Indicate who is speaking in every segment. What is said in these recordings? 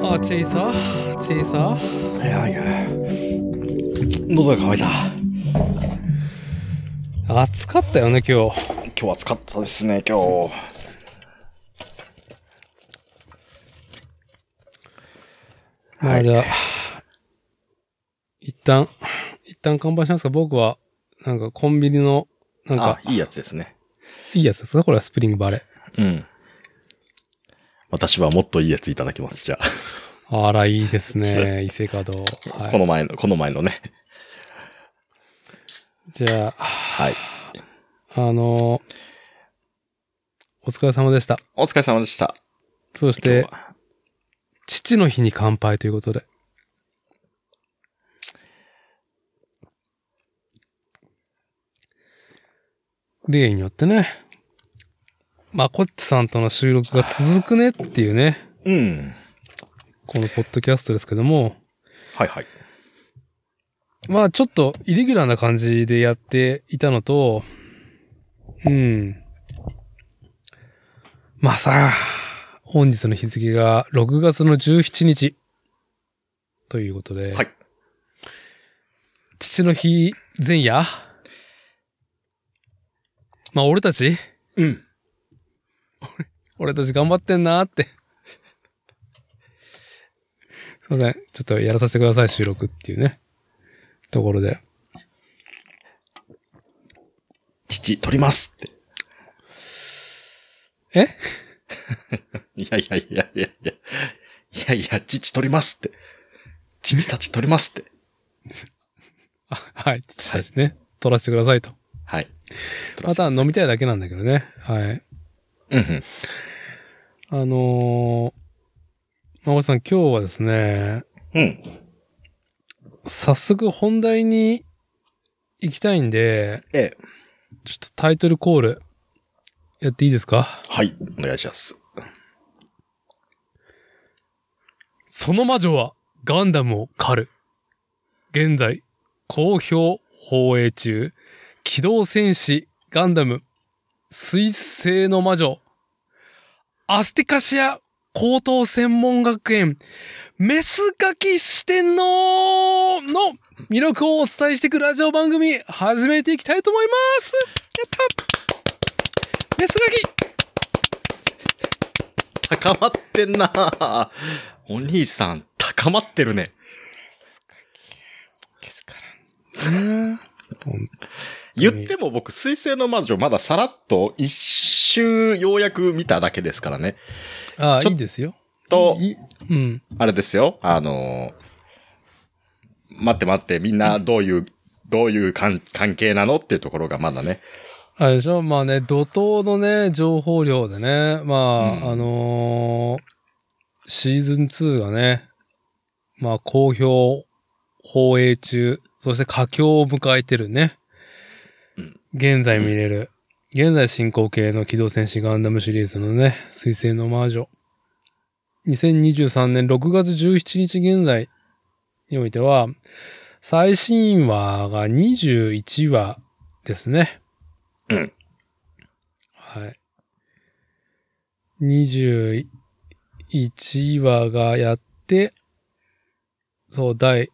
Speaker 1: ああ小さ小さ
Speaker 2: いやいや。喉が渇いた。
Speaker 1: 暑かったよね今日
Speaker 2: 今日暑かったですね、今日。
Speaker 1: まあじゃあ、一旦一旦乾杯しますか僕はなんかコンビニのなんか
Speaker 2: あ、いいやつですね。
Speaker 1: いいやつですかこれはスプリングバレー
Speaker 2: うん。私はもっといいやついただきます、じゃあ。
Speaker 1: あら、いいですね。伊勢門。は
Speaker 2: こ
Speaker 1: い、
Speaker 2: の前の、この前のね。
Speaker 1: じゃあ、
Speaker 2: はい。
Speaker 1: あのお疲れ様でした。
Speaker 2: お疲れ様でした。
Speaker 1: そし
Speaker 2: 今
Speaker 1: て
Speaker 2: 日、は
Speaker 1: 父の日に乾杯ということで。例によってね、まあ、こっちさんとの収録が続くねっていうね、
Speaker 2: うん。
Speaker 1: このポッドキャストですけども、
Speaker 2: はいはい。
Speaker 1: まあちょっとイレギュラーな感じでやっていたのと、うん。まあさ、本日の日付が6月の17日ということで、
Speaker 2: はい
Speaker 1: 父の日前夜、まあ俺たち、
Speaker 2: うん。
Speaker 1: 俺たち頑張ってんなーって。 すいません。ちょっとやらさせてください、収録っていうね。ところで。
Speaker 2: 父、取りますって。
Speaker 1: え
Speaker 2: いやいやいやいやいや。いやいや、父取りますって。父たち取りますって。
Speaker 1: あはい、父たちね、取らせてくださいと。
Speaker 2: はい。取ら
Speaker 1: ま
Speaker 2: せて
Speaker 1: た飲みたいだけなんだけどね。はい。
Speaker 2: うんうん。
Speaker 1: あのー、まこさん、今日はですね、
Speaker 2: うん。
Speaker 1: 早速本題に行きたいんで、
Speaker 2: ええ。
Speaker 1: ちょっとタイトルコールやっていいですか
Speaker 2: はい。お願いします。
Speaker 1: その魔女はガンダムを狩る。現在、好評放映中。機動戦士ガンダム。水星の魔女。アスティカシア高等専門学園。メス書き四天王の魅力をお伝えしていくラジオ番組、始めていきたいと思います。やったメス書き
Speaker 2: 高まってんなぁお兄さん、高まってるね。
Speaker 1: けしからん。
Speaker 2: 言っても僕、水星の魔女まださらっと一周ようやく見ただけですからね。
Speaker 1: あ
Speaker 2: ち
Speaker 1: あ、
Speaker 2: ょ
Speaker 1: いいですよ。
Speaker 2: と、
Speaker 1: いうん。
Speaker 2: あれですよ、あのー待って待って、みんなどういう、どういう関関係なのっていうところがまだね。
Speaker 1: あれでしょまあね、怒涛のね、情報量でね、まあ、
Speaker 2: うん
Speaker 1: あのーシーズン2がね、まあ、好評、放映中、そして佳境を迎えてるね。
Speaker 2: うん
Speaker 1: 現在見れる、現在進行形の機動戦士ガンダムシリーズのね、水星の魔女。2023年6月17日現在においては、最新話が21話ですね。
Speaker 2: うん。
Speaker 1: はい。21話がやって、そう、第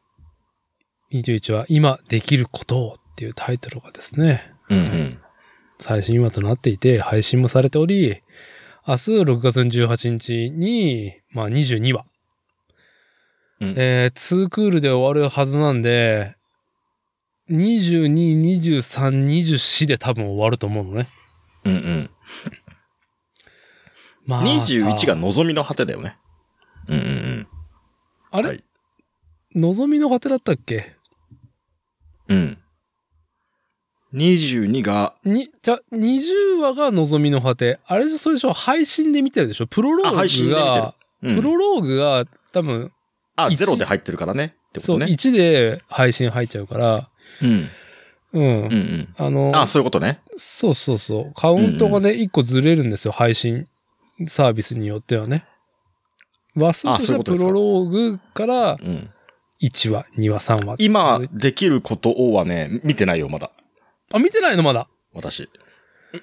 Speaker 1: 21話、今できることをっていうタイトルがですね、
Speaker 2: うんうん。
Speaker 1: 最新話となっていて、配信もされており、明日6月の18日に、まあ22話。
Speaker 2: うん
Speaker 1: えー、2クールで終わるはずなんで、22、23、24で多分終わると思うのね。
Speaker 2: うんうん。
Speaker 1: まあさ。
Speaker 2: 21が望みの果てだよね。うんうんうん。
Speaker 1: あれ、
Speaker 2: はい
Speaker 1: 望みの果てだったっけ
Speaker 2: うん。22が、
Speaker 1: に、じゃ、20話が望みの果て。あれじゃ、それでしょ、配信で見てるでしょプロロ
Speaker 2: あ配
Speaker 1: ー
Speaker 2: 信
Speaker 1: グ
Speaker 2: で見てる
Speaker 1: が、
Speaker 2: うん
Speaker 1: プロローグが多分、
Speaker 2: あ、
Speaker 1: 一
Speaker 2: ゼロで入ってるからね。ってこ
Speaker 1: そう、
Speaker 2: とね。
Speaker 1: 1で配信入っちゃうから、
Speaker 2: うん。
Speaker 1: うん。
Speaker 2: うんうん。
Speaker 1: あの
Speaker 2: あ、そういうことね。
Speaker 1: そうそうそう。カウントがね、1個ずれるんですよ、配信サービスによってはね。話数として
Speaker 2: そうい
Speaker 1: は
Speaker 2: うこと
Speaker 1: プ
Speaker 2: ですか
Speaker 1: ロローグから
Speaker 2: うん。
Speaker 1: 1話、2話、3話。
Speaker 2: 今
Speaker 1: 続い、
Speaker 2: できることをはね、見てないよ、まだ。
Speaker 1: あ、見てないのまだ。
Speaker 2: 私。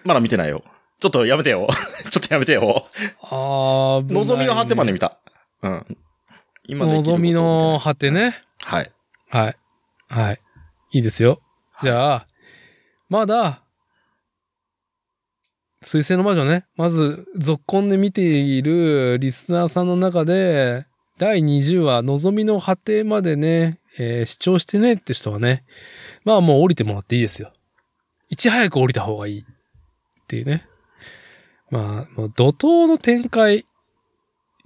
Speaker 2: まだ見てないよ。 ちょっとやめてよ。ちょっとやめてよ。
Speaker 1: あー、
Speaker 2: 望みの果てまで
Speaker 1: ね
Speaker 2: 見た。うん。今できること
Speaker 1: 望みの果てね。
Speaker 2: はい。
Speaker 1: はい。はい。いいですよ。じゃあ、まだ、水星の魔女ね。まず、続婚で見ているリスナーさんの中で、第20話、望みの果てまでね、えー視聴してねって人はね、まあもう降りてもらっていいですよ。いち早く降りた方がいい。っていうね。まあ、もう怒涛の展開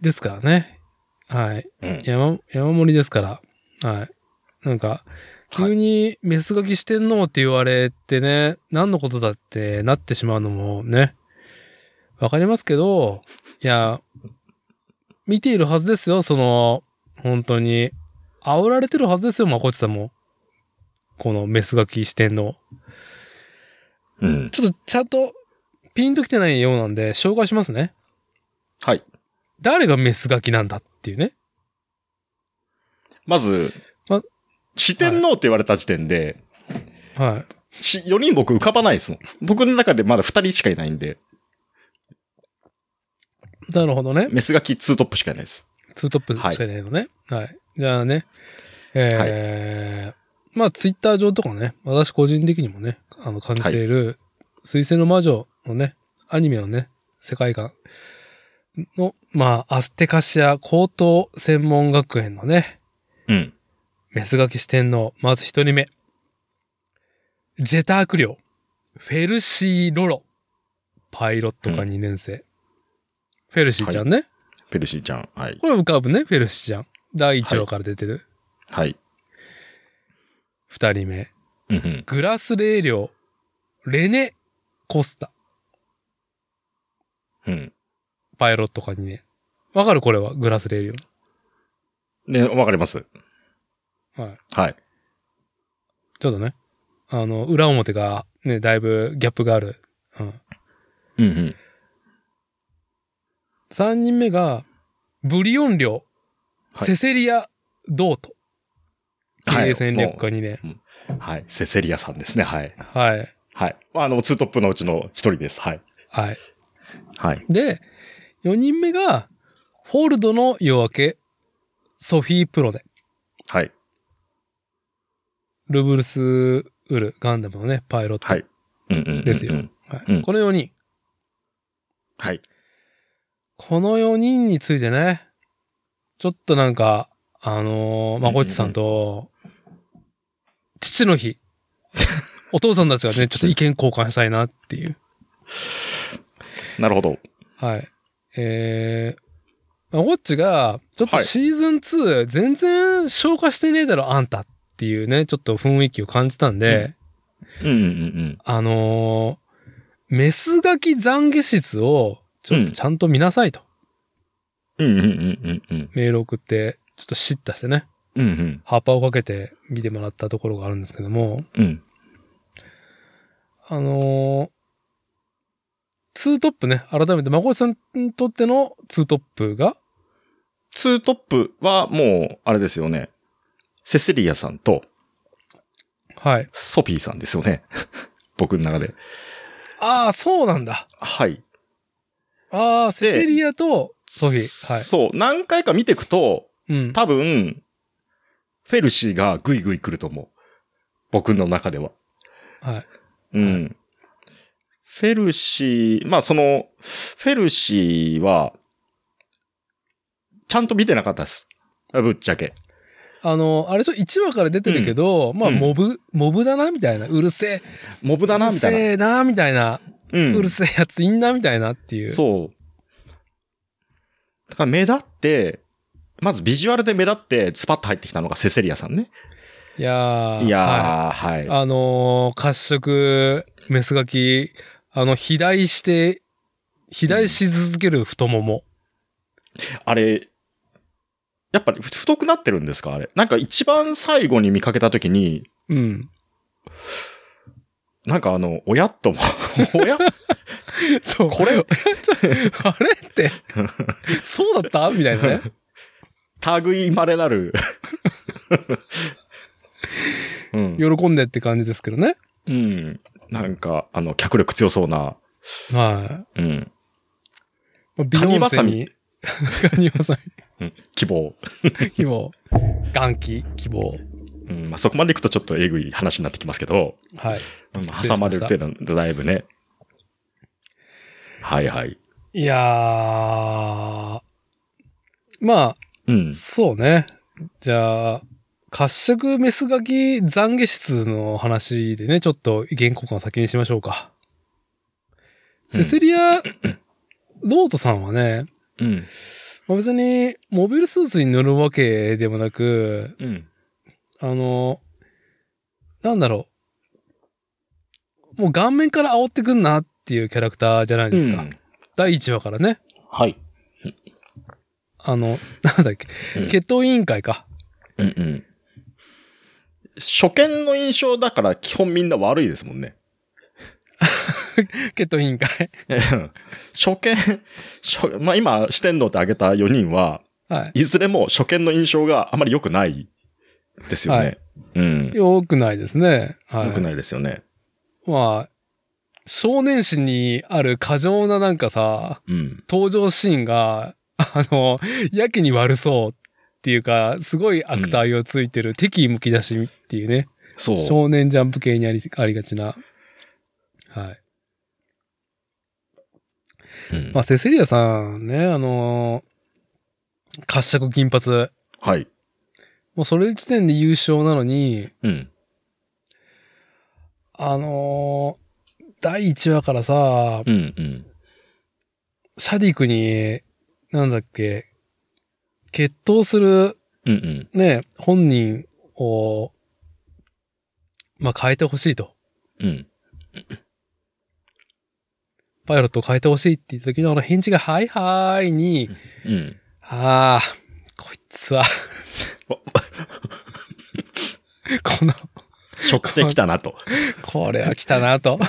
Speaker 1: ですからね。はい。
Speaker 2: うん。
Speaker 1: 山、山盛りですから。はい。なんか、急にメス書きしてんのって言われてね、何のことだってなってしまうのもね、わかりますけど、いや、見ているはずですよ、その、本当に。煽られてるはずですよ、まこっちさんも。このメス書きしてんの。
Speaker 2: うん。
Speaker 1: ちょっとちゃんとピンときてないようなんで、紹介しますね。
Speaker 2: はい。
Speaker 1: 誰がメス書きなんだっていうね。
Speaker 2: まず、
Speaker 1: ま
Speaker 2: 四天王って言われた時点で、
Speaker 1: はい。
Speaker 2: し、4人僕浮かばないですもん。僕の中でまだ2人しかいないんで、
Speaker 1: なるほどね。
Speaker 2: メスガキ2トップしかいないです。
Speaker 1: ツートップしかいないのね。はい。じゃあね、えーまあツイッター上とかね、私個人的にもね、あの感じている、水星の魔女のね、アニメのね、世界観の、まあ、アステカシア高等専門学園のね、
Speaker 2: うん。
Speaker 1: メスガキ四天王、まず一人目。ジェターク寮、フェルシー・ロロ、パイロット科2年生。フェルシーちゃんね。
Speaker 2: ペルシーちゃん。はい。
Speaker 1: これ浮かぶね、フェルシーちゃん。第1話から出てる。
Speaker 2: はい。
Speaker 1: 二人目。
Speaker 2: うんうん。
Speaker 1: グラスレー寮、レネ・コスタ、
Speaker 2: うん。
Speaker 1: パイロット科にね。わかるこれは、グラスレー寮。
Speaker 2: ね、わかります。
Speaker 1: はい。
Speaker 2: はい。
Speaker 1: ちょっとね、あの、裏表がね、だいぶギャップがある。うん。
Speaker 2: うんうん。
Speaker 1: 三人目が、ブリオン寮、
Speaker 2: はい
Speaker 1: セセリア・ドート。経営戦略科にね。
Speaker 2: はい。セセリアさんですね。はい。
Speaker 1: はい。
Speaker 2: はい。あの、2トップのうちの1人です。はい。
Speaker 1: はい。
Speaker 2: はい。
Speaker 1: で、四人目が、フォールドの夜明け、ソフィー・プロで。
Speaker 2: はい。
Speaker 1: ルブルス・ウル、ガンダムのね、パイロット。
Speaker 2: はい。うんうんうんうん。
Speaker 1: ですよはい
Speaker 2: うん
Speaker 1: この4人。
Speaker 2: はい。
Speaker 1: この4人についてね、ちょっとなんか、あのー、まこっちさんと、父の 日、お父さんたちがね、ちょっと意見交換したいなっていう。
Speaker 2: なるほど。
Speaker 1: はい。えー、まこっちが、ちょっと
Speaker 2: はい
Speaker 1: シーズン2、全然消化してねえだろ、あんたっていうね、ちょっと雰囲気を感じたんで、
Speaker 2: うんうんうん
Speaker 1: あのーメスガキ懺悔室を、ちょっとちゃんと見なさいと、
Speaker 2: うん。うんうんうんうんうん。
Speaker 1: メール送って、ちょっと叱咤してね。
Speaker 2: うんうん。
Speaker 1: ハーパーをかけて見てもらったところがあるんですけども、
Speaker 2: うん。
Speaker 1: あのーツートップね、改めて、まこさんにとってのツートップが、
Speaker 2: 2トップはもう、あれですよね。セセリアさんと
Speaker 1: はい。
Speaker 2: ソフィーさんですよね。僕の中で。
Speaker 1: ああ、そうなんだ。
Speaker 2: はい。
Speaker 1: ああ、セセリアとソフィー。はい。
Speaker 2: そう。何回か見ていくと、
Speaker 1: うん。
Speaker 2: 多分、フェルシーがぐいぐい来ると思う。僕の中では。
Speaker 1: はい。
Speaker 2: うん。フェルシー、まあその、フェルシーは、ちゃんと見てなかったです。ぶっちゃけ。
Speaker 1: あのーあれちょ、1話から出てるけど、まあ、
Speaker 2: うん
Speaker 1: モブ、モブだな、みたいな。うるせえ。
Speaker 2: モブだ
Speaker 1: う
Speaker 2: な、
Speaker 1: る
Speaker 2: みた
Speaker 1: せ
Speaker 2: い
Speaker 1: えな、みたいな。
Speaker 2: な。う。
Speaker 1: うんるせえやついんな、みたいなっていう。
Speaker 2: そう。だから目立って、まずビジュアルで目立って、スパッと入ってきたのがセセリアさんね。
Speaker 1: いやー。
Speaker 2: い
Speaker 1: はい
Speaker 2: やー、はい。
Speaker 1: あのー褐色、メスガキ、あの、肥大して、肥大し続ける太もも。
Speaker 2: あれ、やっぱりふ太くなってるんですかあれ。なんか一番最後に見かけたときに、
Speaker 1: うん。
Speaker 2: なんかあの、おやっとも、 おや
Speaker 1: そう。
Speaker 2: これ
Speaker 1: ちょあれって、そうだったみたいなね。
Speaker 2: 類いまれな る。うん。
Speaker 1: 喜んでって感じですけどね。
Speaker 2: うん。なんか、あの、脚力強そうな。
Speaker 1: は
Speaker 2: うん。
Speaker 1: い。まあビヨンセに。カニバサミ。
Speaker 2: うん希望。
Speaker 1: 希望。元気、希望。
Speaker 2: うん、まあ、そこまで行くとちょっとえぐい話になってきますけど、
Speaker 1: はい。
Speaker 2: まあ挟まれる程度のライブね。はいはい。
Speaker 1: いやー。ま
Speaker 2: うん
Speaker 1: あ、。そうね。じゃあ、褐色メスガキ懺悔室の話でね、ちょっと意見交換先にしましょうか。セセリア・ロートさんはね、
Speaker 2: うん。
Speaker 1: まあ別にモビルスーツに乗るわけでもなく、
Speaker 2: うん。
Speaker 1: あの、なんだろう。もう顔面から煽ってくんなっていうキャラクターじゃないですか。
Speaker 2: うん
Speaker 1: 第1話からね。
Speaker 2: はい。
Speaker 1: あの、なんだっけ
Speaker 2: うん。
Speaker 1: 決闘委員会か。
Speaker 2: うんうん。初見の印象だから基本みんな悪いですも んね。
Speaker 1: 決闘委員会。
Speaker 2: 初見、初まあ、今、四天王って挙げた4人は、
Speaker 1: はい。
Speaker 2: いずれも初見の印象があまり良くないですよね。
Speaker 1: はい
Speaker 2: うん。
Speaker 1: よくないですね。はい。
Speaker 2: 良くないですよね。
Speaker 1: まあ、少年誌にある過剰ななんかさ、
Speaker 2: うん。
Speaker 1: 登場シーンが、あの、やけに悪そうっていうか、すごい悪態をついてる、敵意むき出しっていうね。
Speaker 2: そう。
Speaker 1: 少年ジャンプ系にありありがちな。はい。
Speaker 2: うん
Speaker 1: まあ、セセリアさんね、あのー褐色金髪。
Speaker 2: はい。
Speaker 1: もうそれ時点で優勝なのに、
Speaker 2: うん。
Speaker 1: あのー第1話からさ、
Speaker 2: うんうん。
Speaker 1: シャディクに、なんだっけ、決闘する
Speaker 2: うんうん。
Speaker 1: ね、本人を、まあ、変えてほしいと。
Speaker 2: うん。
Speaker 1: パイロットを変えてほしいって言った時のあの返事が、はいはーいに、
Speaker 2: うん。
Speaker 1: ああ、こいつは、
Speaker 2: わ
Speaker 1: この、
Speaker 2: しょってきたなと。
Speaker 1: これは来たなと。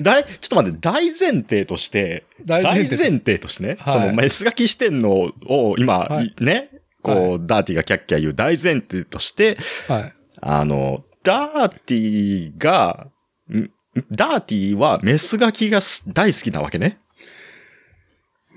Speaker 2: だい、ちょっと待って、大前提として、
Speaker 1: 大
Speaker 2: 大
Speaker 1: 前提
Speaker 2: 前提としてね、
Speaker 1: はい
Speaker 2: その、メス書き視点のを今、
Speaker 1: はい
Speaker 2: いね、こう、ダーティがキャッキャ言う大前提として、
Speaker 1: はい。
Speaker 2: あの、ダーティが、んダーティはメス書きがす大好きなわけね。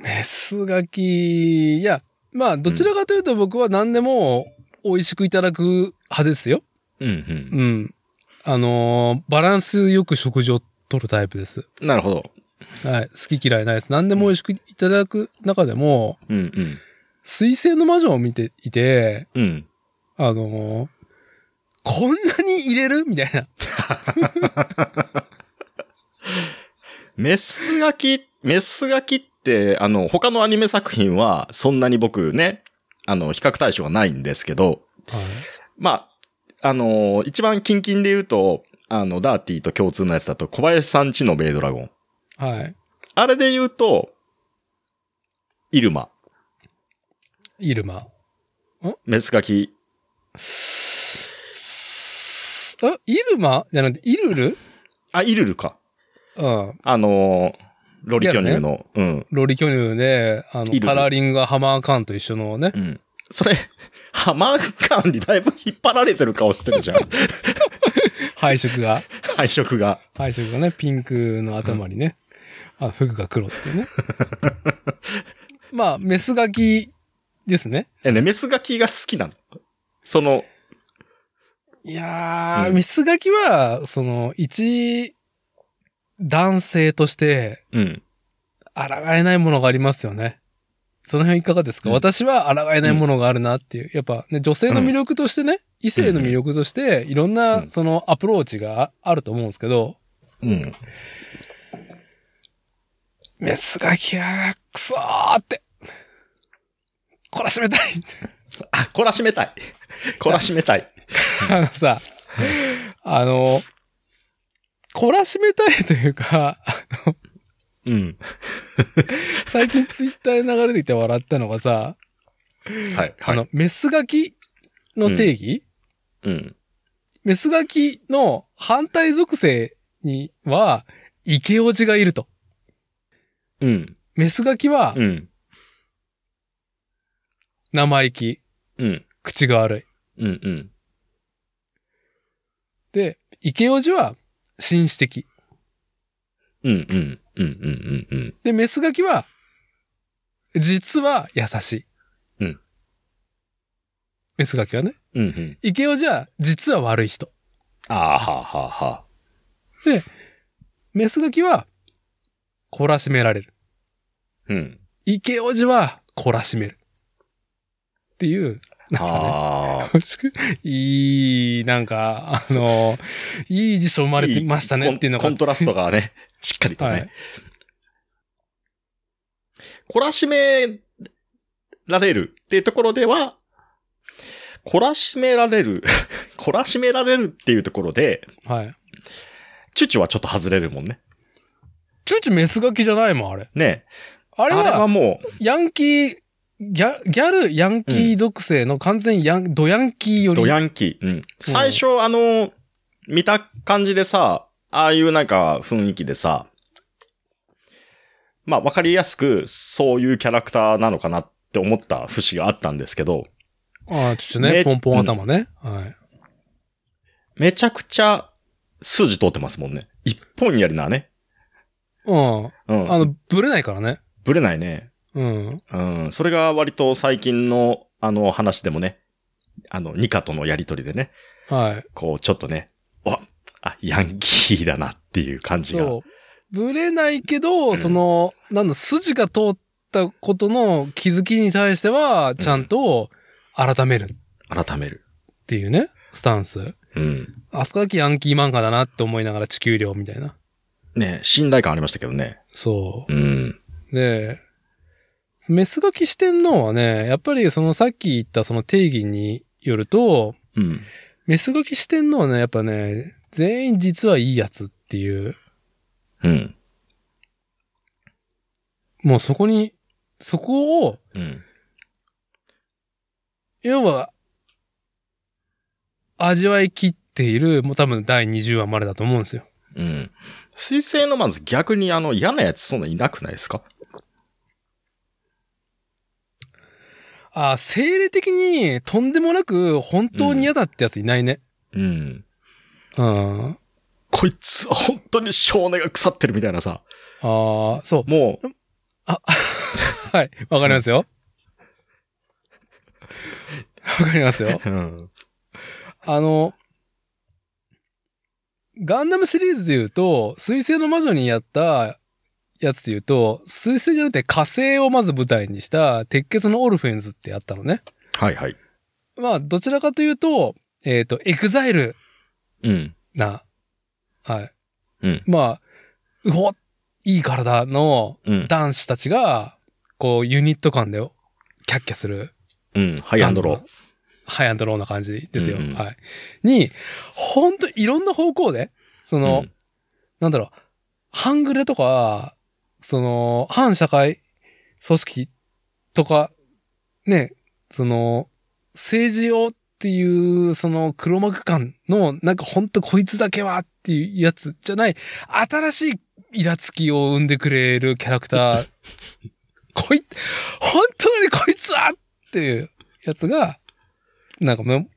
Speaker 1: メスガキ、いや、まあ、どちらかというと僕は何でも美味しくいただく派ですよ。
Speaker 2: うん
Speaker 1: う。ん。あのーバランスよく食事を取るタイプです。
Speaker 2: なるほど。
Speaker 1: はい。好き嫌いないです。何でも美味しくいただく中でも、
Speaker 2: うんうん。
Speaker 1: 水星の魔女を見ていて、
Speaker 2: うん。
Speaker 1: あのーこんなに入れるみたいな。
Speaker 2: メス書き、メス書きって、あの、他のアニメ作品は、そんなに僕ね、あの、比較対象はないんですけど、まあ、あのー一番近々で言うと、あの、ダーティと共通のやつだと、小林さんちのベイドラゴン。
Speaker 1: はい。はい。
Speaker 2: あれで言うと、イルマ、
Speaker 1: イルマ。
Speaker 2: メス書き、
Speaker 1: あ、イルマじゃなくて、イルル
Speaker 2: あ、イルルか。
Speaker 1: うん。
Speaker 2: あのーロリキョニューの、うん。
Speaker 1: ロリ巨乳で、あ
Speaker 2: イル
Speaker 1: の、
Speaker 2: ル
Speaker 1: カラーリングがハマーカーンと一緒のね。
Speaker 2: うん。それ、ハマーカーンにだいぶ引っ張られてる顔してるじゃん。
Speaker 1: 配色が、
Speaker 2: 配色が。
Speaker 1: 配色がね、ピンクの頭にね、あ服が黒っていうね。 まあ、メスガキですね。
Speaker 2: えね、メス書きが好きなの。その、
Speaker 1: いやー、
Speaker 2: うん
Speaker 1: メスガキは、その、一、男性として、
Speaker 2: うん。
Speaker 1: 抗えないものがありますよね。その辺いかがですか、
Speaker 2: うん
Speaker 1: 私は抗えないものがあるなっていう。やっぱね、女性の魅力としてね、異性の魅力として、いろん
Speaker 2: う
Speaker 1: な、
Speaker 2: ん
Speaker 1: その、アプローチがああると思うんですけど、
Speaker 2: うん。
Speaker 1: メスガキは、くそーって。懲らしめたい。
Speaker 2: あ、懲らしめたい。懲らしめたい。
Speaker 1: あのさ、あの、懲らしめたいというか、
Speaker 2: うん。
Speaker 1: 最近ツイッターで流れてきて笑ったのがさ、
Speaker 2: はい、
Speaker 1: あ
Speaker 2: はい。
Speaker 1: の、メスガキの定義、
Speaker 2: うん。
Speaker 1: メスガキの反対属性には、イケオジがいると。
Speaker 2: うん。
Speaker 1: メスガキは
Speaker 2: う、ん。
Speaker 1: 生意気、
Speaker 2: うん。
Speaker 1: 口が悪い。
Speaker 2: うん。うん。
Speaker 1: で、イケオジは、紳士的。
Speaker 2: うん。うん。うん。うん。うん。
Speaker 1: で、メスガキは、実は優しい。
Speaker 2: うん。
Speaker 1: メスガキはね。
Speaker 2: うんうん。
Speaker 1: イケオジは実は悪い人。
Speaker 2: ああ、はあ、はあ、はあ。
Speaker 1: メスガキは懲らしめられる。
Speaker 2: うん。
Speaker 1: イケオジは懲らしめる。っていう、なんかね。
Speaker 2: あ
Speaker 1: 美味しくいい、なんか、あの、いい辞書生ま
Speaker 2: あ。
Speaker 1: れてましたね
Speaker 2: コン
Speaker 1: っていうのが。
Speaker 2: コントラストがね、しっかりとね。
Speaker 1: はい
Speaker 2: 懲らしめられるっていうところでは、懲らしめられる、 懲らしめられるっていうところで、
Speaker 1: はい。
Speaker 2: チュチュはちょっと外れるもんね。
Speaker 1: ちょいちょいメスガキじゃないもん、あれ。
Speaker 2: ね
Speaker 1: あ
Speaker 2: あ
Speaker 1: れ
Speaker 2: れは
Speaker 1: は、
Speaker 2: も
Speaker 1: ヤンキー、ギャ、ギャル、ヤンキー属性の完全ヤン、ドヤンキーよ
Speaker 2: う、
Speaker 1: り。
Speaker 2: ドヤンキー。うん。最初、あの、見た感じでさ、ああいうなんか雰囲気でさ、まあ、わかりやすく、そういうキャラクターなのかなって思った節があったんですけど、
Speaker 1: ああ、ちょっとね、
Speaker 2: ね
Speaker 1: ポンポン頭ね。はい。
Speaker 2: めちゃくちゃ筋通ってますもんね。一本やりなね。
Speaker 1: うん。
Speaker 2: うん。
Speaker 1: あの、ぶれないからね。
Speaker 2: ぶれないね。
Speaker 1: うん。
Speaker 2: うん。それが割と最近の、あの、話でもね、あの、ニカとのやりとりでね、
Speaker 1: はい。
Speaker 2: こう、ちょっとね、おあ、ヤンキーだなっていう感じが。
Speaker 1: そう。ぶれないけ
Speaker 2: う
Speaker 1: ど、
Speaker 2: ん
Speaker 1: その、なんだ、筋が通ったことの気づきに対しては、ちゃんと改めるっ
Speaker 2: 改める。
Speaker 1: ていうね、スタンス。
Speaker 2: うん。
Speaker 1: あそこだけヤンキー漫画だなって思いながら地球量みたいな。
Speaker 2: ね信頼感ありましたけどね。
Speaker 1: そう。
Speaker 2: うん。
Speaker 1: で、メス書きしてんのはね、やっぱりそのさっき言ったその定義によると、
Speaker 2: うん。
Speaker 1: メス書きしてんのはね、やっぱね、全員実はいいやつっていう、
Speaker 2: うん。
Speaker 1: もうそこに、そこを、
Speaker 2: うん。
Speaker 1: 要は、味わい切っている、もう多分第20話までだと思うんですよ。
Speaker 2: うん。水星のまず逆にあの嫌なやつそんないなくないですか
Speaker 1: ああ、精霊的にとんでもなく本当に嫌だってやついないね。
Speaker 2: うん。
Speaker 1: うん。あ
Speaker 2: こいつ、本当に性根が腐ってるみたいなさ。
Speaker 1: あ、そう。
Speaker 2: も
Speaker 1: はい。わかりますよ。わかりますよ。
Speaker 2: う、うん。
Speaker 1: あの、ガンダムシリーズで言うと、水星の魔女にやったやつで言うと、水星じゃなくて火星をまず舞台にした、鉄血のオルフェンズってやったのね。
Speaker 2: はいはい。
Speaker 1: まあ、どちらかというと、えっ、と、エグザイル
Speaker 2: うん。
Speaker 1: な、はい。
Speaker 2: うん
Speaker 1: まあ、うおいい体の
Speaker 2: うん。
Speaker 1: 男子たちが、こう、ユニット間でキャッキャする
Speaker 2: うん。ハイアンドロー。
Speaker 1: ハイアンドローな感じですよ。
Speaker 2: うんうん
Speaker 1: はい。に、ほんといろんな方向で、その、
Speaker 2: うん
Speaker 1: なんだろう、半グレとか、その、反社会組織とか、ね、その、政治をっていう、その黒幕感の、なんかほんとこいつだけはっていうやつじゃない、新しいイラつきを生んでくれるキャラクター。 こい、本当にこいつはっていうやつが、なんかもう、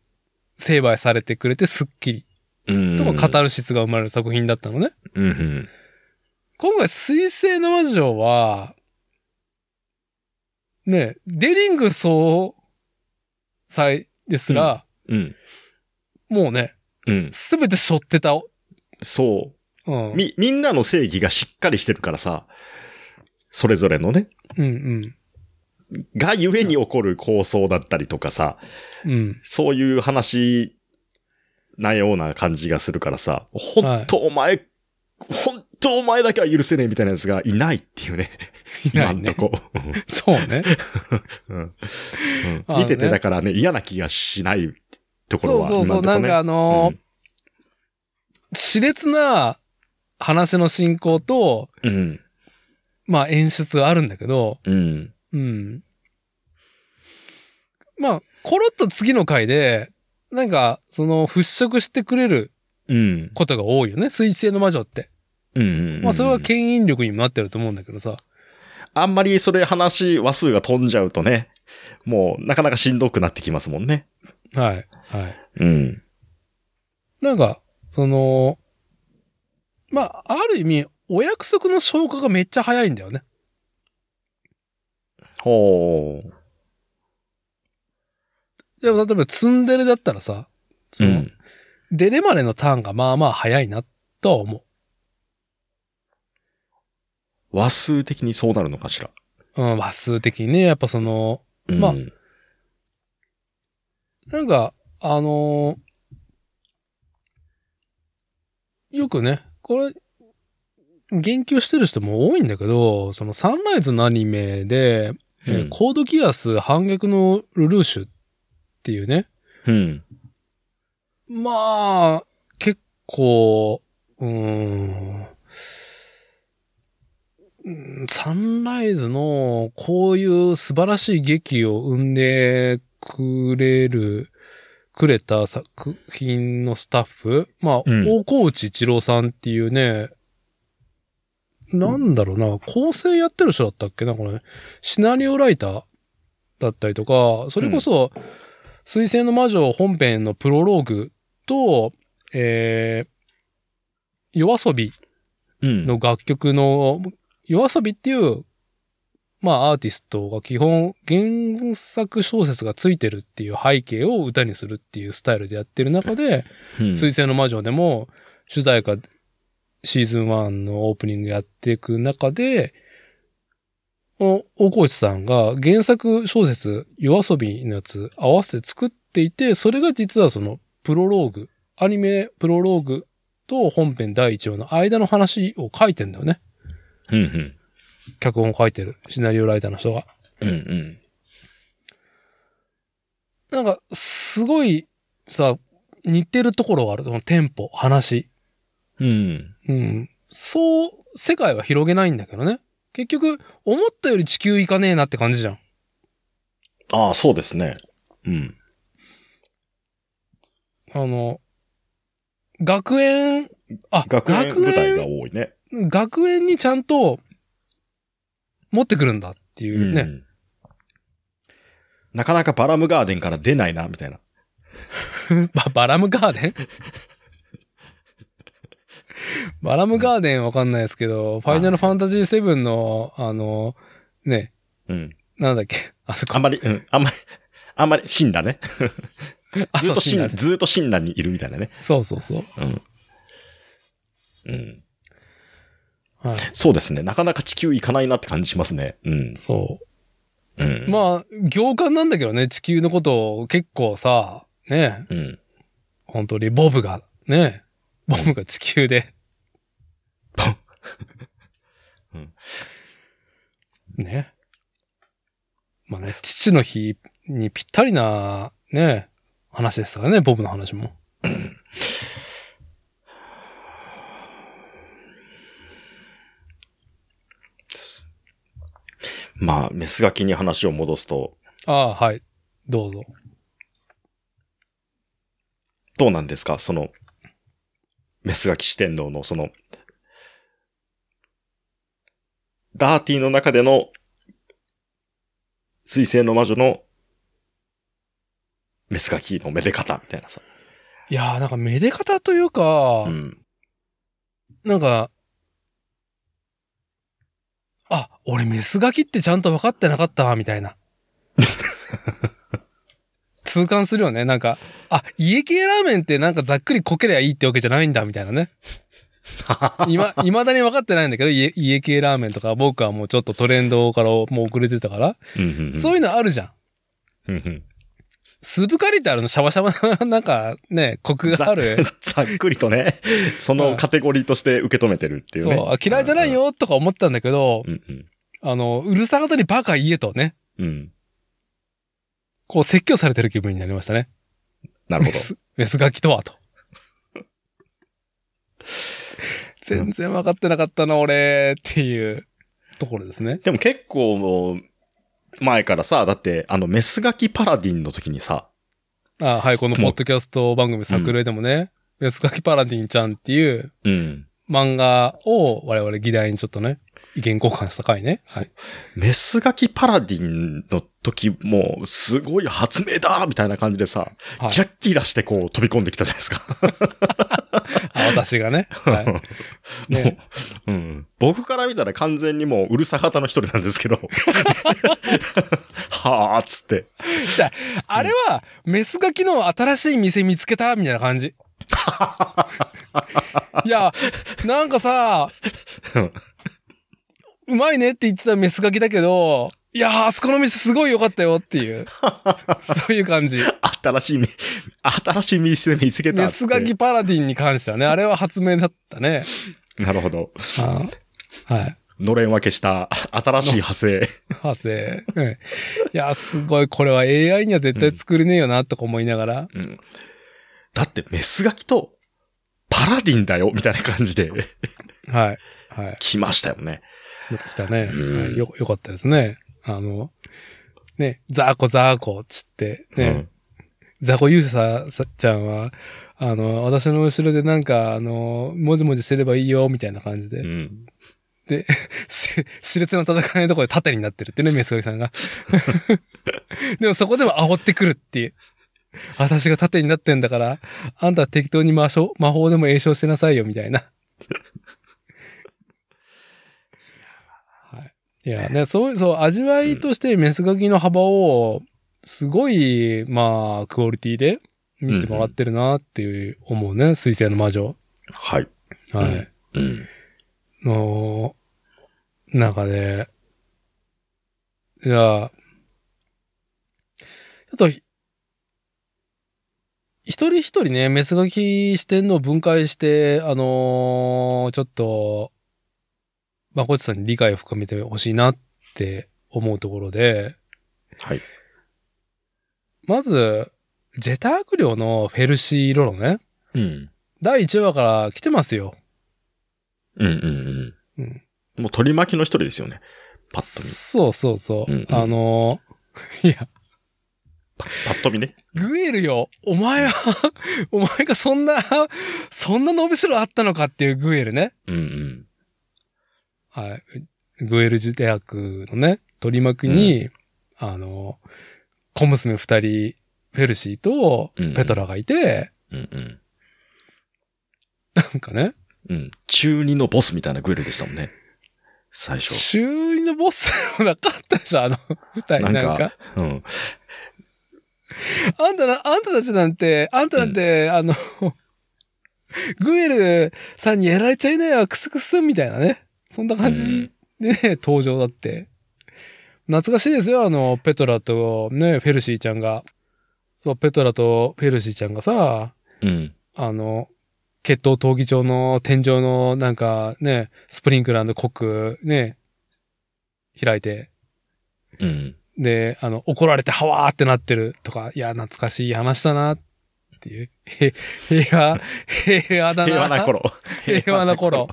Speaker 1: 成敗されてくれてスッキリ
Speaker 2: うん
Speaker 1: とかカタルシスが生まれる作品だったのね。
Speaker 2: うんうん。
Speaker 1: 今回、水星の魔女は、ね、デリング総裁ですら、
Speaker 2: うん。
Speaker 1: もうね、
Speaker 2: うん。
Speaker 1: すべて背負ってた。う
Speaker 2: そ
Speaker 1: ん。
Speaker 2: う。
Speaker 1: うん
Speaker 2: み、みんなの正義がしっかりしてるからさ、それぞれのね、
Speaker 1: うん。
Speaker 2: がゆえに起こる構想だったりとかさ、
Speaker 1: うん。
Speaker 2: そういう話なような感じがするからさ、本当お前、本当お前だけは許せねえみたいなやつがいないっていうね、
Speaker 1: いな
Speaker 2: 今
Speaker 1: い
Speaker 2: んと
Speaker 1: ね。
Speaker 2: こ。
Speaker 1: そうね。
Speaker 2: うんうん
Speaker 1: あのね
Speaker 2: 見ててだからね、嫌な気がしないとこ
Speaker 1: そ
Speaker 2: ろ
Speaker 1: う
Speaker 2: は、
Speaker 1: そうそう。
Speaker 2: 今
Speaker 1: なん
Speaker 2: とこね
Speaker 1: かあのー熾烈な話の進行と、
Speaker 2: うん。
Speaker 1: まあ演出はあるんだけど、
Speaker 2: うん。
Speaker 1: うん。まあ、コロッと次の回で、なんか、その、払拭してくれる
Speaker 2: うん。
Speaker 1: ことが多いよね。水星の魔女って。
Speaker 2: うん。
Speaker 1: まあ、それは牽引力にもなってると思うんだけどさ。
Speaker 2: あんまりそれ話、話数が飛んじゃうとね、もうなかなかしんどくなってきますもんね。
Speaker 1: はい。はい。
Speaker 2: うん。
Speaker 1: なんか、その、まあ、ある意味、お約束の消化がめっちゃ早いんだよね。
Speaker 2: ほう。
Speaker 1: でも例えばツンデレだったらさ、その、。デレまでのターンがまあまあ早いなとは思
Speaker 2: 和数的にそうなるのかしら。
Speaker 1: う。うん、話数的にね、やっぱその、
Speaker 2: うん
Speaker 1: まあなんか、あのーよくね、これ、言及してる人も多いんだけど、そのサンライズのアニメで、えー
Speaker 2: うん
Speaker 1: コードギアス反逆のルルーシュっていうね、
Speaker 2: うん。
Speaker 1: まあ、結構、うーん、うんサンライズのこういう素晴らしい劇を生んでくれる、くれた作品のスタッフ、まあ、
Speaker 2: うん
Speaker 1: 大河内一郎さんっていうね、なんだろうな、構成やってる人だったっけな、これ。シナリオライターだったりとか、それこそ、水星の魔女本編のプロローグと、えー、夜遊び
Speaker 2: うん。
Speaker 1: の楽曲の、夜遊びっていう、まあアーティストが基本原作小説がついてるっていう背景を歌にするっていうスタイルでやってる中で、
Speaker 2: うん
Speaker 1: 水星の魔女でも主題歌シーズン1のオープニングやっていく中で、この大河内さんが原作小説夜遊びのやつ合わせて作っていて、それが実はそのプロローグ、アニメプロローグと本編第1話の間の話を書いてんだよね。
Speaker 2: うんうん。
Speaker 1: 脚本を書いてるシナリオライターの人が。
Speaker 2: うん
Speaker 1: なんか、すごいさ、似てるところがある。そのテンポ、話。
Speaker 2: うん。うん。
Speaker 1: うん。そう、世界は広げないんだけどね。結局、思ったより地球行かねえなって感じじゃん。
Speaker 2: ああ、そうですね。うん。
Speaker 1: あの、学園、あ、
Speaker 2: 学園舞台が
Speaker 1: 学
Speaker 2: 多いね。
Speaker 1: 園、学園にちゃんと持ってくるんだっていううね。
Speaker 2: ん。なかなかバラムガーデンから出ないな、みたいな。
Speaker 1: ババラムガー デンバラムガーデンわかんないですけど、ファイナルファンタジー7の、あの、ね、
Speaker 2: うん。
Speaker 1: なんだっけ、あそこ。
Speaker 2: あんまり、うん。あんまり、あんまり、死んだね。
Speaker 1: あ
Speaker 2: ず
Speaker 1: そう
Speaker 2: っと
Speaker 1: 死
Speaker 2: 死
Speaker 1: ん
Speaker 2: ん
Speaker 1: だ
Speaker 2: だ、
Speaker 1: ね
Speaker 2: ずっと死んだにいるみたいなね。
Speaker 1: そうそうそう。
Speaker 2: うん。うん。
Speaker 1: はい。
Speaker 2: そうですね。なかなか地球行かないなって感じしますね。うん。
Speaker 1: そう。
Speaker 2: うん。あ。
Speaker 1: まあ、行間なんだけどね、地球のことを結構さ、ね、
Speaker 2: うん。
Speaker 1: 本当にボブが、ね、ボブが地球で。
Speaker 2: うん
Speaker 1: ね。まあね、父の日にぴったりな、ね、話ですからね、ボブの話も。
Speaker 2: まあ、メスガキに話を戻すと、
Speaker 1: ああ、はい。どうぞ。
Speaker 2: どうなんですかその、メスガキ四天王のその、ダーティの中での、水星の魔女の、メスガキのめで方みたいなさ。
Speaker 1: いやー、なんか、めで方というか、
Speaker 2: ん。
Speaker 1: なんか、あ、俺メスガキってちゃんと分かってなかったわ、みたい な。痛感するよね。なんか、あ、家系ラーメンってなんかざっくりこけりゃいいってわけじゃないんだ、みたいな ね。今、未だに分かってないんだけど、家家系ラーメンとか僕はもうちょっとトレンドからもう遅れてたから。そう
Speaker 2: い
Speaker 1: いうのあるじゃん。
Speaker 2: うん。
Speaker 1: スープカリーってあるのシャバシャバな、 なんかね、コクがある。
Speaker 2: ざっくりとね、そ
Speaker 1: うん
Speaker 2: のカテゴリーとして受け止めてるっていう
Speaker 1: そう
Speaker 2: ね。、
Speaker 1: あ嫌いじゃないよとか思ったんだけど、
Speaker 2: うんうん。
Speaker 1: あの、うるさ方にバカ言えとね。
Speaker 2: うん。
Speaker 1: こう説教されてる気分になりましたね。
Speaker 2: なる
Speaker 1: メ
Speaker 2: ほど。
Speaker 1: ス、メスガキとは と。全然分かってなかったな、俺、っていうところですね。
Speaker 2: でも結構もう、前からさ、だって、あの、メスガキパラディンの時にさ、
Speaker 1: あはい、この
Speaker 2: もう
Speaker 1: ポッドキャスト番組作例でもね、メスガキパラディンちゃんっていう、
Speaker 2: うん。
Speaker 1: 漫画を我々議題にちょっとね、意見交換した回ね。はい。
Speaker 2: メスガキパラディンの時も、すごい発明だみたいな感じでさ、
Speaker 1: はい
Speaker 2: キラッキラしてこう飛び込んできたじゃないですか。
Speaker 1: あ私がね。はい。 ね、
Speaker 2: もう、うん。僕から見たら完全にもううるさ型の一人なんですけど。 はあっつって。
Speaker 1: じゃあ、あれは、メスガキの新しい店見つけたみたいな感じ。いや、なんかさ
Speaker 2: うん、
Speaker 1: うまいねって言ってたメスガキだけど、いや、あそこの店すごい良かったよっていう、そういう感じ。
Speaker 2: 新しいみ、新しい店見つけたっ
Speaker 1: メ
Speaker 2: つって。
Speaker 1: スガキパラディンに関してはね、あれは発明だったね。
Speaker 2: なるほど。
Speaker 1: あはい。
Speaker 2: のれん分けした新しい派生。
Speaker 1: 派生。うんいや、すごい、これは AI には絶対作れねえよな、とか思いながら。
Speaker 2: うんだってメスガキとパラディンだよみたいな感じで
Speaker 1: はい。はい。
Speaker 2: 来ましたよね。
Speaker 1: 出てきたね。
Speaker 2: うん
Speaker 1: はいよ、よかったですね。あの、ね、ザーコザーコっつって、ね、ザーコユーサさちゃんは、あの、私の後ろでなんか、あの、もじもじしてればいいよ、みたいな感じで、
Speaker 2: うん。うん。
Speaker 1: し、熾烈な戦いのところで縦になってるってね、メスゴリさんが。 でもそこでも煽ってくるっていう。私が縦になってんだから、あんた適当に魔法魔法でも栄唱してなさいよ、みたいな。はい。いや、ね、そう、そう、味わいとしてメスガキの幅を、すごい、まあ、クオリティで見せてもらってるなっていう思うね、水星の魔女。
Speaker 2: はい。
Speaker 1: は
Speaker 2: う
Speaker 1: い
Speaker 2: ん。うん。
Speaker 1: の中で、じゃあ、ちょっと、ひ一人一人ね、メス書き視点のを分解して、あのーちょっと、まこっちさんに理解を深めてほしいなって思うところで、
Speaker 2: はい。
Speaker 1: まず、ジェターク寮のフェルシー・ロロね、
Speaker 2: うん。
Speaker 1: 第1話から来てますよ。
Speaker 2: うんうん
Speaker 1: う
Speaker 2: うんん。もう取り巻きの一人ですよね。パッと見。
Speaker 1: そうそうそう。
Speaker 2: うんうん
Speaker 1: あのーいや、
Speaker 2: パパッと見ね。
Speaker 1: グエルよ、お前は、 お前がそんな、そんな伸びしろあったのかっていうグエルね。
Speaker 2: うんうん。
Speaker 1: はい。グエル自体クのね、取り巻きに、あの、小娘二人、フェルシーと
Speaker 2: うんうん
Speaker 1: ペトラがいて、
Speaker 2: うんうん。
Speaker 1: なんかね、
Speaker 2: うん。中二のボスみたいなグエルでしたもんね。最初。
Speaker 1: 周囲のボスもなかったでしょ、あの二人
Speaker 2: なんか
Speaker 1: なんか。
Speaker 2: うん。
Speaker 1: あんたな、あんたたちなんて、あんたなんて、あの、グエルさんにやられちゃいないわ、クスクスみたいなね。そんな感じでね、登場だって。懐かしいですよ、あの、ペトラとね、フェルシーちゃんが。そう、ペトラとフェルシーちゃんがさ、
Speaker 2: うん。
Speaker 1: あの、血統闘技場の天井のなんかね、スプリンクラーのコックね、開いて、
Speaker 2: うん。
Speaker 1: で、あの、怒られてハワーってなってるとか、いや、懐かしい話だな、っていう。 へ平和、平和だな。
Speaker 2: 平和な 頃。
Speaker 1: 平和な 頃。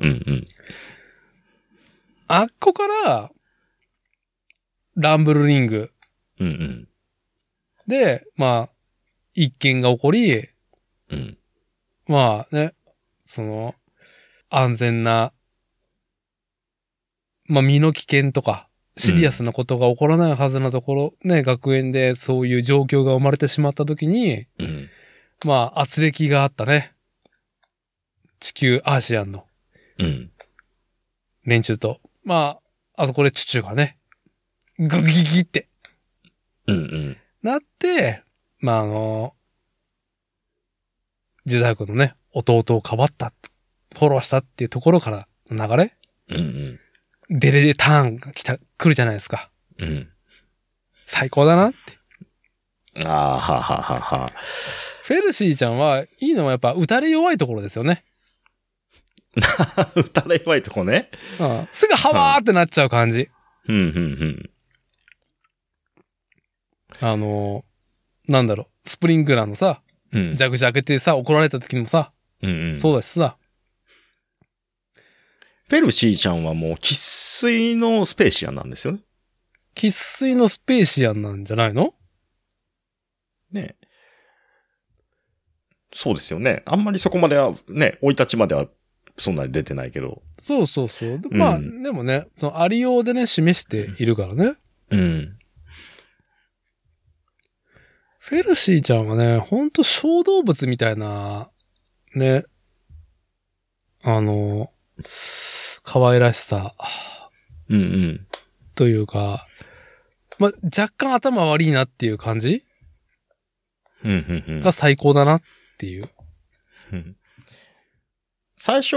Speaker 2: うんうん。
Speaker 1: あっこから、ランブルリング
Speaker 2: うんうん。
Speaker 1: で、まあ、一件が起こり、
Speaker 2: うん。
Speaker 1: まあね、その、安全な、まあ身の危険とか、シリアスなことが起こらないはずなところ、ね、学園でそういう状況が生まれてしまったときに、
Speaker 2: うん。
Speaker 1: まあ、圧力があったね。地球アーシアンの
Speaker 2: うん。
Speaker 1: 連中と。まあ、あそこでチュチュがね、グギギって
Speaker 2: うんうん。
Speaker 1: なって、まああの、ジェダークのね、弟をかばった、フォローしたっていうところからの流れ、
Speaker 2: うんうん。
Speaker 1: デレデターンが来た、来るじゃないですか。
Speaker 2: うん。
Speaker 1: 最高だなって。
Speaker 2: ああ、はははは。
Speaker 1: フェルシーちゃんは、いいのはやっぱ、打たれ弱いところですよね。
Speaker 2: 打たれ弱いとこね。
Speaker 1: うん。すぐハワーってなっちゃう感じ。
Speaker 2: うん、うん、
Speaker 1: あの、なんだろう、スプリンクラーのさ、
Speaker 2: うん。うん。
Speaker 1: ジャグジャグってさ、怒られた時にもさ、
Speaker 2: うん、うん。
Speaker 1: そうだしさ、
Speaker 2: ペルシーちゃんはもう、喫水のスペーシアンなんですよね。
Speaker 1: 喫水のスペーシアンなんじゃないの
Speaker 2: ね。そうですよね。あんまりそこまでは、ね、生い立ちまではそんなに出てないけど。
Speaker 1: そうそうそう。でまあ、
Speaker 2: うん
Speaker 1: でもね、そのありようでね、示しているからね。
Speaker 2: うん。
Speaker 1: フェルシーちゃんはね、ほんと小動物みたいな、ね、あの、可愛らしさ
Speaker 2: うんうん。
Speaker 1: というか、まあ、若干頭悪いなっていう感じ
Speaker 2: うんうんうん
Speaker 1: が最高だなっていう。
Speaker 2: うん最初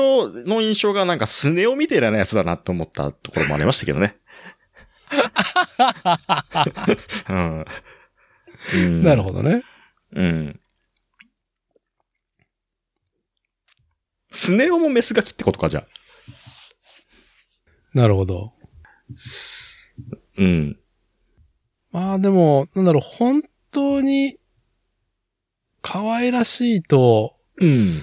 Speaker 2: の印象がなんかスネ夫みたいなやつだなと思ったところもありましたけ どね。うんうん
Speaker 1: なるほどね。
Speaker 2: うん。スネ夫もメスガキってことか、じゃあ。
Speaker 1: なるほど。
Speaker 2: うん。
Speaker 1: まあでも、なんだろう、本当に、可愛らしいと
Speaker 2: うん。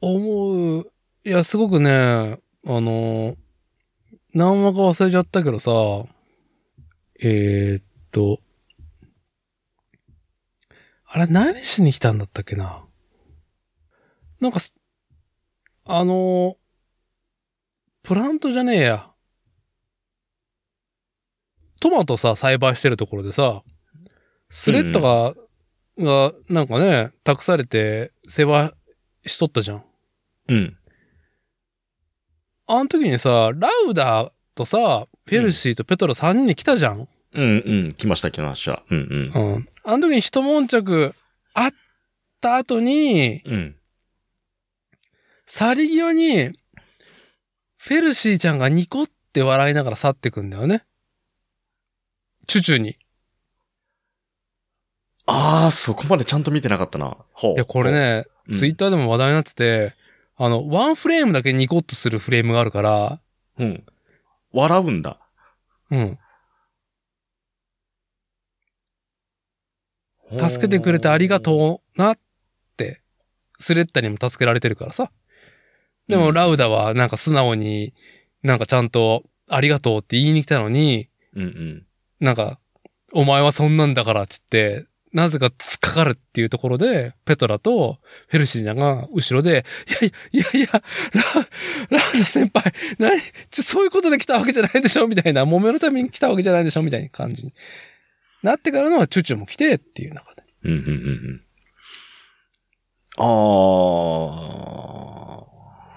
Speaker 1: 思う。いや、すごくね、あの、何話か忘れちゃったけどさ、えー、っと、あれ、何しに来たんだったっけな。なんかす、あの、プラントじゃねえや。トマトさ、栽培してるところでさ、スレッドが、が、なんかね、託されて、世話しとったじゃん。
Speaker 2: うん。
Speaker 1: あの時にさ、ラウダとさ、ペルシーとペトロ3人で来たじゃん。
Speaker 2: うんうん。来ました、来ました。うん
Speaker 1: うん。あの時に一悶着あった後に、
Speaker 2: うん。うん。
Speaker 1: 去り際に、フェルシーちゃんがニコって笑いながら去ってくんだよね。チュチュに。い
Speaker 2: ああ、そこまでちゃんと見てなかったな。ほう。
Speaker 1: や、これね、
Speaker 2: ほう、
Speaker 1: ツイッターでも話題になってて、あの、ワンフレームだけニコッとするフレームがあるから、
Speaker 2: うん。うん。笑うんだ。
Speaker 1: うん。助けてくれてありがとうなって、スレッタにも助けられてるからさ。で
Speaker 2: う
Speaker 1: も、
Speaker 2: ん
Speaker 1: ラウダはなんか素直に、なんかちゃんと、ありがとうって言いに来たのに、
Speaker 2: う。うんうん。
Speaker 1: なんか、お前はそんなんだからっつって、なぜか突っかかるっていうところで、ペトラとヘルシーちゃんが後ろで、いやいや、いやいや、ラ、ラウダ先輩、何、ちょそういうことで来たわけじゃないでしょみたいな、揉めのために来たわけじゃないでしょみたいな感じになってからのチュチュも来てっていう中で。
Speaker 2: うんうんうんうん。あ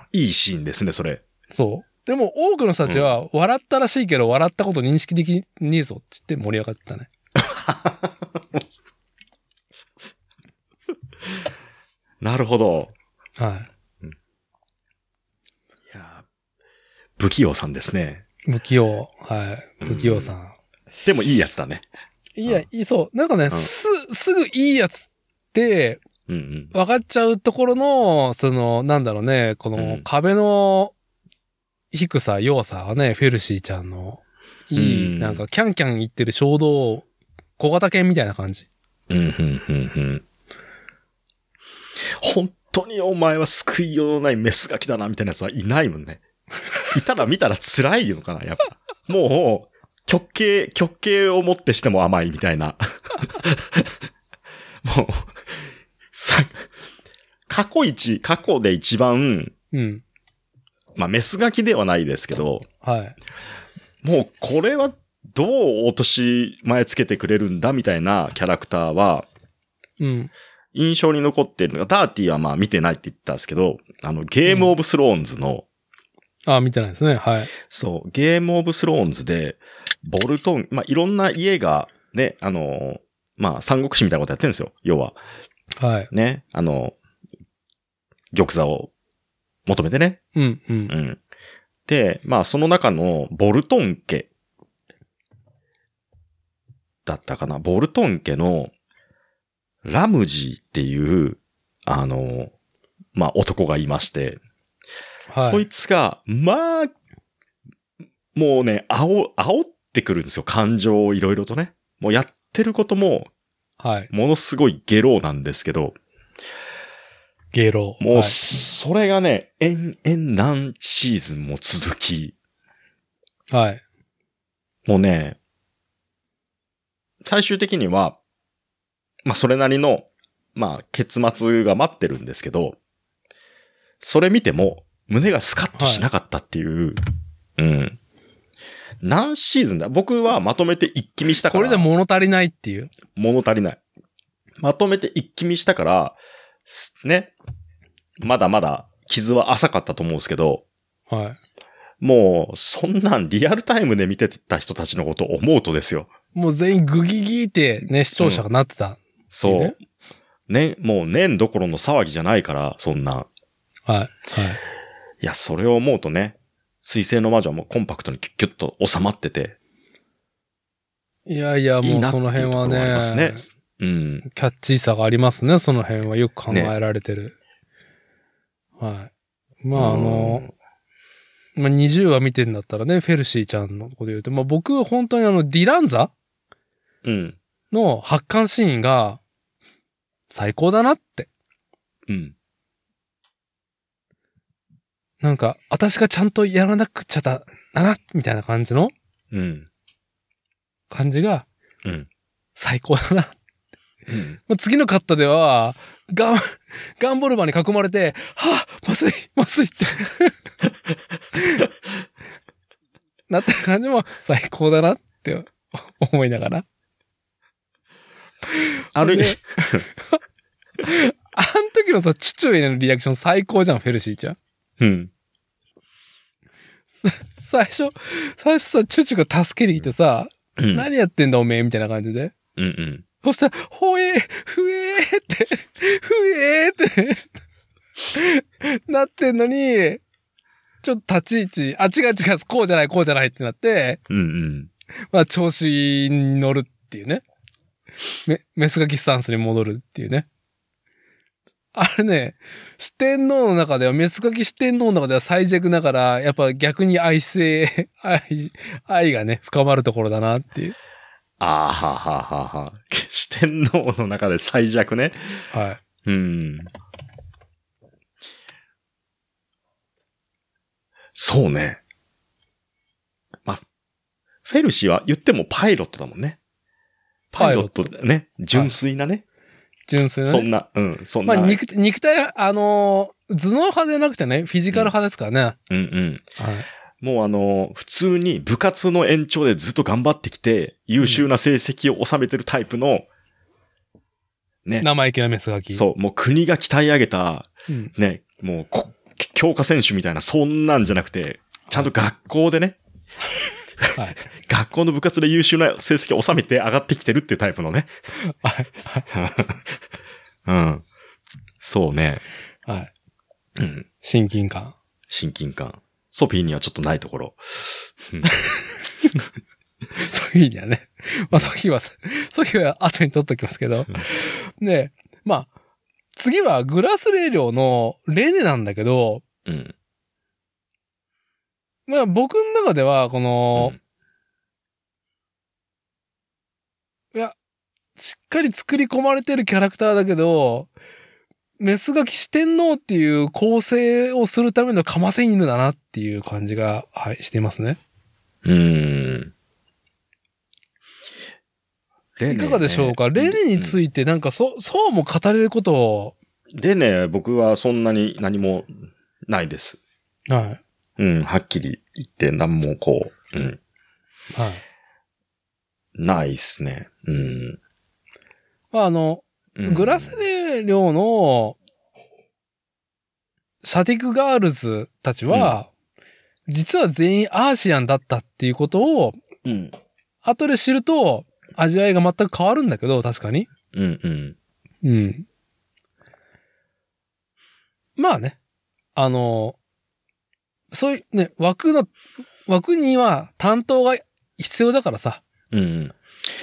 Speaker 2: あ、いいシーンですね、それ。
Speaker 1: そう。でも多くの人たちは、笑ったらしいけど、笑ったこと認識できねえぞって言って盛り上がってたね。
Speaker 2: なるほど。
Speaker 1: はい
Speaker 2: やー、不器用さんですね。
Speaker 1: い。不器用。はい。
Speaker 2: うん
Speaker 1: 不器用さん。
Speaker 2: でもいいやつだね。
Speaker 1: いや、
Speaker 2: う
Speaker 1: いい、そう。なんかね、
Speaker 2: ん
Speaker 1: す、すぐいいやつって、
Speaker 2: うんうん。
Speaker 1: 分かっちゃうところの、その、なんだろうね、こ
Speaker 2: う
Speaker 1: の
Speaker 2: ん
Speaker 1: 壁の低さ、弱さがね、フェルシーちゃんの、いい、
Speaker 2: うん
Speaker 1: なんか、キャンキャン言ってる衝動、小型犬みたいな感じ。
Speaker 2: うんうんうんうん。本当にお前は救いようのないメスガキだな、みたいなやつはいないもんね。いたら見たら辛いのかな、やっぱ。もう、極刑、極刑をもってしても甘いみたいな。もう、さ、過去一、過去で一番、
Speaker 1: うん。
Speaker 2: まあ、メスガキではないですけど、
Speaker 1: はい。
Speaker 2: もうこれはどう落とし前つけてくれるんだみたいなキャラクターは、
Speaker 1: うん。
Speaker 2: 印象に残ってるのが、ダーティーはまあ見てないって言ったんですけど、あの、ゲームオブスローンズの、
Speaker 1: あ、見てないですね。はい。
Speaker 2: そう、ゲームオブスローンズで、ボルトン、まあいろんな家が、ね、あのー、まあ三国志みたいなことやってるんですよ、要は。
Speaker 1: はい。
Speaker 2: ね、あの、玉座を求めてね。
Speaker 1: うん、うん
Speaker 2: う。ん。で、まあその中のボルトン家、だったかな、ボルトン家の、ラムジーっていう、あの、まあ男がいまして、
Speaker 1: はい。
Speaker 2: そいつが、まあ、もうね、煽、煽ってくるんですよ。感情をいろいろとね。もうやってることも、
Speaker 1: はい。
Speaker 2: ものすごいゲロなんですけど、
Speaker 1: ゲロ。
Speaker 2: も
Speaker 1: は
Speaker 2: う、
Speaker 1: い
Speaker 2: それがね、延々何シーズンも続き、
Speaker 1: はい。
Speaker 2: もうね、最終的には、まあ、それなりの、まあ、結末が待ってるんですけど、それ見ても、胸がスカッとしなかったっていう、うん。何シーズンだ僕はまとめて一気見したか
Speaker 1: これ
Speaker 2: ら。
Speaker 1: じゃ物足りないっていう。
Speaker 2: 物足りない。まとめて一気見したから、すね。まだまだ傷は浅かったと思うんですけど、
Speaker 1: はい。
Speaker 2: もう、そんなんリアルタイムで見てた人たちのことを思うとですよ。
Speaker 1: もう全員グギギってね、視聴者がなってた。い
Speaker 2: そ
Speaker 1: いね
Speaker 2: う。ね、もう年どころの騒ぎじゃないから、そんな。
Speaker 1: はい。はい。
Speaker 2: いや、それを思うとね、水星の魔女はもうコンパクトにキュッキュッと収まってて、
Speaker 1: いやいや、
Speaker 2: い
Speaker 1: も
Speaker 2: いう
Speaker 1: い
Speaker 2: なっ
Speaker 1: そ
Speaker 2: ていう
Speaker 1: の
Speaker 2: とこ
Speaker 1: 辺
Speaker 2: ろ
Speaker 1: は
Speaker 2: はあり
Speaker 1: ね
Speaker 2: ますね。うん。
Speaker 1: キャッチーさがありますね、その辺は。よく考えられてる。はい。まあ、あの、まあ、20話見てんだったらね、フェルシーちゃんのこと言うと、まあ僕は本当にあの、ディランザ
Speaker 2: うん、
Speaker 1: の発汗シーンが、最高だなって。
Speaker 2: うん、
Speaker 1: なんか、私がちゃんとやらなくちゃだ、だな、みたいな感じの
Speaker 2: うん、
Speaker 1: 感じが、
Speaker 2: うん。
Speaker 1: 最高だな。
Speaker 2: うん。
Speaker 1: まあ、次のカットでは、ガン、ガンボルバーに囲まれて、はぁ、まずい、まずい って。なった感じも最高だなって思いながら。
Speaker 2: ある意味
Speaker 1: で、あん時のさ、父親へのリアクション最高じゃん、フェルシーちゃん。
Speaker 2: うん、
Speaker 1: 最初、最初さ、チュチュが助けに来てさ、
Speaker 2: うん、
Speaker 1: 何やってんだおめえみたいな感じで。
Speaker 2: うん、うん。
Speaker 1: そしたら、ほえー、ふえーって、ふえーって、なってんのに、ちょっと立ち位置、あ、違う違う、こうじゃない、こうじゃないってなって、
Speaker 2: うん、うん。
Speaker 1: まあ、調子に乗るっていうね。メメスガキスタンスに戻るっていうね。あれね、四天王の中では、メスガキ四天王の中では最弱だから、やっぱ逆に愛性、愛、愛がね、深まるところだなっていう。
Speaker 2: あーはーはーはーはー。四天王の中で最弱ね。
Speaker 1: はい。
Speaker 2: うん。そうね。まあ、フェルシーは言ってもパイロットだもんね。パイロットだよね。純粋なね。
Speaker 1: 純粋なね
Speaker 2: そんな、うん、そん
Speaker 1: ま
Speaker 2: な。
Speaker 1: あ、肉体、肉体、あのー頭脳派でなくてね、フィジカル派ですからね。
Speaker 2: うんうん。
Speaker 1: はい。
Speaker 2: もうあの、普通に部活の延長でずっと頑張ってきて、優秀な成績を収めてるタイプの、ね。
Speaker 1: 生意気なメスガキ。
Speaker 2: そう、もう国が鍛え上げた、
Speaker 1: うん。
Speaker 2: ね、もうこ、強化選手みたいな、そんなんじゃなくて、ちゃんと学校でね、
Speaker 1: はい。
Speaker 2: 学校の部活で優秀な成績を収めて上がってきてるっていうタイプのね。
Speaker 1: はい。
Speaker 2: うん。そうね。
Speaker 1: はい。
Speaker 2: うん。
Speaker 1: 親近感。
Speaker 2: 親近感。ソフィーにはちょっとないところ。
Speaker 1: ソフィーにはね。まあ、ソフィーは、ソフィーは後に取っときますけど。で、まあ、次はグラスレー寮のレネなんだけど、
Speaker 2: うん。
Speaker 1: まあ、僕の中では、この、しっかり作り込まれてるキャラクターだけど、メスが四天王っていう構成をするためのかませ犬だなっていう感じが、はい、していますね。
Speaker 2: うん。うんレ
Speaker 1: いかがでしょうかレネにつ
Speaker 2: い
Speaker 1: いてなんかそ、そうも語れることを、
Speaker 2: レネ、僕はそんなに何もないです。
Speaker 1: は
Speaker 2: うん、はっきり言って何もこう、うん、
Speaker 1: い。はい。
Speaker 2: ないっすね。うん。
Speaker 1: まあ、あの、
Speaker 2: うん
Speaker 1: グラスレー寮の、シャティクガールズたちは、実は全員アーシアンだったっていうことを、
Speaker 2: うん。
Speaker 1: 後で知ると、味わいが全く変わるんだけど、確かに。
Speaker 2: うん、うん。
Speaker 1: うん。まあね。あの、そういうね、枠の、枠には担当が必要だからさ。
Speaker 2: うん。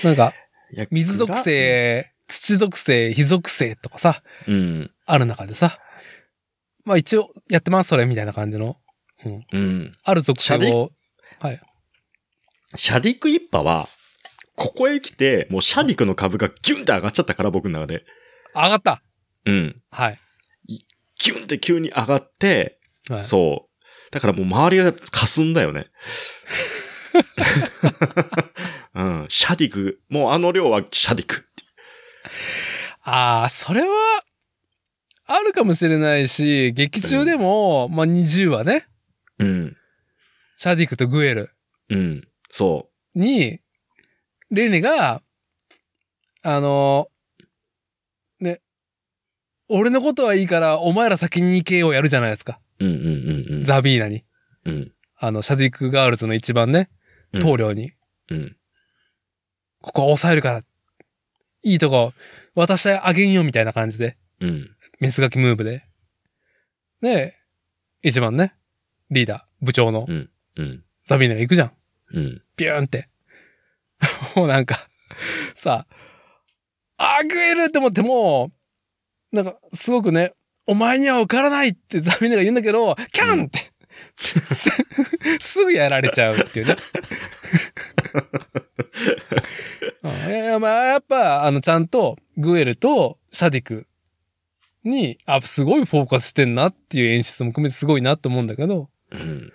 Speaker 1: なんか、
Speaker 2: いや
Speaker 1: 水属。性、土属性、火属性とかさ、
Speaker 2: うん。
Speaker 1: ある中でさ。まあ一応、やってます、それ、みたいな感じの。
Speaker 2: うん。
Speaker 1: ある属性
Speaker 2: シャデ
Speaker 1: を。
Speaker 2: シャディク一派は、ここへ来て、もうシャディクの株がギュンって上がっちゃったから、僕の中で。
Speaker 1: 上がった
Speaker 2: うん。
Speaker 1: はい。
Speaker 2: ギュンって急に上がって、
Speaker 1: はい、
Speaker 2: そう。だからもう周りが霞んだよね。うん。シャディク、もうあの量はシャディク。
Speaker 1: ああ、それは、あるかもしれないし、劇中でも、まあ、20話ね、
Speaker 2: うん。
Speaker 1: シャディクとグエル
Speaker 2: うん。そ
Speaker 1: に、レネが、あの、ね、俺のことはいいから、お前ら先に行けよやるじゃないですか。
Speaker 2: う。うんうんうんうん。
Speaker 1: ザビーナに。
Speaker 2: うん。
Speaker 1: あの、シャディクガールズの一番ね、
Speaker 2: うん
Speaker 1: 棟梁に、
Speaker 2: うん。
Speaker 1: ここは抑えるから、いいとこ渡してあげんよみたいな感じで、
Speaker 2: うん。
Speaker 1: メス書きムーブで。で、一番ね、リーダー、部長の
Speaker 2: うん。
Speaker 1: ザビーナが行くじゃん。
Speaker 2: うん。
Speaker 1: ビューンって。 もうなんか、さ、あー、グエルって思ってもう、なんか、すごくね、お前には受からないって ザビーナが言うんだけど、キャンって、す すぐやられちゃうっていうね。うんいやいや、まあ、やっぱ、あの、ちゃんと、グエルとシャディクに、あ、すごいフォーカスしてんなっていう演出も含めてすごいなと思うんだけど、
Speaker 2: うん。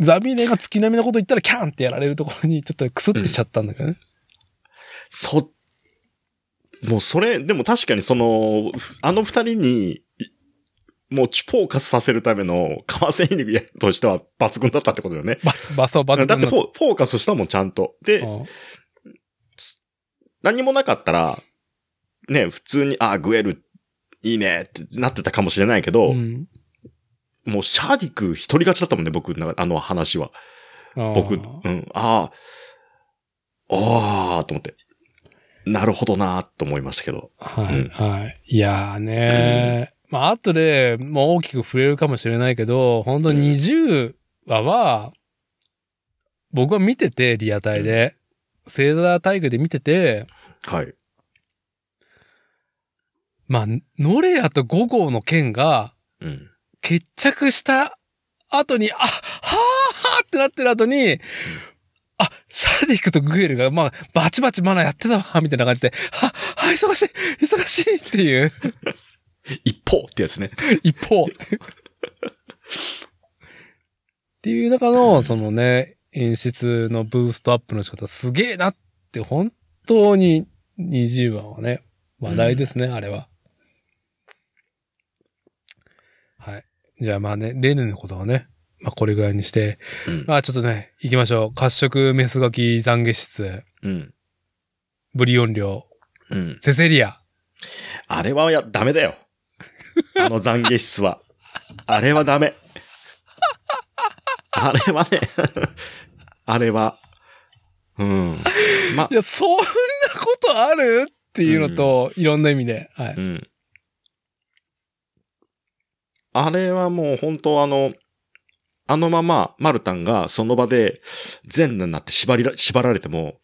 Speaker 1: ザビーネが月並みなこと言ったらキャンってやられるところにちょっとクスってしちゃったんだけどね。
Speaker 2: そ、もうそれ、でも確かにその、あの二人に、いもうチフォーカスさせるための、カマセイリとしては抜群だったってことだよね。
Speaker 1: バス、バスをバス
Speaker 2: だってフォーフォーカスしたもん、ちゃんと。で、
Speaker 1: うん
Speaker 2: 何もなかったら、ね、普通に、あ、グエル、いいねってなってたかもしれないけど、
Speaker 1: うん
Speaker 2: もうシャーディク一人勝ちだったもんね、僕の中で、あの話は。僕、う
Speaker 1: あー
Speaker 2: ん、ああ、ああ、と思って。なるほどなーと思いましたけど。
Speaker 1: は
Speaker 2: うん
Speaker 1: い、はい。いやーねー。まあ、後で、まあ、大きく触れるかもしれないけど、本当に20話は、僕は見てて、リアタイで。星座大会で見てて、
Speaker 2: はい。
Speaker 1: まあ、ノレアと5号の剣が
Speaker 2: うん。
Speaker 1: 決着した後に、あ、はあはあってなってる後に、あ、シャーディックとグエルが、まあ、バチバチまだやってたわ、みたいな感じで、は、は、忙しい、忙しいっていう。
Speaker 2: 一方ってやつね。
Speaker 1: 一方。っていう中の、そのね、演出のブーストアップの仕方すげえなって、本当に20話はね、話題ですね、あれは。はい。じゃあまあね、レネのことはね、まあこれぐらいにして、
Speaker 2: うん。
Speaker 1: まあちょっとね、行きましょう。褐色メスガキ懺悔室、
Speaker 2: うん。
Speaker 1: ブリオン寮、
Speaker 2: うん。
Speaker 1: セセリア。
Speaker 2: あれはや、ダメだよ。あの懺悔室は。あれはダメ。あれはね、あれは、うん。ま。
Speaker 1: い、や、そんなことあるっていうのと、いろんな意味で。はいう
Speaker 2: ん。あれはもう本当あの、あのままマルタンがその場で全裸になって縛りら、縛られても、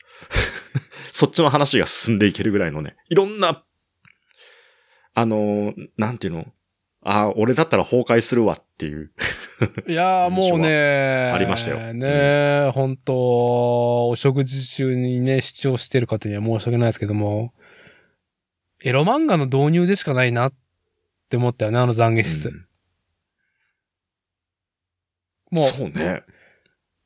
Speaker 2: そっちの話が進んでいけるぐらいのね、いろんな、あの、なんていうのああ、俺だったら崩壊するわっていう。
Speaker 1: いやーもうね。
Speaker 2: ありましたよ
Speaker 1: ねえ、本当お食事中にね、視聴してる方には申し訳ないですけども、エロ漫画の導入でしかないなって思ったよね、あの懺悔室。
Speaker 2: うん
Speaker 1: もう、
Speaker 2: そうね。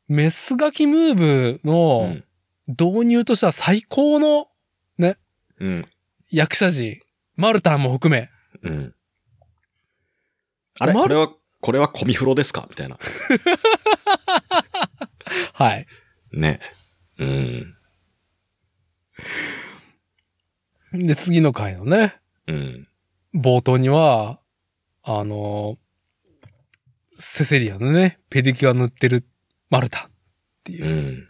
Speaker 1: メスガキムーブ
Speaker 2: う
Speaker 1: の
Speaker 2: ん。
Speaker 1: 導入としては最高の
Speaker 2: うん。
Speaker 1: 役者陣、マルタンも含め、
Speaker 2: うん。あれ
Speaker 1: マル
Speaker 2: これは、これはコミフロですかみたいな。
Speaker 1: はい。
Speaker 2: ね。うん。
Speaker 1: で、次の回のね、
Speaker 2: うん。
Speaker 1: 冒頭には、あの、セセリアのね、ペディキュア塗ってるマルタっていうう。
Speaker 2: ん。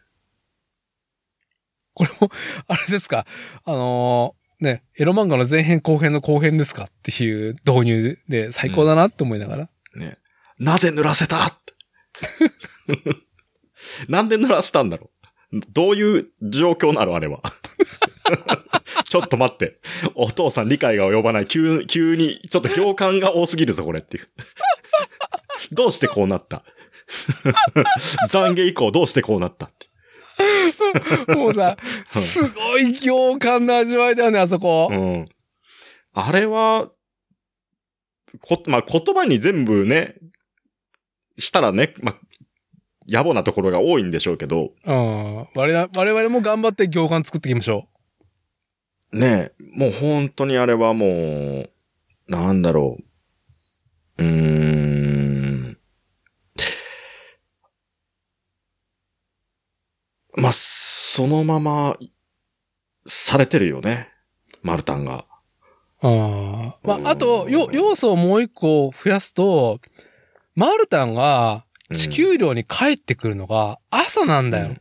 Speaker 1: これも、あれですか、あの、ね、エロ漫画の前編後編の後編ですかっていう導入で最高だなって思いながら。
Speaker 2: ね。なぜ濡らせたって なんで濡らしたんだろうどういう状況なのあれは。 ちょっと待って。お父さん理解が及ばない。急、急に、ちょっと行間が多すぎるぞ、これっていう。 どうしてこうなった 懺悔以降どうしてこうなったって。
Speaker 1: もう さ、すごい行間の味わいだよね、あそこ。
Speaker 2: うん。あれは、こ、まあ、言葉に全部ね、したらね、まあ、野暮なところが多いんでしょうけど、
Speaker 1: うん。我々我々も頑張って行間作っていきましょ
Speaker 2: ねえ、もう本当にあれはもう、なんだろう。うーん。まあ、そのまま、されてるよね。マルタンが。
Speaker 1: ああ。
Speaker 2: うん
Speaker 1: まあ、あと、よ、要素をもう一個増やすと、マルタンが
Speaker 2: うん
Speaker 1: 地球寮に帰ってくるのが朝なんだよ。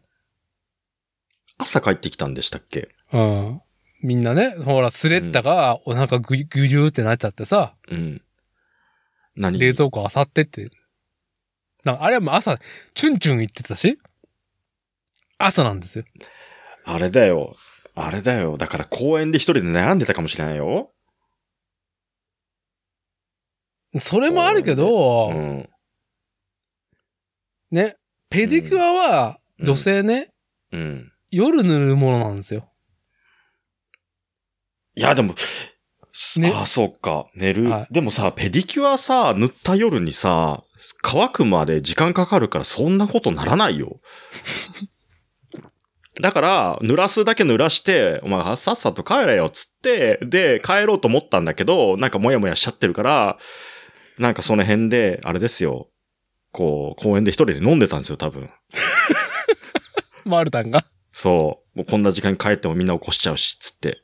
Speaker 2: 朝帰ってきたんでしたっけ
Speaker 1: うん。みんなね、ほら、スレッタがお腹ぐりぐりゅーってなっちゃってさ、
Speaker 2: うん。何
Speaker 1: 冷蔵庫漁ってって。なんかあれはもう朝、チュンチュン言ってたし、朝なんですよ。
Speaker 2: あれだよ。あれだよ。だから公園で一人で悩んでたかもしれないよ。
Speaker 1: それもあるけど、
Speaker 2: うん。
Speaker 1: ね、ペディキュアは
Speaker 2: うん
Speaker 1: 女性ね、
Speaker 2: うん。
Speaker 1: 夜塗るものなんですよ。
Speaker 2: いや、でも、
Speaker 1: ね
Speaker 2: ああ、そうか。寝る、
Speaker 1: はい
Speaker 2: でもさ、ペディキュアさ、塗った夜にさ、乾くまで時間かかるからそんなことならないよ。 だから、濡らすだけ濡らして、お前さっさと帰れよ、つって、で、帰ろうと思ったんだけど、なんかもやもやしちゃってるから、なんかその辺で、あれですよ。こう、公園で一人で飲んでたんですよ、多分。
Speaker 1: マルタンが。
Speaker 2: そう。もうこんな時間に帰ってもみんな起こしちゃうし、つって。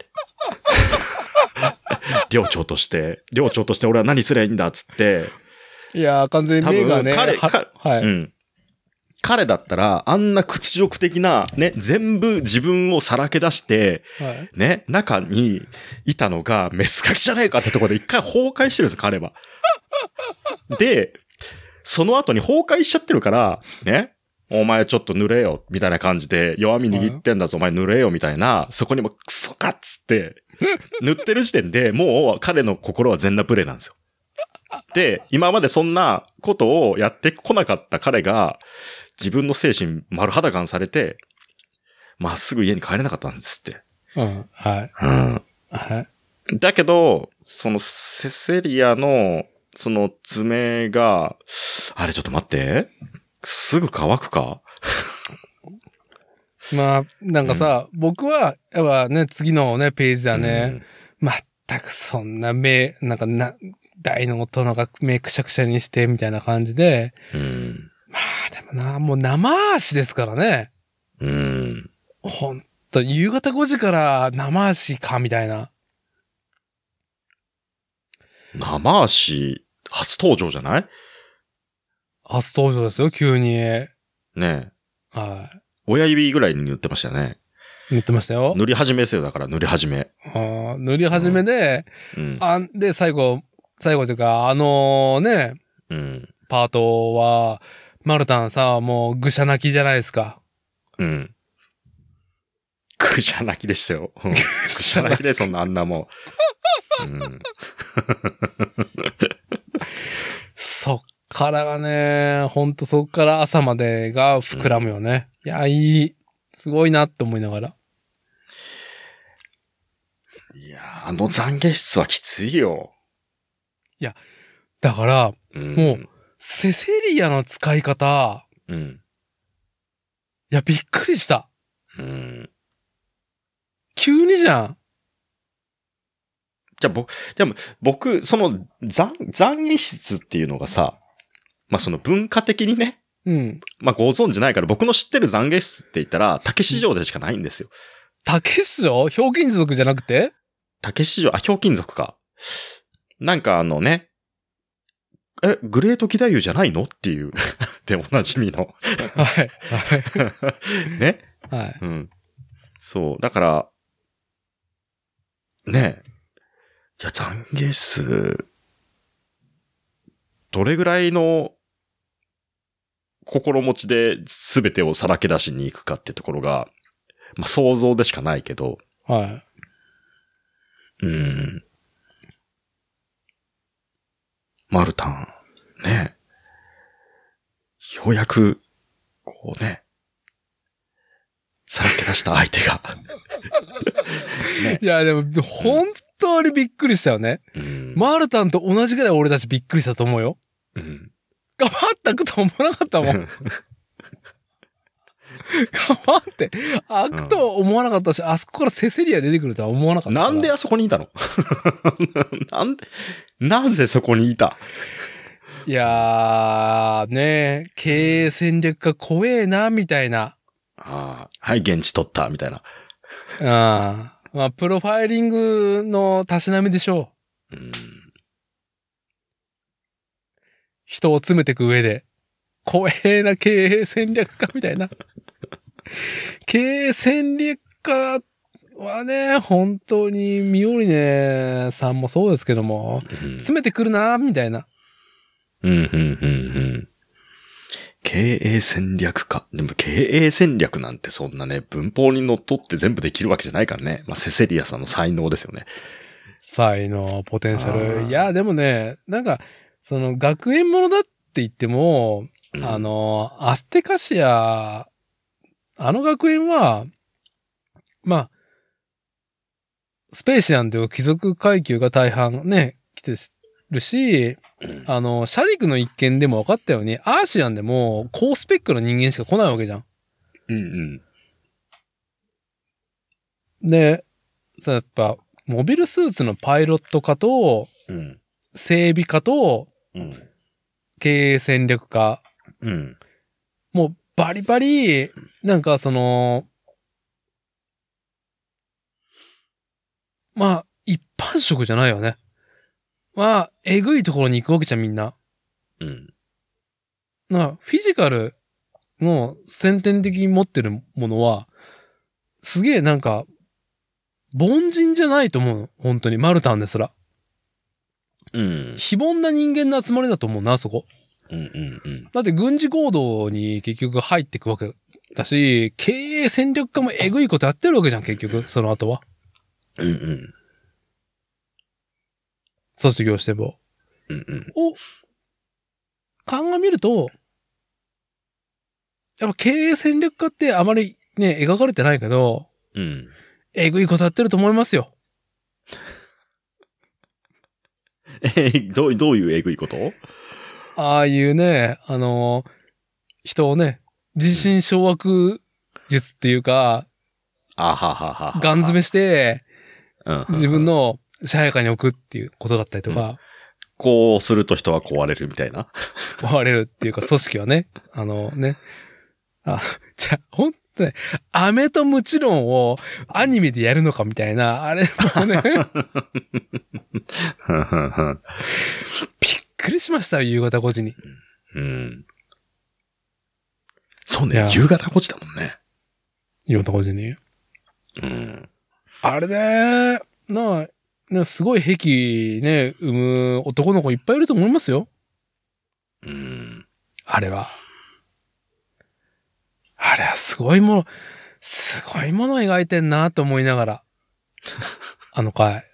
Speaker 2: 寮長として、寮長として俺は何すりゃいいんだ、つって。
Speaker 1: いやー、完全に目がね、
Speaker 2: 多分彼
Speaker 1: は
Speaker 2: 彼
Speaker 1: はい、
Speaker 2: うん。彼だったら、あんな屈辱的な、ね、全部自分をさらけ出して、
Speaker 1: はい。
Speaker 2: ね、中にいたのがメスガキじゃねえかってところで一回崩壊してるんです、彼は。で、その後に崩壊しちゃってるから、ね、お前ちょっと濡れよ、みたいな感じで、弱み握ってんだぞ、お前濡れよ、みたいな、そこにもクソかっつって、塗ってる時点でもう彼の心は全裸プレイなんですよ。で、今までそんなことをやってこなかった彼が、自分の精神丸裸にされて、まっすぐ家に帰れなかったんですって。
Speaker 1: うん。はい。
Speaker 2: うん。
Speaker 1: はい。
Speaker 2: だけど、そのセセリアの、その爪が、あれちょっと待って。すぐ乾くか
Speaker 1: まあ、なんかさ、僕は、やっぱね、次のね、ページだね、。まったくそんな目、なんかな、大の大人が目くしゃくしゃにして、みたいな感じで。
Speaker 2: うん。
Speaker 1: まあ、でもな、もう生足ですからね。
Speaker 2: うん。うん
Speaker 1: ほんと、夕方5時から生足か、みたいな。
Speaker 2: 生足、初登場じゃない
Speaker 1: 初登場ですよ、急に。
Speaker 2: ねえ。
Speaker 1: は
Speaker 2: 親指ぐらいに塗ってましたね。
Speaker 1: い。塗ってましたよ。
Speaker 2: 塗り始めですよ、だから塗り始め。
Speaker 1: あー塗り始めで、
Speaker 2: うん。
Speaker 1: あんで、最後、最後というか、あのね、
Speaker 2: うん。
Speaker 1: パートは、マルタンさ、もうぐしゃ泣きじゃないですか。
Speaker 2: うん。くじゃ泣きでしたよ。うんくじゃ泣きで、そんなあんなもん。うん。
Speaker 1: そっからがね、ほんとそっから朝までが膨らむよね。いや、いい。すごいなって思いながら。
Speaker 2: いやー、あの懺悔室はきついよ。
Speaker 1: だから、
Speaker 2: うん
Speaker 1: もうセセリアの使い方、
Speaker 2: うん。
Speaker 1: いや、びっくりした。
Speaker 2: うん。
Speaker 1: 急にじゃん。
Speaker 2: じゃあ僕、でも僕、その残、残儀室っていうのがさ、まあその文化的にね、
Speaker 1: うん。
Speaker 2: まあご存知ないから僕の知ってる残儀室って言ったら、竹市場でしかないんですよ。
Speaker 1: 竹市場ひょうきん族じゃなくて
Speaker 2: 竹市場、あ、ひょうきん族か。なんかあのね、え、グレートキダユじゃないのっていう、 でおなじみの。
Speaker 1: はい。
Speaker 2: ね。
Speaker 1: はい。はい。
Speaker 2: うん。そう。だから、ねえ。じゃあ、懺悔数、どれぐらいの心持ちで全てをさらけ出しに行くかってところが、まあ想像でしかないけど、
Speaker 1: はい。
Speaker 2: うん。マルタン、ね。ようやく、こうね、さらけ出した相手 が。ね
Speaker 1: いや、でも、本当にびっくりしたよね。
Speaker 2: うん
Speaker 1: マルタンと同じぐらい俺たちびっくりしたと思うよ。
Speaker 2: うん。
Speaker 1: が全くと思わなかったもん。ガマって、開くとは思わなかったし、あそこからセセリア出てくるとは思わなかったから。
Speaker 2: なんであそこにいたの なんで、なぜそこにいた
Speaker 1: いやー、ね経営戦略が怖えな、みたいな。
Speaker 2: ああ、はい、現地取った、みたいな。
Speaker 1: うん。まあ、プロファイリングのたしなみでしょう。
Speaker 2: うん、
Speaker 1: 人を詰めていく上で。怖えな経営戦略家みたいな。経営戦略家はね、本当にミオリネさんもそうですけども、
Speaker 2: うん
Speaker 1: 詰めてくるな、みたいな。
Speaker 2: うん、うん、うん、うん。経営戦略か。でも経営戦略なんてそんなね、文法にのっとって全部できるわけじゃないからね。まあ、セセリアさんの才能ですよね。
Speaker 1: 才能、ポテンシャ
Speaker 2: あー
Speaker 1: ル。いや、でもね、なんか、その学園ものだって言っても、
Speaker 2: うん
Speaker 1: あ、の、アステカシア、あの学園は、まあ、スペーシアンという貴族階級が大半ね、来てるし、
Speaker 2: うん
Speaker 1: あの、シャディクの一見でも分かったように、アーシアンでも高スペックの人間しか来ないわけじゃん。
Speaker 2: うん、
Speaker 1: で、さ、やっぱ、モビルスーツのパイロット化と、
Speaker 2: うん、うん、
Speaker 1: 整備化と、
Speaker 2: うん、
Speaker 1: 経営戦略化
Speaker 2: うん、
Speaker 1: もうバリバリ、なんかその、まあ、一般職じゃないよね。まあ、えぐいところに行くわけじゃん、みんな。
Speaker 2: うん、
Speaker 1: な、フィジカルの先天的に持ってるものは、すげえなんか、凡人じゃないと思うの。本当に。マルタンですら。
Speaker 2: うん、
Speaker 1: 非凡な人間の集まりだと思うな、あそこ。
Speaker 2: うん、うん、
Speaker 1: だって軍事行動に結局入ってくわけだし、経営戦略家もえぐいことやってるわけじゃん、結局、その後は。
Speaker 2: うん、うん、
Speaker 1: 卒業しても。
Speaker 2: うん、うん、
Speaker 1: 鑑みると、やっぱ経営戦略家ってあまりね、描かれてないけど、
Speaker 2: うん。
Speaker 1: えぐいことやってると思いますよ。
Speaker 2: えー、どう、どういうえぐいこと
Speaker 1: ああいうね、あの人をね、自信掌握術っていうか、
Speaker 2: あははははは。
Speaker 1: ガン詰めして、
Speaker 2: うん
Speaker 1: 自分。の支配下に置くっていうことだったりとか、
Speaker 2: こうすると人は壊れるみたいな。
Speaker 1: 壊れるっていうか、組織はね。あのね。あ、 じゃあ、ほんとね、アメとムチロンをアニメでやるのかみたいな、あれも ね、
Speaker 2: うんうんうん
Speaker 1: びっくりしましたよ、夕方5時に。
Speaker 2: うん。そう
Speaker 1: い
Speaker 2: ね
Speaker 1: や、
Speaker 2: 夕方5時だもんね。
Speaker 1: 夕方5時に。
Speaker 2: うん。
Speaker 1: あれね、なあ、ね、すごい癖ね、生む男の子いっぱいいると思いますよ。
Speaker 2: うん。
Speaker 1: あれは。あれはすごいもの、すごいものを描いてんなと思いなが ら。あの回。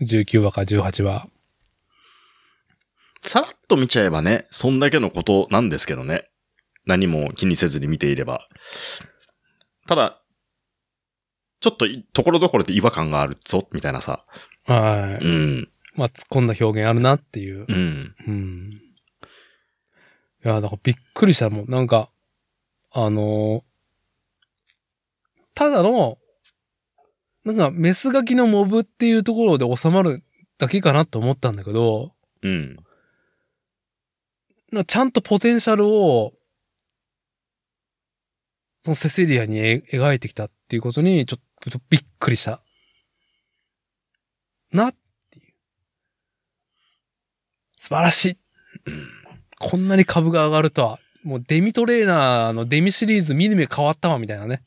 Speaker 1: 19話か18話。
Speaker 2: さらっと見ちゃえばね、そんだけのことなんですけどね。何も気にせずに見ていれば。ただ、ちょっとい、ところどころで違和感があるぞ、みたいなさ。
Speaker 1: は
Speaker 2: う
Speaker 1: い。
Speaker 2: ん。
Speaker 1: まあ、突っ込んだ表現あるなっていう
Speaker 2: う。ん。
Speaker 1: うん。いや、だからびっくりしたもん。なんか、あのーただの、なんかメスガキのモブっていうところで収まるだけかなと思ったんだけど、
Speaker 2: うん。
Speaker 1: なんかちゃんとポテンシャルを、そのセセリアにえ描いてきたっていうことに、ちょっとびっくりした。なっていう。素晴らしい
Speaker 2: うん。
Speaker 1: こんなに株が上がるとは。もうデミトレーナーのデミシリーズ見る目変わったわ、みたいなね。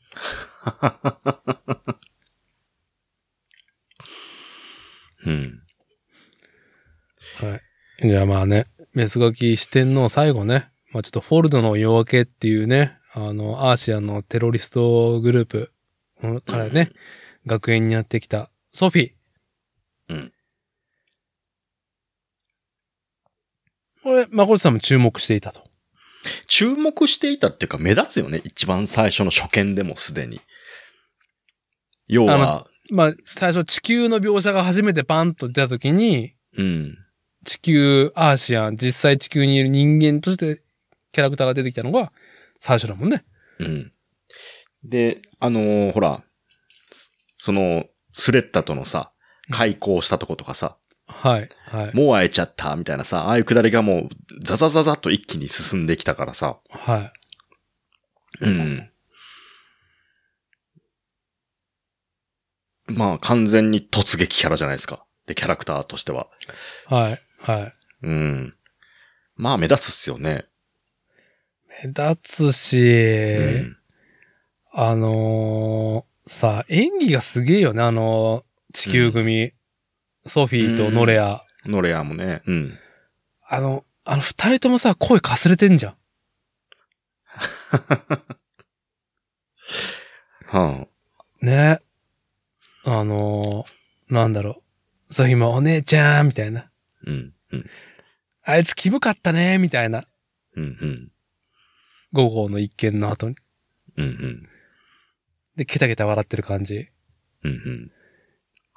Speaker 2: うん。
Speaker 1: はい。じゃあまあね、メスガキ四天王最後ね。まあちょっとフォルドの夜明けっていうね、あの、アーシアのテロリストグループうんからね、学園にやってきたソフィー。
Speaker 2: うん。
Speaker 1: これ、まこさんも注目していたと。
Speaker 2: 注目していたっていうか目立つよね。一番最初の初見でもすでに。要は、
Speaker 1: まあ最初地球の描写が初めてバンと出た時に、
Speaker 2: うん。
Speaker 1: 地球、アーシアン、実際地球にいる人間としてキャラクターが出てきたのが最初だもんね。
Speaker 2: うん。で、あのーほら、その、スレッタとのさ、開口したとことかさ、
Speaker 1: はい。はい。
Speaker 2: もう会えちゃった、みたいなさ、ああいうくだりがもう、ザザザザっと一気に進んできたからさ、
Speaker 1: はい。
Speaker 2: うん。まあ、完全に突撃キャラじゃないですか。で、キャラクターとしては。
Speaker 1: はい。はい。
Speaker 2: うん。まあ、目立つっすよね。
Speaker 1: 目立つし、
Speaker 2: うん
Speaker 1: あのーさ、演技がすげえよね、あのー地球組、ソフィーとノレア。
Speaker 2: ノレアもね。うん。
Speaker 1: あの、あの二人ともさ、声かすれてんじゃん。
Speaker 2: は
Speaker 1: ね。あのーなんだろう。ソフィーもお姉ちゃん、みたいな。
Speaker 2: あ、うん。うん。
Speaker 1: あいつキモかったね、みたいな。
Speaker 2: うん。うん。
Speaker 1: 午後の一件の後に。
Speaker 2: うん。うん。
Speaker 1: で、ケタケタ笑ってる感じ。
Speaker 2: うん。うん。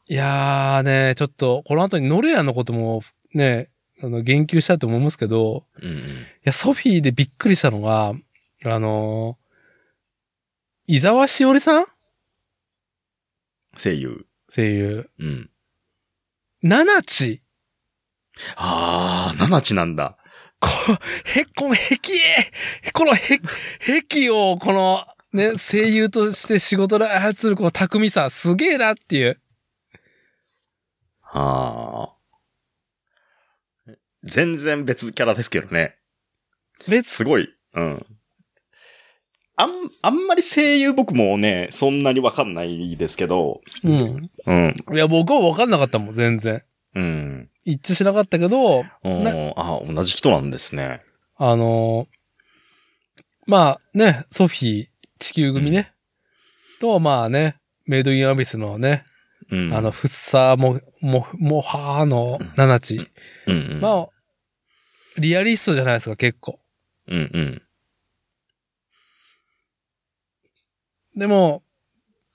Speaker 1: いやーね、ちょっと、この後にノレアのことも、ね、あの、言及したいと思いますけど、
Speaker 2: うんうん。
Speaker 1: いや、ソフィーでびっくりしたのが、あのー伊沢しおりさん
Speaker 2: 声優。
Speaker 1: 声優。
Speaker 2: うん。
Speaker 1: ナナチ。
Speaker 2: ああ、ナナチなんだ。
Speaker 1: こ、へ、この壁へ、このへ、壁を、この、ね、声優として仕事で操るこの巧みさ、すげえなっていう。
Speaker 2: ああ。全然別キャラですけどね。
Speaker 1: 別、
Speaker 2: すごい。うん。あん、あんまり声優僕もね、そんなにわかんないですけど。
Speaker 1: うん。
Speaker 2: うん。
Speaker 1: いや、僕は分かんなかったもん、全然。
Speaker 2: うん。
Speaker 1: 一致しなかったけど、
Speaker 2: おーあー同じ人なんですね。
Speaker 1: あのーまあね、ソフィー、地球組ね、と、まあね、メイドインアビスのね、
Speaker 2: うん。
Speaker 1: あの、、フッサーも、も、もはーの
Speaker 2: うん
Speaker 1: ナナチ。
Speaker 2: うん、うん。
Speaker 1: まあ、リアリストじゃないですか、結構。
Speaker 2: うんうん。
Speaker 1: でも、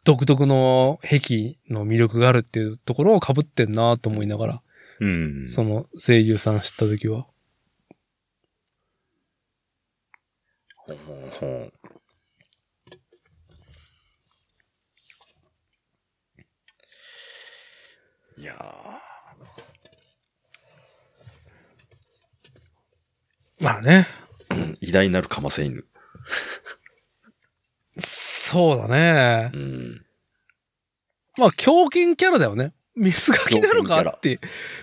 Speaker 1: 独特の壁の魅力があるっていうところを被ってんなと思いながら、
Speaker 2: うん。
Speaker 1: その声優さん知った時は。
Speaker 2: ほうほうほういや
Speaker 1: まあね。
Speaker 2: ーうん偉大なるかませ犬。
Speaker 1: そうだね
Speaker 2: う。ん。
Speaker 1: まあ、狂犬キャラだよね。メスガキなのかっていう。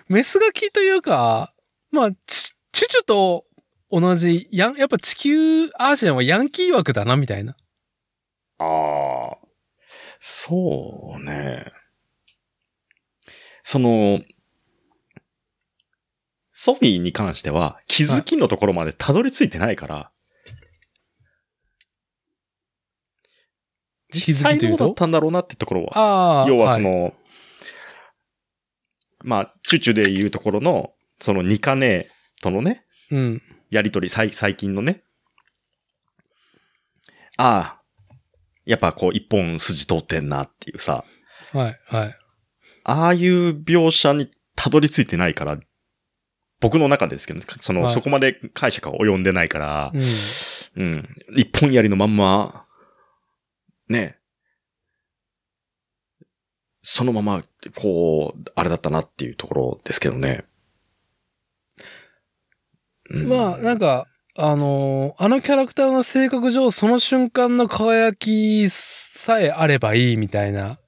Speaker 1: メスガキというか、まあ、チチュチュと同じ、やん、やっぱ地球アーシアンはヤンキー枠だな、みたいな。
Speaker 2: ああ。そうね。その、ソフィーに関しては気づきのところまでたどり着いてないから、
Speaker 1: 気づ
Speaker 2: 実際
Speaker 1: きとい
Speaker 2: ど
Speaker 1: う
Speaker 2: うだ
Speaker 1: と
Speaker 2: ったんだろうなってところは
Speaker 1: ああ。
Speaker 2: 要はそ
Speaker 1: い
Speaker 2: の、まあ、チュチュで言うところの、そのニカネとのね、
Speaker 1: うん。
Speaker 2: やりとり、最最近のね。ああ、やっぱこう一本筋通ってんなっていうさ、
Speaker 1: はい、はい。
Speaker 2: ああいう描写にたどり着いてないから、僕の中ですけどね、その、
Speaker 1: はい
Speaker 2: そこまで解釈が及んでないから、
Speaker 1: うん。
Speaker 2: うん。一本槍のまんま、ね。そのまま、こう、あれだったなっていうところですけどね。うん
Speaker 1: まあ、なんか、あのーあのキャラクターの性格上、その瞬間の輝きさえあればいいみたいな、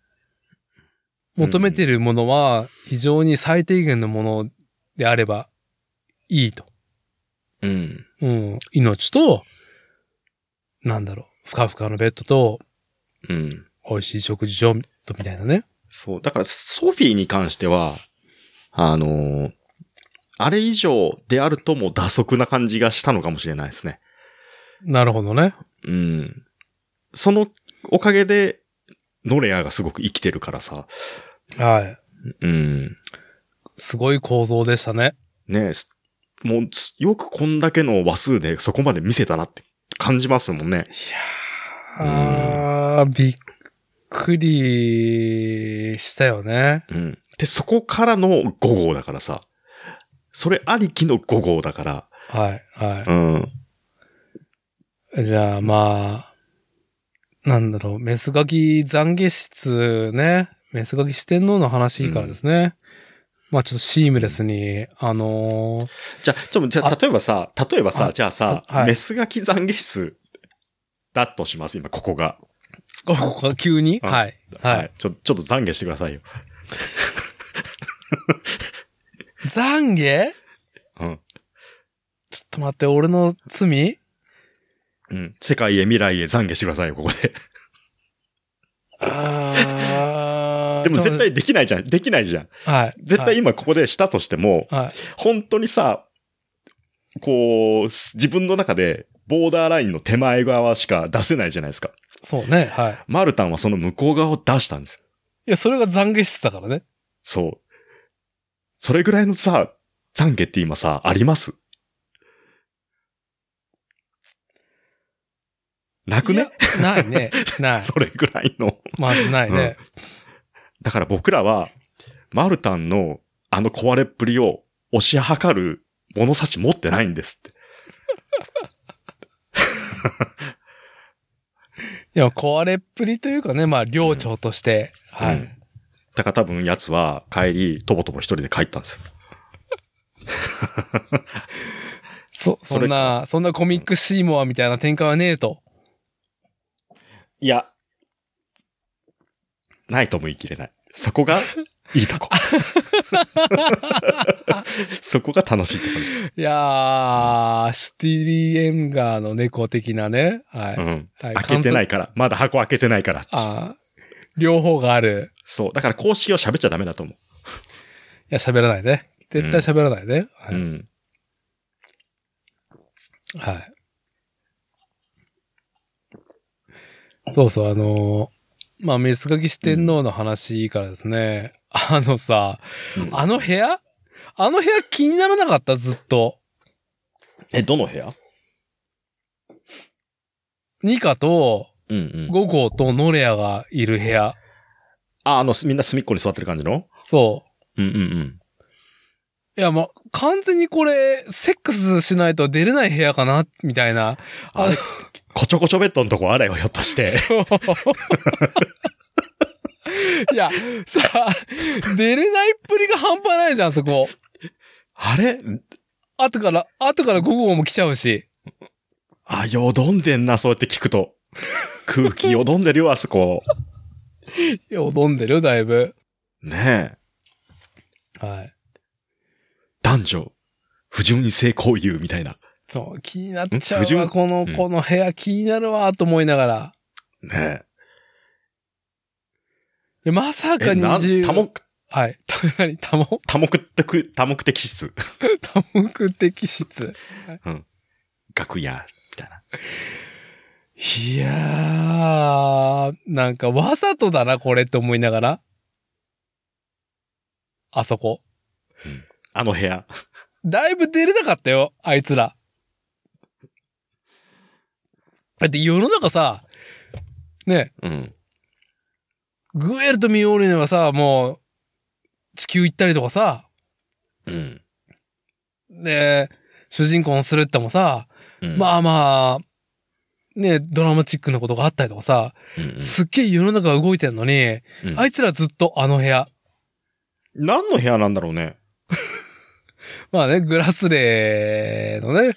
Speaker 1: 求めてるものは、非常に最低限のものであればいいと。
Speaker 2: うん。
Speaker 1: うん。命と、なんだろう、ふかふかのベッドと、
Speaker 2: うん。
Speaker 1: 美味しい食事を、と、みたいなね。
Speaker 2: そう。だから、ソフィーに関しては、あのーあれ以上であるとも打足な感じがしたのかもしれないですね。
Speaker 1: なるほどね。
Speaker 2: うん。そのおかげで、ノレアがすごく生きてるからさ。
Speaker 1: はい。
Speaker 2: うん。
Speaker 1: すごい構造でしたね。
Speaker 2: ねえ、すもうす、よくこんだけの話数でそこまで見せたなって感じますもんね。
Speaker 1: いやー、びっくりしたよね。
Speaker 2: うん。で、そこからの5号だからさ。それありきの5号だから。
Speaker 1: はい、は
Speaker 2: うん。
Speaker 1: い。じゃあ、まあ、なんだろう、メスガキ懺悔室ね、メスガキ四天王の話からですね。まあちょっとシームレスに、あのー
Speaker 2: じゃあ、ちょっと、じゃあ
Speaker 1: あ
Speaker 2: 例えばさ、例えばさ
Speaker 1: あ、
Speaker 2: じゃあさ、
Speaker 1: あはい
Speaker 2: メスガキ懺悔室だとします、今、ここが。
Speaker 1: あ、ここが急に
Speaker 2: あ
Speaker 1: はい。はい。。
Speaker 2: ちょ、ちょっと懺悔してくださいよ。
Speaker 1: 懺悔
Speaker 2: うん。
Speaker 1: ちょっと待って、俺の罪
Speaker 2: うん。世界へ未来へ懺悔してくださいよ、ここで。
Speaker 1: あー
Speaker 2: でも絶、
Speaker 1: ちょっ
Speaker 2: 対できないじゃん。できないじゃん。
Speaker 1: とはい。
Speaker 2: 絶対今ここでしたとしても、
Speaker 1: はい、はい。
Speaker 2: 本当にさ、こう、す自分の中でボーダーラインの手前側しか出せないじゃないですか。
Speaker 1: そうね、はい。
Speaker 2: マルタンはその向こう側を出したんです。
Speaker 1: いや、それが懺悔室だからね。
Speaker 2: そう。それぐらいのさ、懺悔って今さ、ありますなく
Speaker 1: い
Speaker 2: ね
Speaker 1: やない ね。ない。
Speaker 2: それぐらいの。
Speaker 1: まずないね。
Speaker 2: だから僕らは、マルタンのあの壊れっぷりを押し量る物差し持ってないんですって。
Speaker 1: いや、壊れっぷりというかね、まあ、寮長として。は
Speaker 2: うん
Speaker 1: い。
Speaker 2: だから多分奴は帰り、とぼとぼ一人で帰ったんですよ。
Speaker 1: そ、
Speaker 2: そ
Speaker 1: そ
Speaker 2: れ
Speaker 1: んな、そんなコミックシーモアみたいな展開はねえと。
Speaker 2: いや、ないとも言い切れない。そこが、いい とこ。そこが楽しいとこです。
Speaker 1: いやー、シュティリエンガーの猫的なね。はい。
Speaker 2: うん。
Speaker 1: はい、。
Speaker 2: 開けてないいから。まだ箱開けてないから。
Speaker 1: あー両方がある。
Speaker 2: そう。だから公式を喋っちゃダメだと思
Speaker 1: いや、喋らないね。絶対喋らないね。
Speaker 2: う。うん。
Speaker 1: はい。はい。そうそう、あのーまあ、メスガキ四天王の話からですね。 あのさ、
Speaker 2: うん
Speaker 1: あの部屋あの部屋気にならなかったずっと。
Speaker 2: え、どの部屋
Speaker 1: ニカと
Speaker 2: うんうん。
Speaker 1: ゴゴとノレアがいる部屋。
Speaker 2: あ、あの、すみんな隅っこに座ってる感じの
Speaker 1: そ
Speaker 2: うんうんうん。
Speaker 1: う。いや、もう完全にこれ、セックスしないと出れない部屋かなみたい な。
Speaker 2: あれ、こちょこちょベッドのとこあれよ、ひょっとして。
Speaker 1: そういや、さ出れないっぷりが半端ないじゃん、そこ。
Speaker 2: あれ
Speaker 1: 後から、後からゴゴも来ちゃうし。
Speaker 2: あ、よどんでんな、そうやって聞くと。空気よどんでるよ、あそこ。
Speaker 1: いや、踊んでるよ、だいぶ。
Speaker 2: ねえ。
Speaker 1: はい。
Speaker 2: 男女、不純に性交友みたいな。
Speaker 1: そう、気になっちゃう
Speaker 2: 不
Speaker 1: わ。
Speaker 2: 純
Speaker 1: この
Speaker 2: うん、
Speaker 1: この部屋気になるわ、と思いながら。
Speaker 2: ね
Speaker 1: いやまさ
Speaker 2: え。
Speaker 1: か
Speaker 2: え、な
Speaker 1: 20。
Speaker 2: 多目、
Speaker 1: はい。 た、なに多目、
Speaker 2: 多目的、多目的室。
Speaker 1: 多目的室。
Speaker 2: 楽屋、みたいな。
Speaker 1: いやー、なんかわざとだな、これって思いながら。あそこ。
Speaker 2: あの部屋。
Speaker 1: だいぶ出れなかったよ、あいつら。だって世の中さ、ね、
Speaker 2: うん。
Speaker 1: グエルとミオーリネはさ、もう、地球行ったりとかさ、
Speaker 2: うん。
Speaker 1: で、主人公のスレッタもさ、
Speaker 2: あ、
Speaker 1: まあまあ、ね、ドラマチックなことがあったりとかさ、すっげえ世の中が動いてんのに、あいつらずっとあの部屋。
Speaker 2: 何の部屋なんだろうね。
Speaker 1: まあね、グラスレーのね、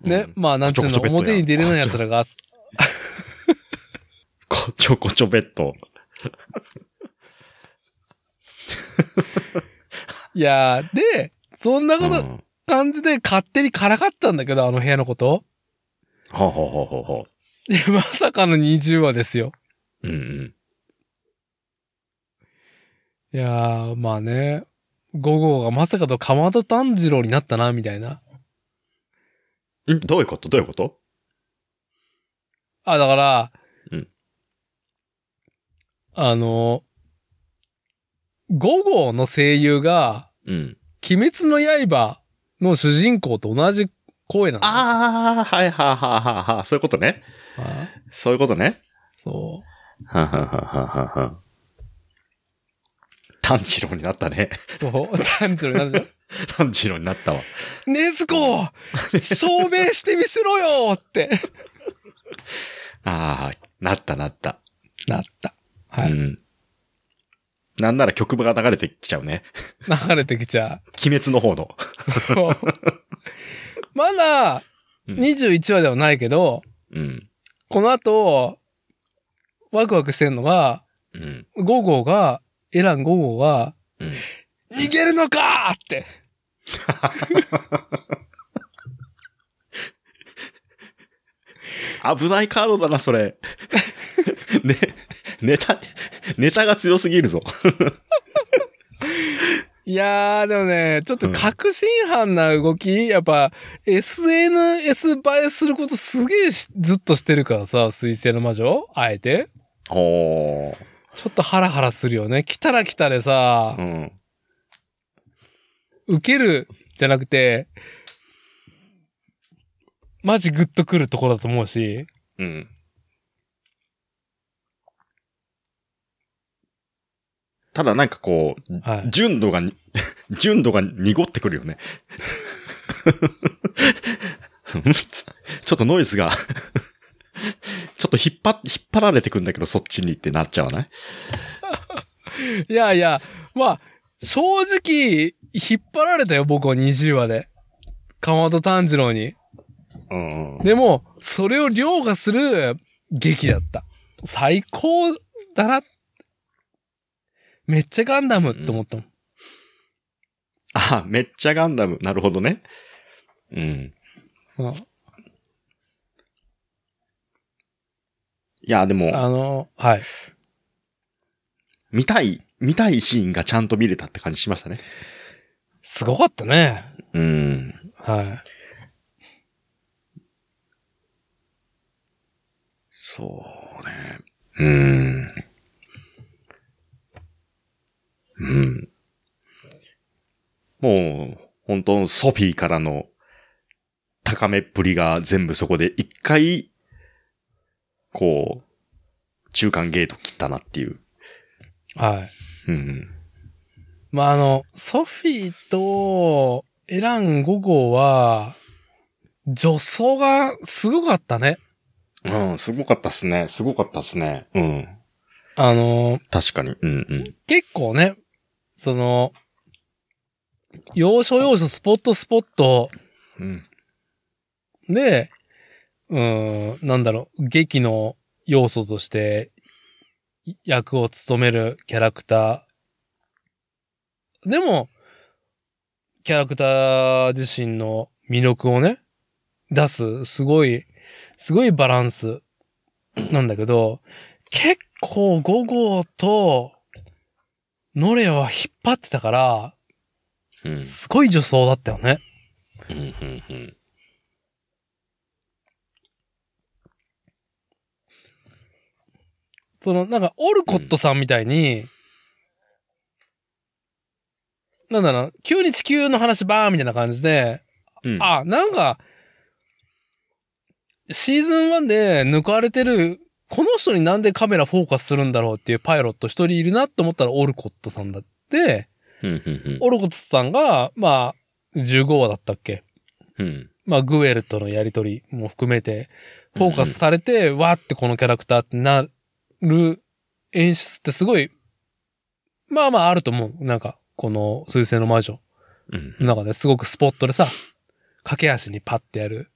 Speaker 1: ね、まあなんちゅう
Speaker 2: こちょ
Speaker 1: の、
Speaker 2: こちょベッドや
Speaker 1: 表に出れない奴らが、
Speaker 2: こちょこちょベッド。
Speaker 1: いやー、で、そんなこ
Speaker 2: うん
Speaker 1: と、感じで勝手にからかったんだけど、あの部屋のこと。
Speaker 2: ほうほうほうほうほ
Speaker 1: いや、まさかの20話ですよ。
Speaker 2: う。うんうん。
Speaker 1: いやー、まあね、午後がまさかとかまど炭治郎になったな、みたいな。
Speaker 2: んどういうことどういうこと
Speaker 1: あ、だから、
Speaker 2: うん
Speaker 1: あの、5号の声優が、
Speaker 2: うん。
Speaker 1: 鬼滅の刃の主人公と同じ声なの。
Speaker 2: ああ、はいはいはいはいはい。そういうことね。
Speaker 1: あ
Speaker 2: そういうことね。
Speaker 1: そ
Speaker 2: はははははは。炭治郎になったね。
Speaker 1: う。そう。炭治郎になるじゃ
Speaker 2: 炭治郎になったわ。
Speaker 1: ん。ねずこ証明してみせろよって。
Speaker 2: ああ、なったなった。
Speaker 1: なった。は
Speaker 2: う
Speaker 1: い。
Speaker 2: ん。なんなら曲が流れてきちゃうね。
Speaker 1: 流れてきちゃ
Speaker 2: 鬼滅の方の。
Speaker 1: う。そうまだ、
Speaker 2: うん
Speaker 1: 21話ではないけど、
Speaker 2: うん。
Speaker 1: この後、ワクワクしてんのが、
Speaker 2: うん。
Speaker 1: ゴ号が、エランゴ号が、
Speaker 2: うん。
Speaker 1: 逃げるのかーって。
Speaker 2: 危ないカードだな、それ。 ね、ネタ、ネタが強すぎるぞ。
Speaker 1: いやー、でもね、ちょっと確信犯な動き、やっぱ、SNS 映えすることすげえしずっとしてるからさ、水星の魔女あえて。
Speaker 2: おー。
Speaker 1: ちょっとハラハラするよね。来たら来たでさ
Speaker 2: う、ん。
Speaker 1: 受けるじゃなくて、マジグッとくるところだと思うし、
Speaker 2: うん。ただなんかこう、
Speaker 1: はい。
Speaker 2: 純度が、純度が濁ってくるよね。 ちょっとノイズが、ちょっと引っ張、引っ張られてくんだけど、そっちにってなっちゃわない
Speaker 1: いやいや、まあ、正直、引っ張られたよ、僕は20話で。かまど炭治郎に。
Speaker 2: うん。
Speaker 1: でも、それを凌駕する劇だった。最高だな。めっちゃガンダムって思ったもん。
Speaker 2: あ、めっちゃガンダム。なるほどね。うん。
Speaker 1: うん
Speaker 2: いや、でも、
Speaker 1: あの、はい。
Speaker 2: 見たい、見たいシーンがちゃんと見れたって感じしましたね。
Speaker 1: すごかったね。
Speaker 2: うん。
Speaker 1: は
Speaker 2: そうね。うん。うん。もう、本当ソフィーからの高めっぷりが全部そこで一回、こう、中間ゲート切ったなっていう。
Speaker 1: い。はい。
Speaker 2: うん。
Speaker 1: まあ、あの、ソフィーとエラン5号は、女装がすごかったね。
Speaker 2: うん、すごかったっすね。すごかったっすね。うん。
Speaker 1: あの、
Speaker 2: 確かに。うんうん。
Speaker 1: 結構ね、その、要所要所スポットスポット
Speaker 2: うん。
Speaker 1: で、うーん、なんだろう、劇の要素として、い役を務めるキャラクター。でも、キャラクター自身の魅力をね、出す、すごい、すごいバランスなんだけど、結構5号とノレアは引っ張ってたから、
Speaker 2: うん。
Speaker 1: すごい女装だったよね。
Speaker 2: うんうんうん。
Speaker 1: その、なんか、オルコットさんみたいに、なんだろう、急に地球の話バーみたいな感じで、
Speaker 2: うん。
Speaker 1: あ、なんか、シーズン1で抜かれてる、この人になんでカメラフォーカスするんだろうっていうパイロット一人いるなって思ったらオルコットさんだって、
Speaker 2: うんうん
Speaker 1: オルコットさんが、まあ、15話だったっけ
Speaker 2: うん。うん。
Speaker 1: まあ、グエルとのやりとりも含めて、フォーカスされて、わーってこのキャラクターってなる演出ってすごい、まあまああると思う。なんか、この、水星の魔女
Speaker 2: うん
Speaker 1: の中ですごくスポットでさ、駆け足にパッてやる。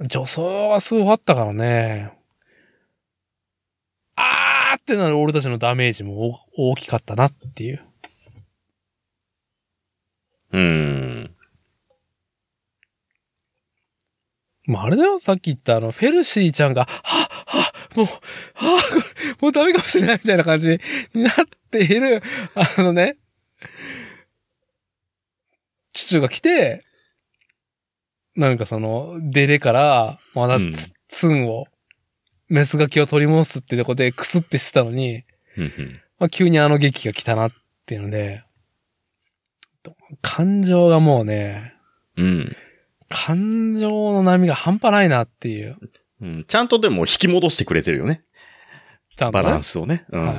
Speaker 1: 女装はすごかったからね。あーってなる俺たちのダメージも大大きかったなっていう。
Speaker 2: うん。
Speaker 1: まあ、あれだよ、さっき言ったあの、フェルシーちゃんが、はっはっもう、はっこれもうダメかもしれないみたいな感じになっている、あのね、チュチュが来て、なんかその、デレから、まだ
Speaker 2: うん
Speaker 1: ツ,、ツンを、メスガキを取り戻すってとこでクスってしてたのに、
Speaker 2: うんうん。
Speaker 1: まあ、急にあの劇が来たなっていうので、感情がもうね、
Speaker 2: うん。
Speaker 1: 感情の波が半端ないなっていう。
Speaker 2: うん、ちゃんとでも引き戻してくれてるよね。
Speaker 1: ちゃんと
Speaker 2: バ
Speaker 1: ね、
Speaker 2: ランスをね。うん。だ
Speaker 1: は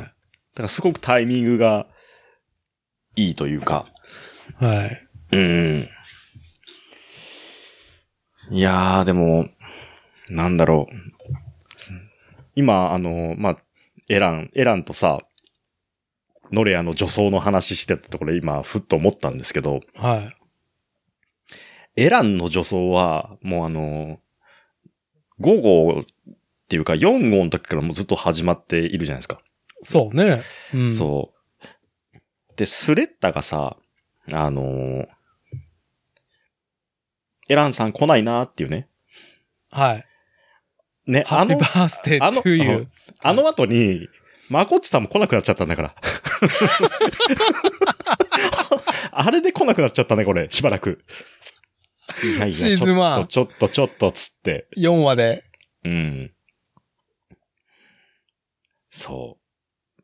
Speaker 2: からすごくタイミングがいいというか。
Speaker 1: い。はい。
Speaker 2: うん。いやー、でも、なんだろう。今、あの、まあ、エラン、エランとさ、ノレアの女装の話してたところ今、ふっと思ったんですけど、
Speaker 1: はい。
Speaker 2: エランの女装は、もうあの、5号っていうか4号の時からもうずっと始まっているじゃないですか。
Speaker 1: そうね。うん。
Speaker 2: そう。で、スレッタがさ、あのーエランさん来ないなーっていうね。
Speaker 1: はい。
Speaker 2: ね、
Speaker 1: ハ
Speaker 2: あ
Speaker 1: ッピー
Speaker 2: の
Speaker 1: バ、ースデ
Speaker 2: あ
Speaker 1: ー
Speaker 2: の
Speaker 1: とい
Speaker 2: あの
Speaker 1: う。
Speaker 2: あの後に、マコッチさんも来なくなっちゃったんだ から。あれで来なくなっちゃったね、これ、しばらく。いやいや、
Speaker 1: シーズン1
Speaker 2: ちょっと、ちょっと、ちょっと、つって。
Speaker 1: 4話で。
Speaker 2: うん。そう。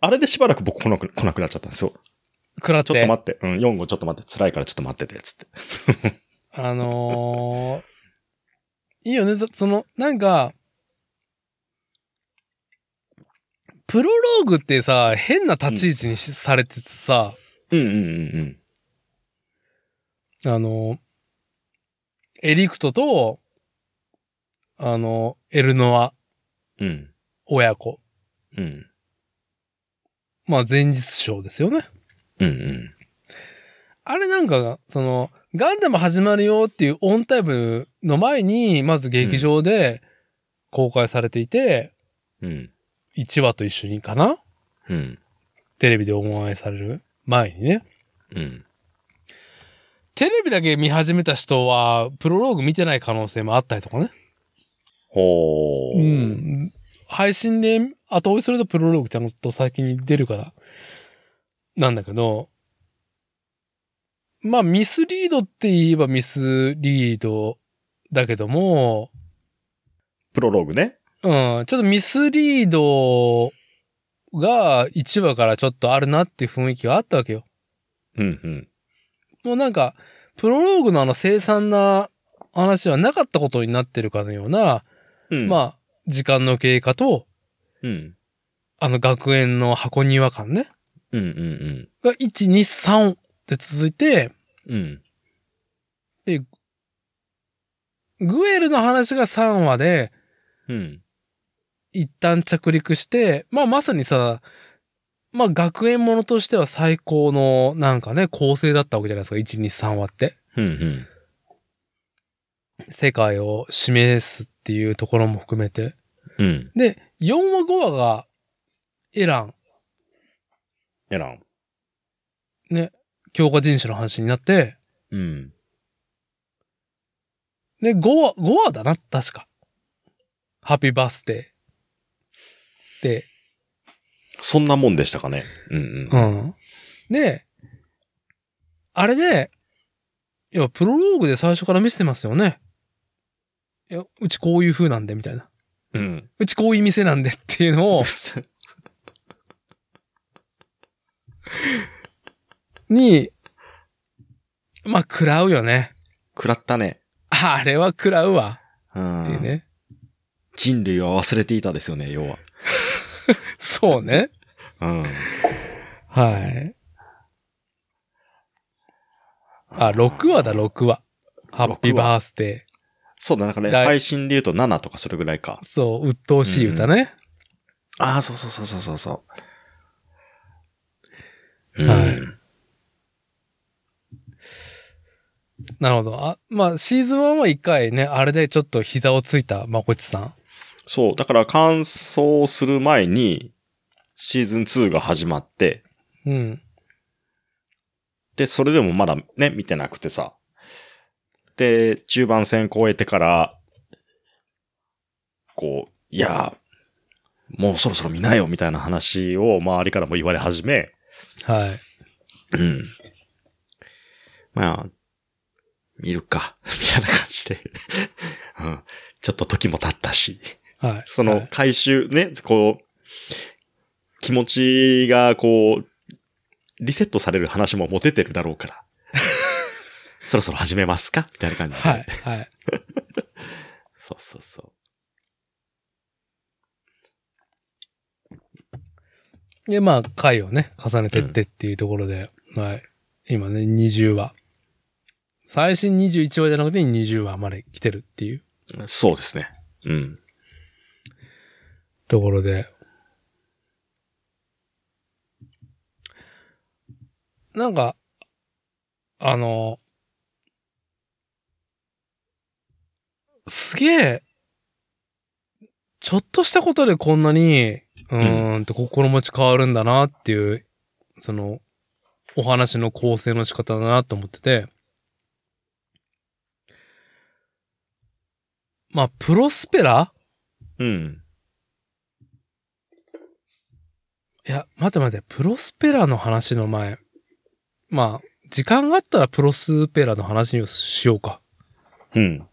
Speaker 2: あれでしばらく僕来なく来なくなっちゃったんですよ。
Speaker 1: 食らっ
Speaker 2: ちょっと
Speaker 1: て。
Speaker 2: 待って。うん、4号ちょっと待って。辛いからちょっと待ってて、つって。
Speaker 1: あのー、いい よね。だその、なんか、プロローグってさ、変な立ち位置にしされててさ、
Speaker 2: うんうんうん
Speaker 1: あのー、エリクトと、あのーエルノア
Speaker 2: うん。うん。
Speaker 1: 親子。
Speaker 2: うん。
Speaker 1: まあ、前日賞ですよね。
Speaker 2: うん
Speaker 1: あれなんか、その、ガンダム始まるよっていうオンタイムの前に、まず劇場で公開されていて、
Speaker 2: うん。うん。
Speaker 1: 1話と一緒にかな
Speaker 2: うん。
Speaker 1: テレビでお願いされる前にね。
Speaker 2: うん。
Speaker 1: テレビだけ見始めた人は、プロローグ見てない可能性もあったりとかね。
Speaker 2: ほー。
Speaker 1: う。ん。配信で後追いするとプロローグちゃんと先に出るから、なんだけど、まあミスリードって言えばミスリードだけども、
Speaker 2: プロローグね。
Speaker 1: うん、ちょっとミスリードが1話からちょっとあるなっていう雰囲気があったわけよ。
Speaker 2: うんうん。
Speaker 1: もうなんか、プロローグのあの凄惨な話はなかったことになってるかのような、
Speaker 2: うん。
Speaker 1: ま
Speaker 2: あ。
Speaker 1: あ、時間の経過と、
Speaker 2: うん。
Speaker 1: あの学園の箱庭感ね、
Speaker 2: うんうん
Speaker 1: が1、2、3で続いて、
Speaker 2: うん。うん。
Speaker 1: グエルの話が3話で、
Speaker 2: うん。
Speaker 1: 一旦着陸して、まあまさにさ、まあ学園ものとしては最高のなんかね、構成だったわけじゃないですか、1、2、3話って。
Speaker 2: うんうん。
Speaker 1: 世界を示すっていうところも含めて。
Speaker 2: うん。
Speaker 1: で、4話5話がエラン、
Speaker 2: やらん。
Speaker 1: 強化人種の話になって、
Speaker 2: うん。
Speaker 1: で、5話、5話だな、確か。ハッピーバースデー。で、
Speaker 2: そんなもんでしたかね。うん
Speaker 1: う。ん。で、あれで、いや、プロローグで最初から見せてますよね。いや、うちこういう風なんで、みたいな。
Speaker 2: うん。
Speaker 1: うちこういう店なんでっていうのを、 に、まあ、食らうよね。
Speaker 2: 食らったね。
Speaker 1: あれは食らうわ。
Speaker 2: うん
Speaker 1: っていうね。
Speaker 2: 人類は忘れていたですよね、要は。
Speaker 1: そうね。
Speaker 2: うん。
Speaker 1: はい。あ、6話だ、6話。ハッピーバースデ
Speaker 2: そうだ、なんかね、
Speaker 1: だい
Speaker 2: 配信で言うと7とかそれぐらいか
Speaker 1: ー。。そう、鬱陶しい歌ね。
Speaker 2: ああ、そうそうそうそうそうそう。
Speaker 1: はい。なるほど。あ、まあ、シーズン1は一回ね、あれでちょっと膝をついた、まこっちさん。
Speaker 2: そう、だから完走する前に、シーズン2が始まって、
Speaker 1: うん。
Speaker 2: で、それでもまだね、見てなくてさ。で、中盤戦超えてから、こう、いやー、もうそろそろ見なよ、みたいな話を周りからも言われ始め、
Speaker 1: はい。
Speaker 2: うん。まあ、見るか、 みたいな感じで。うん。ちょっと時も経ったし。
Speaker 1: はい。
Speaker 2: そ
Speaker 1: は
Speaker 2: の
Speaker 1: い
Speaker 2: 回収ね、こう、気持ちがこう、リセットされる話も持ててるだろ うから。そろそろ始めますかみたいな感じで。
Speaker 1: はい。はい。
Speaker 2: そうそうそ
Speaker 1: で、まあ、回をね、重ねてってっていうところで、はい。今ね、20話。最新21話じゃなくて20話まで来てるっていう。
Speaker 2: う。そうですね。うん。
Speaker 1: ところで。なんか、あの、すげえ、ちょっとしたことでこんなに、うーんと心持ち変わるんだなっていう、その、お話の構成の仕方だなと思ってて。まあ、プロスペラ
Speaker 2: うん。
Speaker 1: いや、待て待て、プロスペラの話の前。まあ、時間があったらプロスペラの話をしようか。
Speaker 2: うん。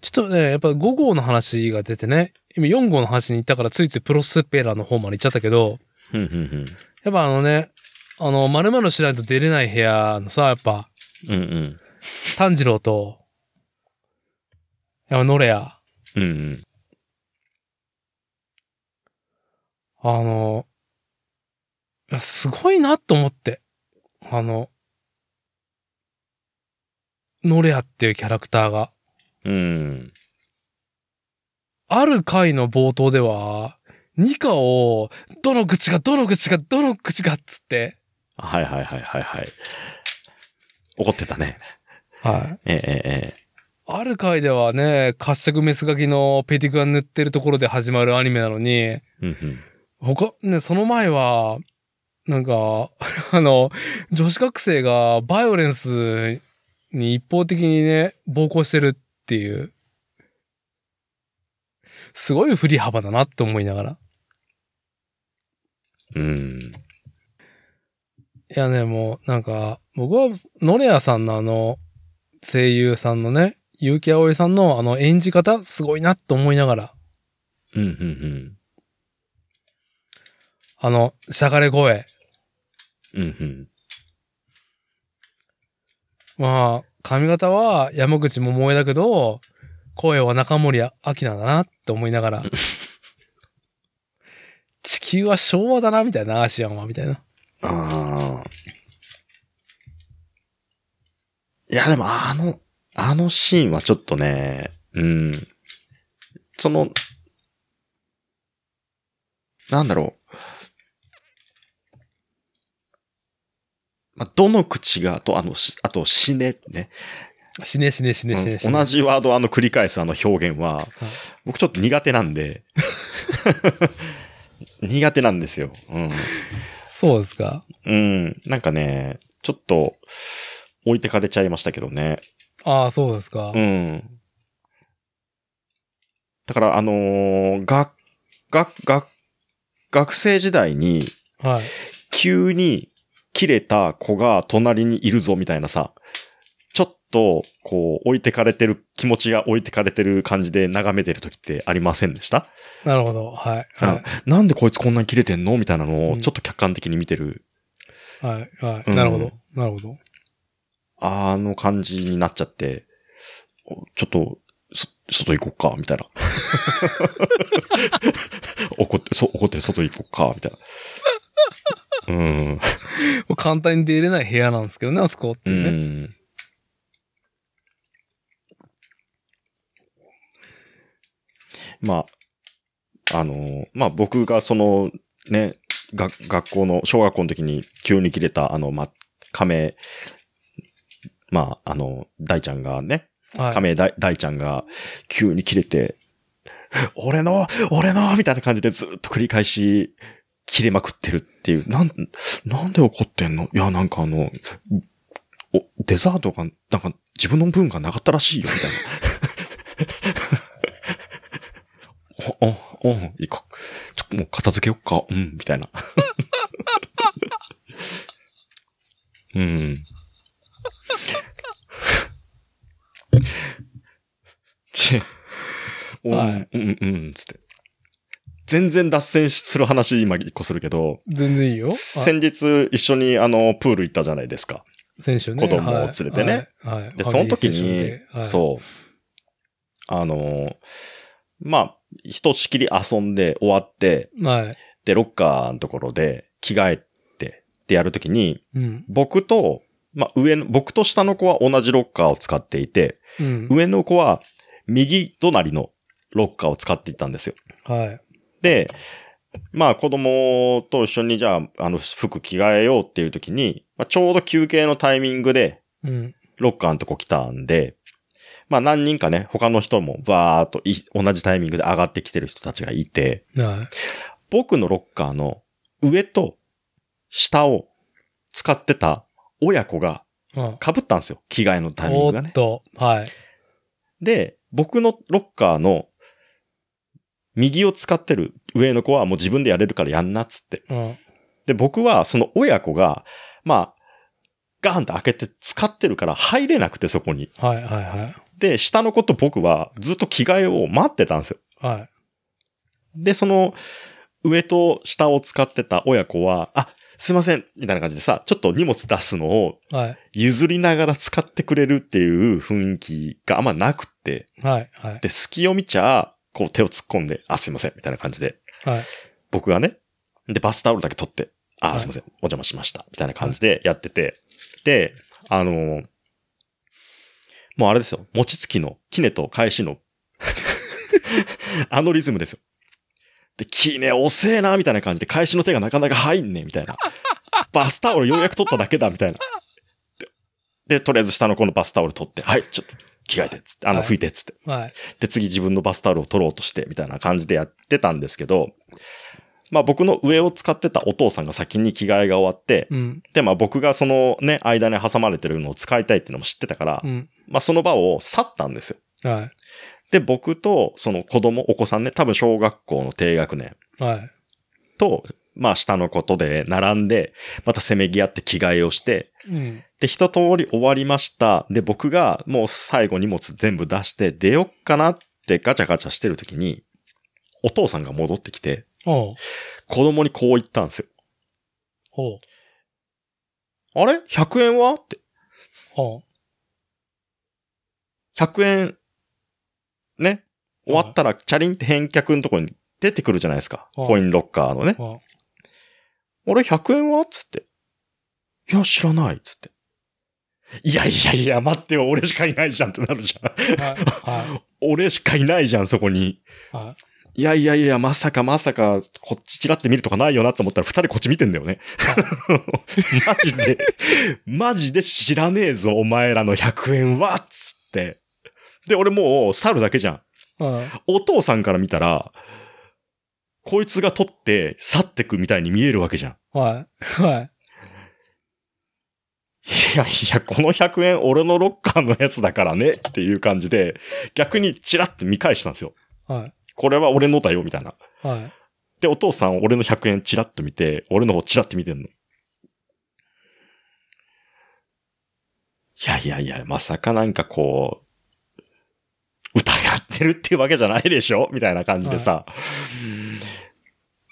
Speaker 1: ちょっとね、やっぱ5号の話が出てね、今4号の話に行ったからついついプロスペラの方まで行っちゃったけど、
Speaker 2: うん、うん、
Speaker 1: やっぱあのね、あの、まるしないと出れない部屋のさ、やっぱ、
Speaker 2: うん。うん、
Speaker 1: 炭治郎と、やっぱノレア、
Speaker 2: うん。うん、
Speaker 1: あの、いやすごいなと思って、あの、ノレアっていうキャラクターが、
Speaker 2: うん。
Speaker 1: ある回の冒頭では、ニカを、どの口が、どの口が、どの口がっつって、
Speaker 2: はいはいはいはいはい。怒ってたね。
Speaker 1: はい。
Speaker 2: えええ
Speaker 1: ある回ではね、褐色メスガキのペティクが塗ってるところで始まるアニメなのに、
Speaker 2: え。うん
Speaker 1: 他、ね、その前は、なんか、 あの、女子学生がバイオレンスに一方的にね、暴行してるっていう、すごい振り幅だなって思いながら。
Speaker 2: うん。うん。
Speaker 1: いやね、もう、なんか、僕は、ノレアさんのあの、声優さんのね、結城葵さんのあの演じ方、すごいなと思いながら、
Speaker 2: うんうん
Speaker 1: あの、しゃがれ声。
Speaker 2: うん。うんうん。
Speaker 1: まあ、髪型は山口桃江だけど、声は中森明菜だなって思いながら、地球は昭和だな、みたいな、アーシアンは、みたいな。
Speaker 2: ああ。いや、でもあの、あのシーンはちょっとね、うん。その、なんだろう。まあ、どの口が、と、あの、しあと、死ね、ね。
Speaker 1: 死ね死ね死ね死ね死
Speaker 2: う
Speaker 1: ね。
Speaker 2: ん同じワードをあの繰り返すあの表現は、僕ちょっと苦手なんで、苦手なんですよ。うん。
Speaker 1: そうですか。
Speaker 2: うん。なんかね、ちょっと置いてかれちゃいましたけどね。
Speaker 1: ああ、そうですか。
Speaker 2: うん。だからあのー、学、学、学、学生時代に
Speaker 1: はい。
Speaker 2: 急に切れた子が隣にいるぞみたいなさ、ちょっと、こう、置いてかれてる、気持ちが置いてかれてる感じで眺めてる時ってありませんでした、
Speaker 1: なるほど。はい。は
Speaker 2: うんなんでこいつこんなに切れてんのみたいなの
Speaker 1: う
Speaker 2: を
Speaker 1: ん
Speaker 2: ちょっと客観的に見てる、
Speaker 1: い。はい。は
Speaker 2: う
Speaker 1: い。
Speaker 2: ん
Speaker 1: なるほど。なるほど。
Speaker 2: あの感じになっちゃって、おちょっと、そ外行こっか、みた いな。怒って、そ怒って外行こっか、みたいな。うん。
Speaker 1: 簡単に出れない部屋なんですけどね、あそこって
Speaker 2: う
Speaker 1: いうね。
Speaker 2: ん。まあ、あの、まあ僕がその、ね、が学校の、小学校の時に急に切れた、あの、まあ、亀、まあ、あの、大ちゃんがね、
Speaker 1: はい。
Speaker 2: 亀大大ちゃんが急に切れて、俺の、俺のみたいな感じでずっと繰り返し切れまくってるっていう。なん、なんで怒ってんのいや、なんかあの、お、デザートが、なんか自分の分がなかったらしいよ、みたいな。 お、お、お、いいか。ちょっともう片付けよっか、うん、みたいな。 うん。 ち、お、
Speaker 1: はい
Speaker 2: うん、うん、うん、つって。全然脱線しする話今一個するけど、
Speaker 1: 全然いいよ。あ
Speaker 2: 先日一緒にあの、プール行ったじゃないですか。
Speaker 1: 選手ね。
Speaker 2: 子供を
Speaker 1: はい
Speaker 2: 連れてね。
Speaker 1: はい。はい
Speaker 2: で、その時に、
Speaker 1: う。
Speaker 2: そう。あのー、まあ、ひとしきり遊んで終わって、
Speaker 1: はい。
Speaker 2: で、ロッカーのところで着替えてってやるときに、
Speaker 1: うん。
Speaker 2: 僕と、まあ、上の、僕と下の子は同じロッカーを使っていて、
Speaker 1: うん。
Speaker 2: 上の子は右隣のロッカーを使っていたんですよ。
Speaker 1: はい。
Speaker 2: で、まあ子供と一緒にじゃあ、あの服着替えようっていう時に、まあ、ちょうど休憩のタイミングで
Speaker 1: うん。
Speaker 2: ロッカーのとこ来たんで、まあ何人かね、他の人もバーっとい同じタイミングで上がってきてる人たちがいて、
Speaker 1: はい。
Speaker 2: 僕のロッカーの上と下を使ってた親子が
Speaker 1: あ
Speaker 2: 被ったんですよ。着替えのタイミン
Speaker 1: お
Speaker 2: グが
Speaker 1: っ
Speaker 2: ね。
Speaker 1: と、はい。
Speaker 2: で、僕のロッカーの右を使ってる上の子はもう自分でやれるからやんなっつって。
Speaker 1: うん。
Speaker 2: で、僕はその親子が、まあ、ガーンと開けて使ってるから入れなくてそこに。
Speaker 1: はい、はい、はい。
Speaker 2: で、下の子と僕はずっと着替えを待ってたんですよ。
Speaker 1: はい。
Speaker 2: で、その上と下を使ってた親子は、あ、すいません、みたいな感じでさ、ちょっと荷物出すのを
Speaker 1: はい。
Speaker 2: 譲りながら使ってくれるっていう雰囲気があんまなくって、
Speaker 1: はい、はい。
Speaker 2: で、隙を見ちゃ、こう手を突っ込んで、あ、すいません、みたいな感じで、
Speaker 1: はい。
Speaker 2: 僕がね、で、バスタオルだけ取って、あ
Speaker 1: は
Speaker 2: ー、
Speaker 1: い
Speaker 2: すいません、お邪魔しました、みたいな感じでやってて、で、あのーもうあれですよ、餅つきの、キネと返しの、 あのリズムですよ。で、キネ遅えな、みたいな感じで、返しの手がなかなか入んねえ、みたいな。バスタオルようやく取っただけだ、みたいな。で、でとりあえず下の子のバスタオル取って、はい、ちょっと着替えて、つって、あの、
Speaker 1: はい
Speaker 2: 拭いて、つって。
Speaker 1: はい。
Speaker 2: で、次自分のバスタオルを取ろうとして、みたいな感じでやってたんですけど、まあ僕の上を使ってたお父さんが先に着替えが終わって、
Speaker 1: うん。
Speaker 2: で、まあ僕がそのね、間に挟まれてるのを使いたいっていうのも知ってたから、
Speaker 1: うん。
Speaker 2: まあその場を去ったんですよ。
Speaker 1: は
Speaker 2: で、僕とその子供、お子さんね、多分小学校の低学年
Speaker 1: い。はい。
Speaker 2: と、まあ下のことで並んで、またせめぎ合って着替えをして、
Speaker 1: うん。
Speaker 2: で、一通り終わりました。で、僕がもう最後荷物全部出して出よっかなってガチャガチャしてる時に、お父さんが戻ってきて、
Speaker 1: おう。
Speaker 2: 子供にこう言ったんですよ。
Speaker 1: おう。
Speaker 2: あれ ?100 円はって。
Speaker 1: おう。
Speaker 2: 100円、ね。終わったらチャリンって返却のところに出てくるじゃないですか。
Speaker 1: はい
Speaker 2: コインロッカーのね。
Speaker 1: おう。
Speaker 2: あれ ?100 円はつって。いや、知らない。つって。いやいやいや、待ってよ。俺しかいないじゃんってなるじゃん。
Speaker 1: はい。は
Speaker 2: 俺しかいないじゃん、そこに。
Speaker 1: い。はい。
Speaker 2: いやいやいや、まさかまさか、こっちちらって見るとかないよなって思ったら、二人こっち見てんだよね。 マジで、マジで知らねえぞ、お前らの100円はっつって。で、俺もう、去るだけじゃん。
Speaker 1: うん。
Speaker 2: お父さんから見たら、こいつが取って、去ってくみたいに見えるわけじゃん。
Speaker 1: はい。はい。
Speaker 2: いやいや、この100円、俺のロッカーのやつだからね、っていう感じで、逆にチラって見返したんですよ。
Speaker 1: はい。
Speaker 2: これは俺のだよ、みたいな。
Speaker 1: はい。
Speaker 2: で、お父さん俺の100円チラッと見て、俺の方チラッと見てんの。いやいやいや、まさかなんかこう、疑ってるっていうわけじゃないでしょみたいな感じでさ。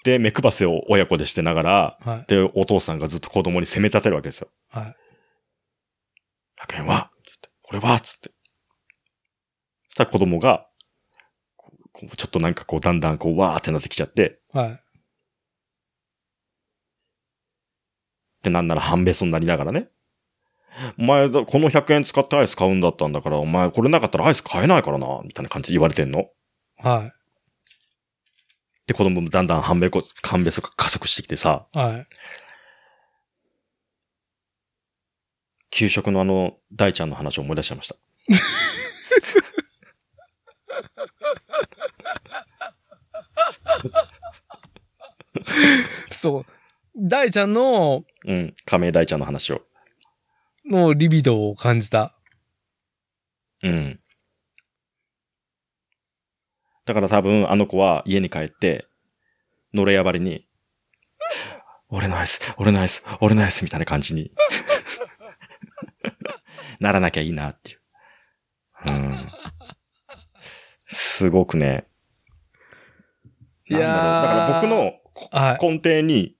Speaker 2: で、目配せを親子でしてながら、
Speaker 1: はい。
Speaker 2: で、お父さんがずっと子供に責め立てるわけですよ。
Speaker 1: はい。
Speaker 2: 100円はつってこれはつって。そしたら子供が、こうこうちょっとなんかこう、だんだんこう、わーってなってきちゃって、
Speaker 1: はい。
Speaker 2: ってなんなら半べそになりながらね。お前だ、この100円使ってアイス買うんだったんだから、お前これなかったらアイス買えないからな、みたいな感じで言われてんの。
Speaker 1: は
Speaker 2: で、子供もだんだん半べこ、半べそが加速してきてさ、
Speaker 1: い。はい。
Speaker 2: 給食のあの、大ちゃんの話を思い出しちゃいました。
Speaker 1: そう。大ちゃんの、
Speaker 2: うん。亀井大ちゃんの話を。
Speaker 1: のリビドーを感じた。
Speaker 2: うん。だから多分、あの子は家に帰って、のれやばりに、俺のアイス、俺のアイス、俺のアイスみたいな感じに、 ならなきゃいいなっていう。うん。すごくね。
Speaker 1: いやー
Speaker 2: なんだろうだから僕のこ
Speaker 1: はい。
Speaker 2: 根底に、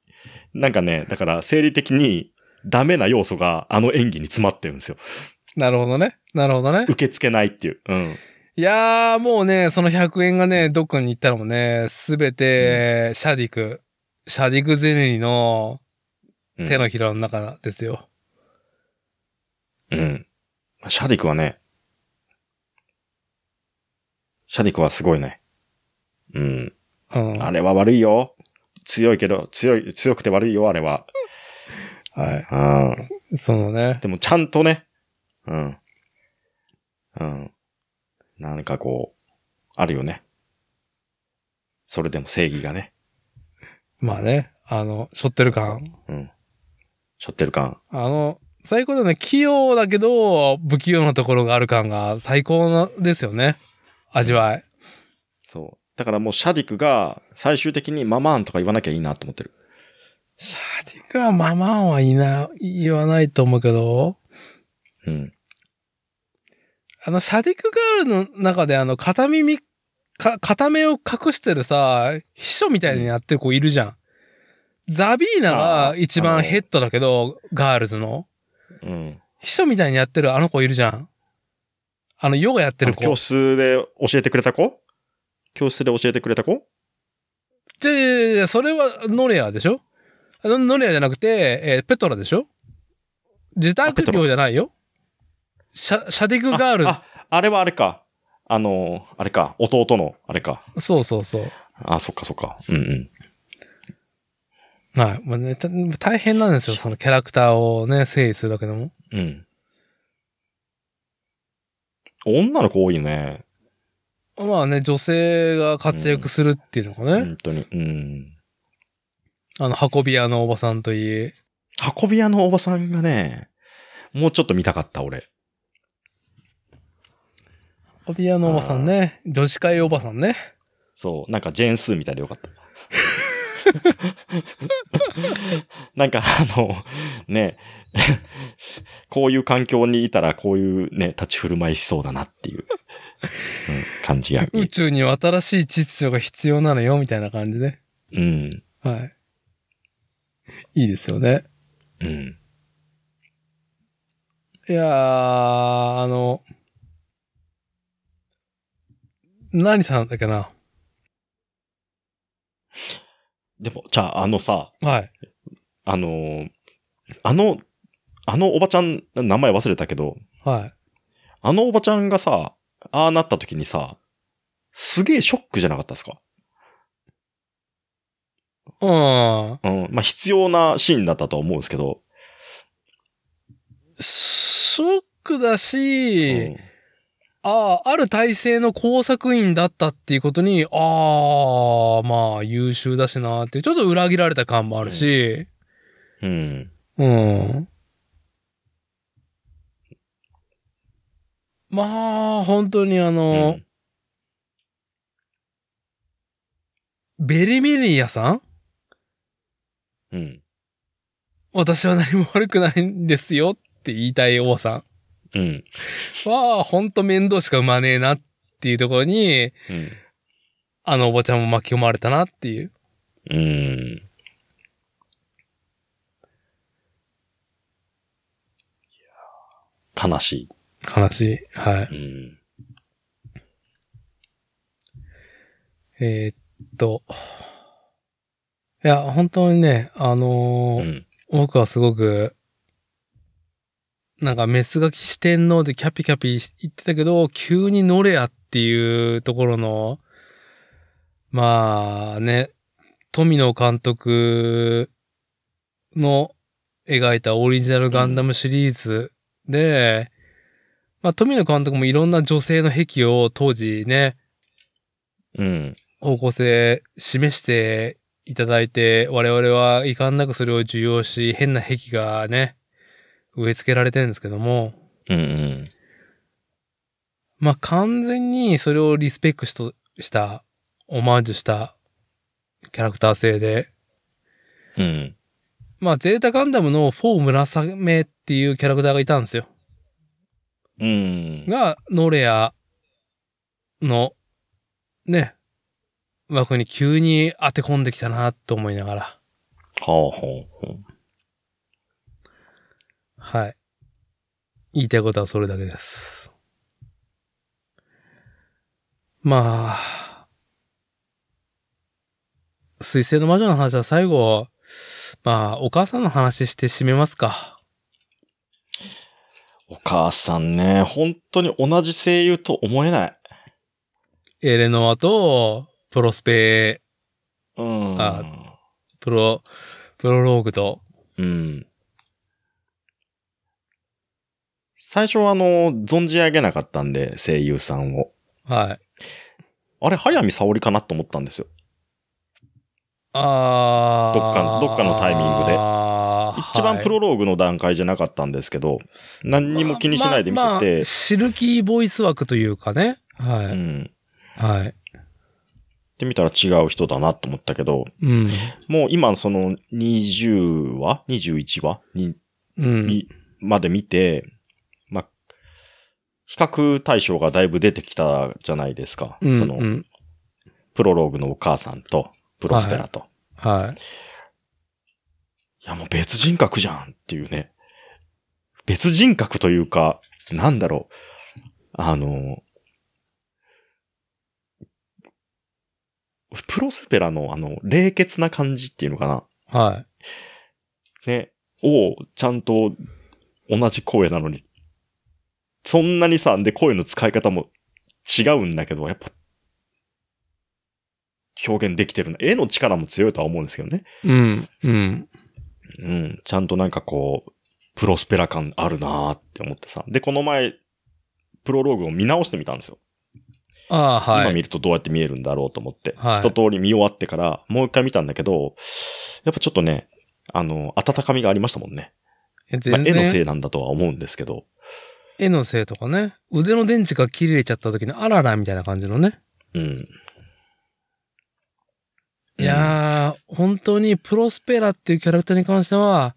Speaker 2: なんかね、だから生理的にダメな要素があの演技に詰まってるんですよ。
Speaker 1: なるほどね。なるほどね。
Speaker 2: 受け付けないっていう。うん。
Speaker 1: いやー、もうね、その100円がね、どっかに行ったのもね、すべて、シャディク、シャディクゼネリの
Speaker 2: うん
Speaker 1: 手のひらの中ですよ。
Speaker 2: うん。シャディクはね、シャディクはすごいね。うん。
Speaker 1: うん。
Speaker 2: あれは悪いよ。強いけど、強い、強くて悪いよ、あれは。はい。うん。
Speaker 1: そのね。
Speaker 2: でもちゃんとね、うん。うん。なんかこう、あるよね。それでも正義がね、
Speaker 1: まあね。あの、しょってる感。
Speaker 2: うん。しょってる感。
Speaker 1: あの、最高だね。器用だけど、不器用なところがある感が最高なですよね。味わい。
Speaker 2: そう。だからもうシャディクが最終的にママーンとか言わなきゃいいなと思ってる。
Speaker 1: シャディクはママンはいな、言わないと思うけど、
Speaker 2: うん。
Speaker 1: あの、シャディクガールの中であの、片耳、か、片目を隠してるさ、秘書みたいになってる子いるじゃん。ザビーナ
Speaker 2: あ
Speaker 1: が
Speaker 2: ー
Speaker 1: 一
Speaker 2: あ
Speaker 1: 番
Speaker 2: の
Speaker 1: ヘッドだけど、ガールズの。
Speaker 2: うん。
Speaker 1: 秘書みたいにやってるあの子いるじゃん。あの、ヨガやってる
Speaker 2: あの
Speaker 1: 子
Speaker 2: 教。室で教えてくれた子教室で教えてくれた子
Speaker 1: じゃじゃじゃそれはノレアでしょあのノレアじゃなくて、えーペトラでしょ自宅業じゃないよシャ、シャディクガール
Speaker 2: ああ、あれはあれか。あの、あれか。弟の、あれか。
Speaker 1: ズ。そうそうそう。
Speaker 2: あ、そっかそっか。うんうん。
Speaker 1: はい。まあね、た大変なんですよ。そのキャラクターをね、整理するだけでも。
Speaker 2: うん。女の子多いね。
Speaker 1: まあね、女性が活躍するっていうのがね、
Speaker 2: 本当に。うん。
Speaker 1: あの、運び屋のおばさんといい。
Speaker 2: 運び屋のおばさんがね、もうちょっと見たかった、俺。
Speaker 1: 運び屋のおばさんね、女子会おばさんね。
Speaker 2: そう。なんかジェーンスーみたいでよかった。 なんかあの、ね、こういう環境にいたらこういうね、立ち振る舞いしそうだなっていう、うん感じがいい。
Speaker 1: 宇宙には新しい秩序が必要なのよ、みたいな感じで。
Speaker 2: うん。
Speaker 1: はい。いいですよね。
Speaker 2: うん。
Speaker 1: いやー、あの、何さんだっけな。
Speaker 2: でも、じゃああのさ、
Speaker 1: はい。
Speaker 2: あのーあの、あのおばちゃん、名前忘れたけど、
Speaker 1: はい。
Speaker 2: あのおばちゃんがさ、ああなった時にさ、すげえショックじゃなかったですか
Speaker 1: うん。
Speaker 2: うん。まあ、必要なシーンだったとは思うんですけど。
Speaker 1: ショックだ
Speaker 2: う
Speaker 1: し、
Speaker 2: ん
Speaker 1: ああ、ある体制の工作員だったっていうことに、ああ、まあ優秀だしなーっていう、ちょっと裏切られた感もあるし、
Speaker 2: うん。
Speaker 1: うん。まあ、本当にあ
Speaker 2: う
Speaker 1: の、
Speaker 2: ん。
Speaker 1: ベリミリアさん
Speaker 2: うん。
Speaker 1: 私は何も悪くないんですよって言いたいおばさ
Speaker 2: うん。
Speaker 1: んは、ほんと面倒しか生まねえなっていうところに、
Speaker 2: うん。
Speaker 1: あのおばちゃんも巻き込まれたなっていう。
Speaker 2: うん。悲し
Speaker 1: 話。はい。
Speaker 2: い。うん。
Speaker 1: えーっと。いや、本当にね、あのー
Speaker 2: うん。
Speaker 1: 僕はすごく、なんかメス書き四天王でキャピキャピ言ってたけど、急にノレアっていうところの、まあね、富野監督の描いたオリジナルガンダムシリーズで、まあ富野監督もいろんな女性の癖を当時ね、
Speaker 2: うん。
Speaker 1: 方向性示していただいて、我々は遺憾なくそれを受容し、変な癖がね、植え付けられてるんですけども、
Speaker 2: うん。うん。
Speaker 1: まあ完全にそれをリスペクしとした、オマージュしたキャラクター性で、
Speaker 2: うん。
Speaker 1: まあゼータガンダムの4村雨っていうキャラクターがいたんですよ。
Speaker 2: うん。
Speaker 1: が、ノレアの、ね、枠に急に当て込んできたなと思いながら。
Speaker 2: はあはあはあ
Speaker 1: はい。言いたいことはそれだけです。まあ、水星の魔女の話は最後、まあ、お母さんの話して締めますか。
Speaker 2: お母さんね、本当に同じ声優と思えない。
Speaker 1: エレノアと、プロスペ、
Speaker 2: うん。
Speaker 1: あプロ、プロローグと、
Speaker 2: うん。最初はあの、存じ上げなかったんで、声優さんを。
Speaker 1: はい。
Speaker 2: あれ、早見沙織かなと思ったんですよ。
Speaker 1: あー
Speaker 2: どっかどっかのタイミングで
Speaker 1: あー
Speaker 2: 一番プ
Speaker 1: は
Speaker 2: ロローグの段階じゃなかったんですけど、何
Speaker 1: い
Speaker 2: にも気にしないで見
Speaker 1: まあ
Speaker 2: て
Speaker 1: まあま
Speaker 2: て
Speaker 1: あ、シルキーボイス枠というかね。はい。
Speaker 2: うん。
Speaker 1: はい。
Speaker 2: で見たら違う人だなと思ったけど、
Speaker 1: うん。
Speaker 2: もう今その20話 ?21 話に、
Speaker 1: うん。
Speaker 2: にまで見て、まあ、比較対象がだいぶ出てきたじゃないですか。
Speaker 1: うん
Speaker 2: そうの、
Speaker 1: ん。
Speaker 2: プロローグのお母さんと、プロスペラと。
Speaker 1: はい。
Speaker 2: いや、もう別人格じゃんっていうね。別人格というか、なんだろう。あの、プロスペラのあの、冷血な感じっていうのかな。
Speaker 1: は
Speaker 2: ね。を、ちゃんと、同じ声なのに。そんなにさ、で、声の使い方も違うんだけど、やっぱ、表現できてるな。絵の力も強いとは思うんですけどね。
Speaker 1: い。うん。うん。
Speaker 2: うん、ちゃんとなんかこう、プロスペラ感あるなーって思ってさ。で、この前、プロローグを見直してみたんですよ。
Speaker 1: ああ、は
Speaker 2: 今
Speaker 1: い。
Speaker 2: 見るとどうやって見えるんだろうと思って、
Speaker 1: はい
Speaker 2: 一通り見終わってから、もう一回見たんだけど、やっぱちょっとね、あの、温かみがありましたもんね。
Speaker 1: 全
Speaker 2: まあ、絵のせ
Speaker 1: い。
Speaker 2: いなんだとは思うんですけど。
Speaker 1: 絵のせいとかね。腕の電池が切れちゃった時のあららみたいな感じのね。
Speaker 2: うん。
Speaker 1: いやー、本当にプロスペラっていうキャラクターに関しては、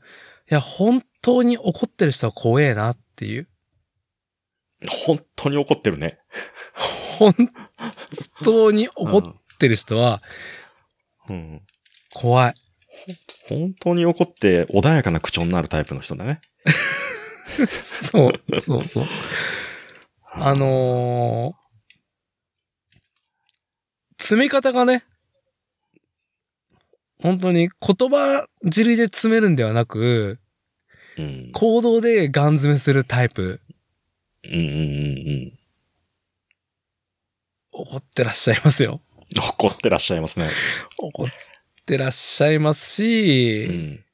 Speaker 1: いや、本当に怒ってる人は怖えなっていう。
Speaker 2: うん、本当に怒ってるね。
Speaker 1: 本当に怒ってる人は
Speaker 2: うんうん。
Speaker 1: 怖い。
Speaker 2: 本当に怒って穏やかな口調になるタイプの人だね。
Speaker 1: そう、そうそう。あのー、詰め方がね、本当に言葉尻で詰めるんではなく、
Speaker 2: うん、
Speaker 1: 行動でガン詰めするタイプ、
Speaker 2: うんうんうんうん。
Speaker 1: 怒ってらっしゃいますよ。
Speaker 2: 怒ってらっしゃいますね。
Speaker 1: 怒ってらっしゃいます
Speaker 2: う
Speaker 1: し、
Speaker 2: ん。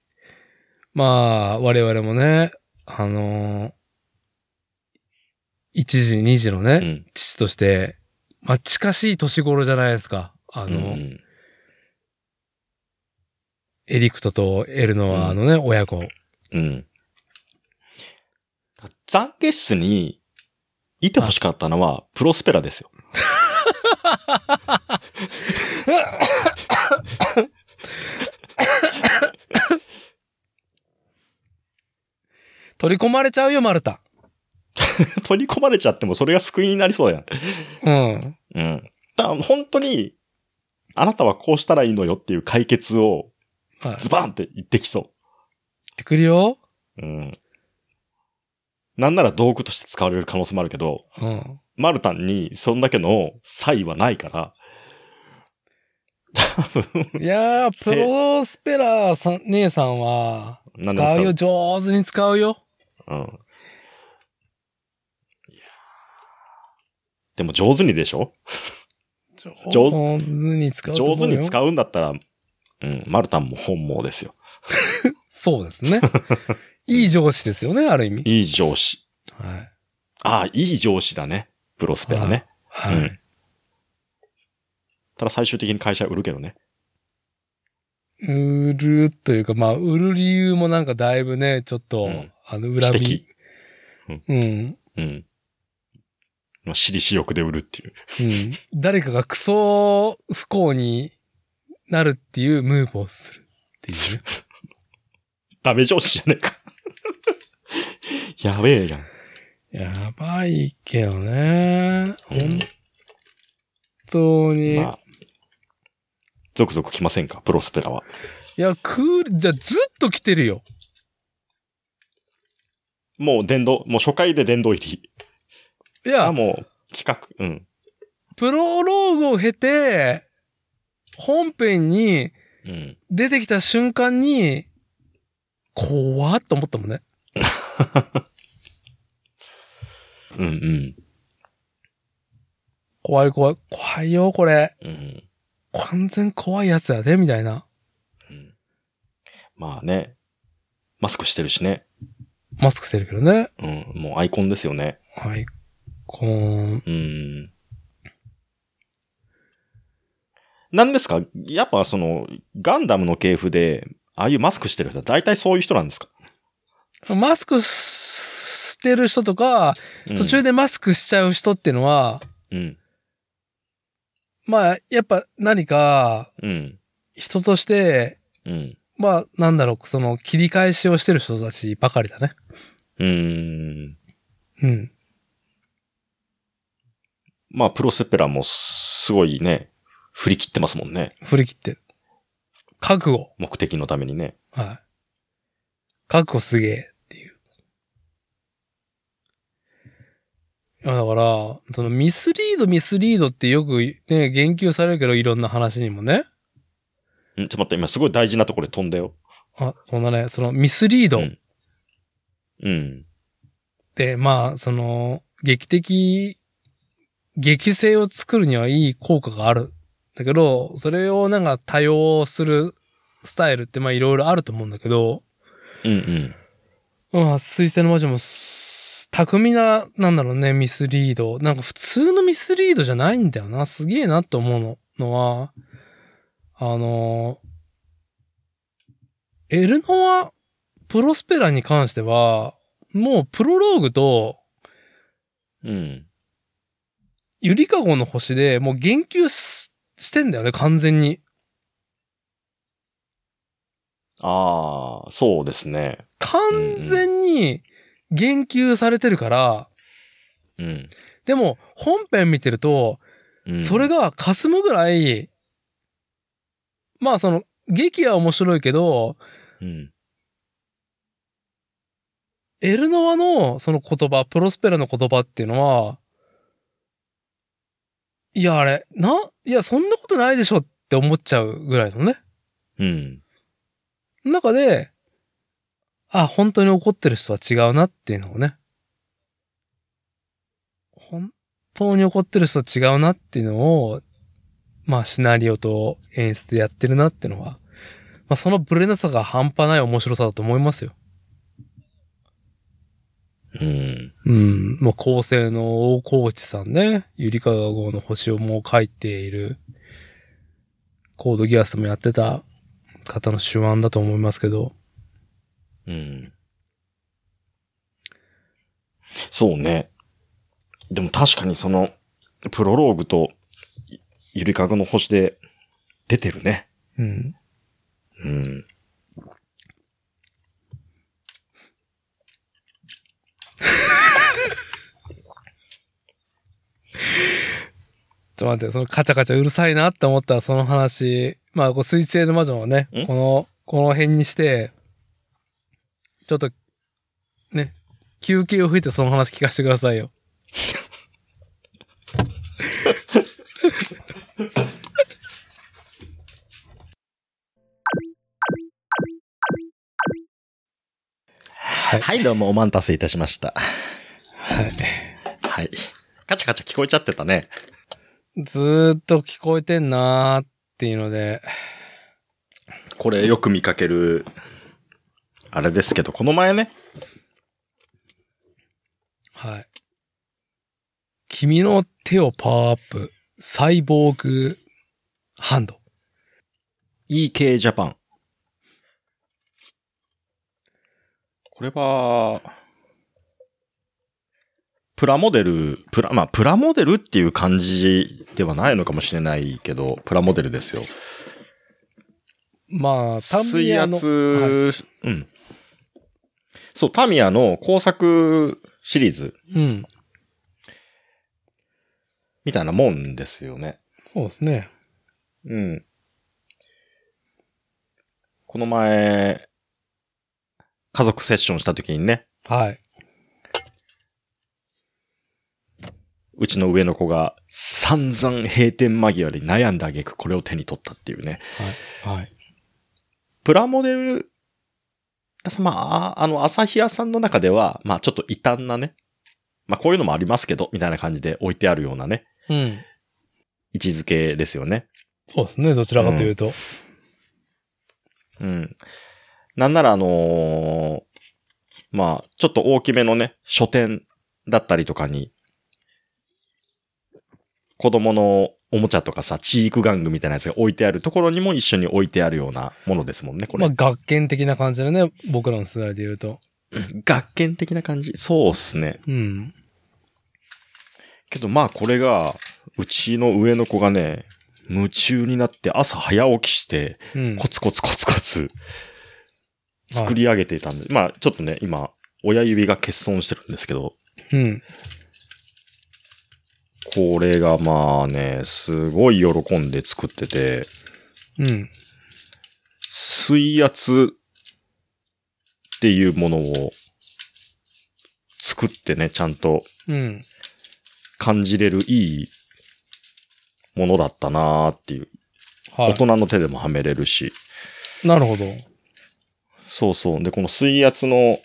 Speaker 1: まあ、我々もね、あのー、1時、2時のね、
Speaker 2: うん。
Speaker 1: 父として、まあ、近しい年頃じゃないですか。あ
Speaker 2: あ
Speaker 1: の、エリクトとエルノアのね、親子。
Speaker 2: うん。懺悔室にいてほしかったのは、プロスペラですよ。
Speaker 1: 取り込まれちゃうよ、マルタ。
Speaker 2: 取り込まれちゃってもそれが救いになりそうやん。
Speaker 1: うん。
Speaker 2: うん。だから本当に、あなたはこうしたらいいのよっていう解決を
Speaker 1: はい。行っ
Speaker 2: ズバンって言ってきそ
Speaker 1: てくるよ。
Speaker 2: う。うん。なんなら道具として使われる可能性もあるけど、
Speaker 1: うん。
Speaker 2: マルタンにそんだけの差異はないから、多分、
Speaker 1: いやー、
Speaker 2: せ
Speaker 1: プロスペラさん、姉さんは、
Speaker 2: 何でも
Speaker 1: 使
Speaker 2: 使う
Speaker 1: うよ、上手に使うよ。
Speaker 2: うん。いやーでも上手にでしょ上手
Speaker 1: 上手に使うと思
Speaker 2: 上
Speaker 1: う
Speaker 2: 手に
Speaker 1: う。
Speaker 2: 使うんだったら、うん、マルタンも本望ですよ。
Speaker 1: そうです ね。いい上司ですよね、ある意味。
Speaker 2: いい上司。
Speaker 1: はい。
Speaker 2: ああ、いい上司だね。プロスペラね。
Speaker 1: はい。
Speaker 2: うんただ最終的に会社売るけどね。
Speaker 1: 売るというか、まあ、売る理由もなんかだいぶね、ちょっと、
Speaker 2: うん
Speaker 1: あの、恨
Speaker 2: 私
Speaker 1: み。うん。うん。
Speaker 2: うん。まあ、私利私欲で売るっていう。
Speaker 1: 誰かがクソ不幸になるっていうムーブをするっていうね。
Speaker 2: ダメ上司じゃねえか。 やべえやん。
Speaker 1: やばいけどね。
Speaker 2: うん
Speaker 1: 本当に。
Speaker 2: まあ、続々来ませんか、プロスペラは。
Speaker 1: いや、クール、じゃあずっと来てるよ。
Speaker 2: もう殿堂、もう初回で殿堂入り。
Speaker 1: い
Speaker 2: あ、
Speaker 1: や、
Speaker 2: もう企画、うん。
Speaker 1: プロローグを経て、本編に
Speaker 2: うん。
Speaker 1: 出てきた瞬間に、怖っと思ったもんね。
Speaker 2: うん
Speaker 1: 怖い怖い。怖いよ、これ。
Speaker 2: うん。うん。
Speaker 1: 完全怖いやつやで、みたいな。
Speaker 2: うんまあね。マスクしてるしね。
Speaker 1: マスクしてるけどね。
Speaker 2: うん。もうアイコンですよね。
Speaker 1: はい。こん、
Speaker 2: うん。なんですかやっぱその、ガンダムの系譜で、ああいうマスクしてる人は大体そういう人なんですか、
Speaker 1: マスクしてる人とか、
Speaker 2: うん
Speaker 1: 途中でマスクしちゃう人っていうのは、
Speaker 2: うん。
Speaker 1: まあ、やっぱ何か、
Speaker 2: うん。
Speaker 1: 人として、
Speaker 2: うん。
Speaker 1: まあ、なんだろう、その、切り返しをしてる人たちばかりだね。
Speaker 2: うん。
Speaker 1: うん。
Speaker 2: まあ、プロセペラもすごいね、振り切ってますもんね。
Speaker 1: 振り切ってる。覚悟。
Speaker 2: 目的のためにね。
Speaker 1: はい。覚悟すげえっていう。いや、だから、そのミスリード、ミスリードってよくね、言及されるけど、いろんな話にもね。
Speaker 2: うん、ちょっと待って、今すごい大事なところで飛んだよ。
Speaker 1: あ、そんなね、そのミスリード
Speaker 2: う
Speaker 1: っ
Speaker 2: んうん。
Speaker 1: て、まあ、その、劇的、劇性を作るにはいい効果がある。だけど、それをなんか多用するスタイルって、まあいろいろあると思うんだけど、
Speaker 2: うんうん。
Speaker 1: うん、水星の魔女もす、巧みな、なんだろうね、ミスリード。なんか普通のミスリードじゃないんだよな。すげえなと思うののは、あの、エルノア・プロスペラに関しては、もうプロローグと
Speaker 2: うん。
Speaker 1: ゆりかごの星でもう言及ししてんだよね、完全に。
Speaker 2: ああ、そうですね。
Speaker 1: 完全に言及されてるから、
Speaker 2: うん。
Speaker 1: でも本編見てると、
Speaker 2: うん
Speaker 1: それ、が霞むぐらい、まあその、劇は面白いけど、
Speaker 2: うん。
Speaker 1: エルノアのその言葉、プロスペラの言葉っていうのは、いやあれ、な、いやそんなことないでしょって思っちゃうぐらいのね。
Speaker 2: うん。
Speaker 1: 中で、あ、本当に怒ってる人は違うなっていうのをね。本当に怒ってる人と違うなっていうのを、まあシナリオと演出でやってるなっていうのは、まあそのブレなさが半端ない面白さだと思いますよ。
Speaker 2: うん。
Speaker 1: うん。もう構成の大河内さんね、ゆりかごの星をもう書いている、コードギアスもやってた方の手腕だと思いますけど、
Speaker 2: うん。そうね。でも確かにその、プロローグと、ゆゆりかごの星で出てるね。
Speaker 1: うん。
Speaker 2: うん。
Speaker 1: ちょっと待って、そのカチャカチャうるさいなって思ったらその話、まあ、こう水星の魔女をね
Speaker 2: ん、
Speaker 1: この、この辺にして、ちょっと、ね、休憩を吹いてその話聞かせてくださいよ。
Speaker 2: はい、どうもお待たせいたしました。
Speaker 1: はい。
Speaker 2: はい。カチャカチャ聞こえちゃってたね。
Speaker 1: ずーっと聞こえてんなーっていうので、
Speaker 2: これよく見かける、あれですけど、この前ね。
Speaker 1: はい。君の手をパワーアップ、サイボーグハンド。
Speaker 2: EK ジャパン。これは、プラモデル、プラ、まあ、プラモデルっていう感じではないのかもしれないけど、プラモデルですよ。
Speaker 1: まあ、タミ
Speaker 2: 水
Speaker 1: ヤ
Speaker 2: 圧、
Speaker 1: の、
Speaker 2: うん。そう、タミヤの工作シリーズ
Speaker 1: うん。
Speaker 2: みたいなもんですよね。
Speaker 1: そうですね。
Speaker 2: うん。この前、家族セッションした時にね、
Speaker 1: はい。
Speaker 2: うちの上の子が散々閉店間際で悩んだ挙句これを手に取ったっていうね。
Speaker 1: はい。
Speaker 2: プラモデル、まあ、あの、朝日屋さんの中では、まあちょっと異端なね、まあこういうのもありますけど、みたいな感じで置いてあるようなね、
Speaker 1: うん。
Speaker 2: 位置づけですよね。
Speaker 1: そうですね、どちらかというと。
Speaker 2: うん。なんならあのーまあ、ちょっと大きめのね、書店だったりとかに、子供のおもちゃとかさ、知育玩具みたいなやつが置いてあるところにも一緒に置いてあるようなものですもんね、これ。
Speaker 1: まあ、学研的な感じでね、僕らの世代で言うと。
Speaker 2: 学研的な感じそうっすね。
Speaker 1: うん。
Speaker 2: けどまあこれが、うちの上の子がね、夢中になって朝早起きして、
Speaker 1: うん。
Speaker 2: コツコツコツコツ作り上げていたんで、まあちょっとね、今、親指が欠損してるんですけど、
Speaker 1: うん。
Speaker 2: これがまあね、すごい喜んで作ってて、
Speaker 1: うん。
Speaker 2: 水圧っていうものを作ってね、ちゃんと
Speaker 1: うん。
Speaker 2: 感じれるいいものだったなーっていう。
Speaker 1: は
Speaker 2: 大人の手でもはめれるし。
Speaker 1: い。なるほど。
Speaker 2: そうそう。で、この水圧の、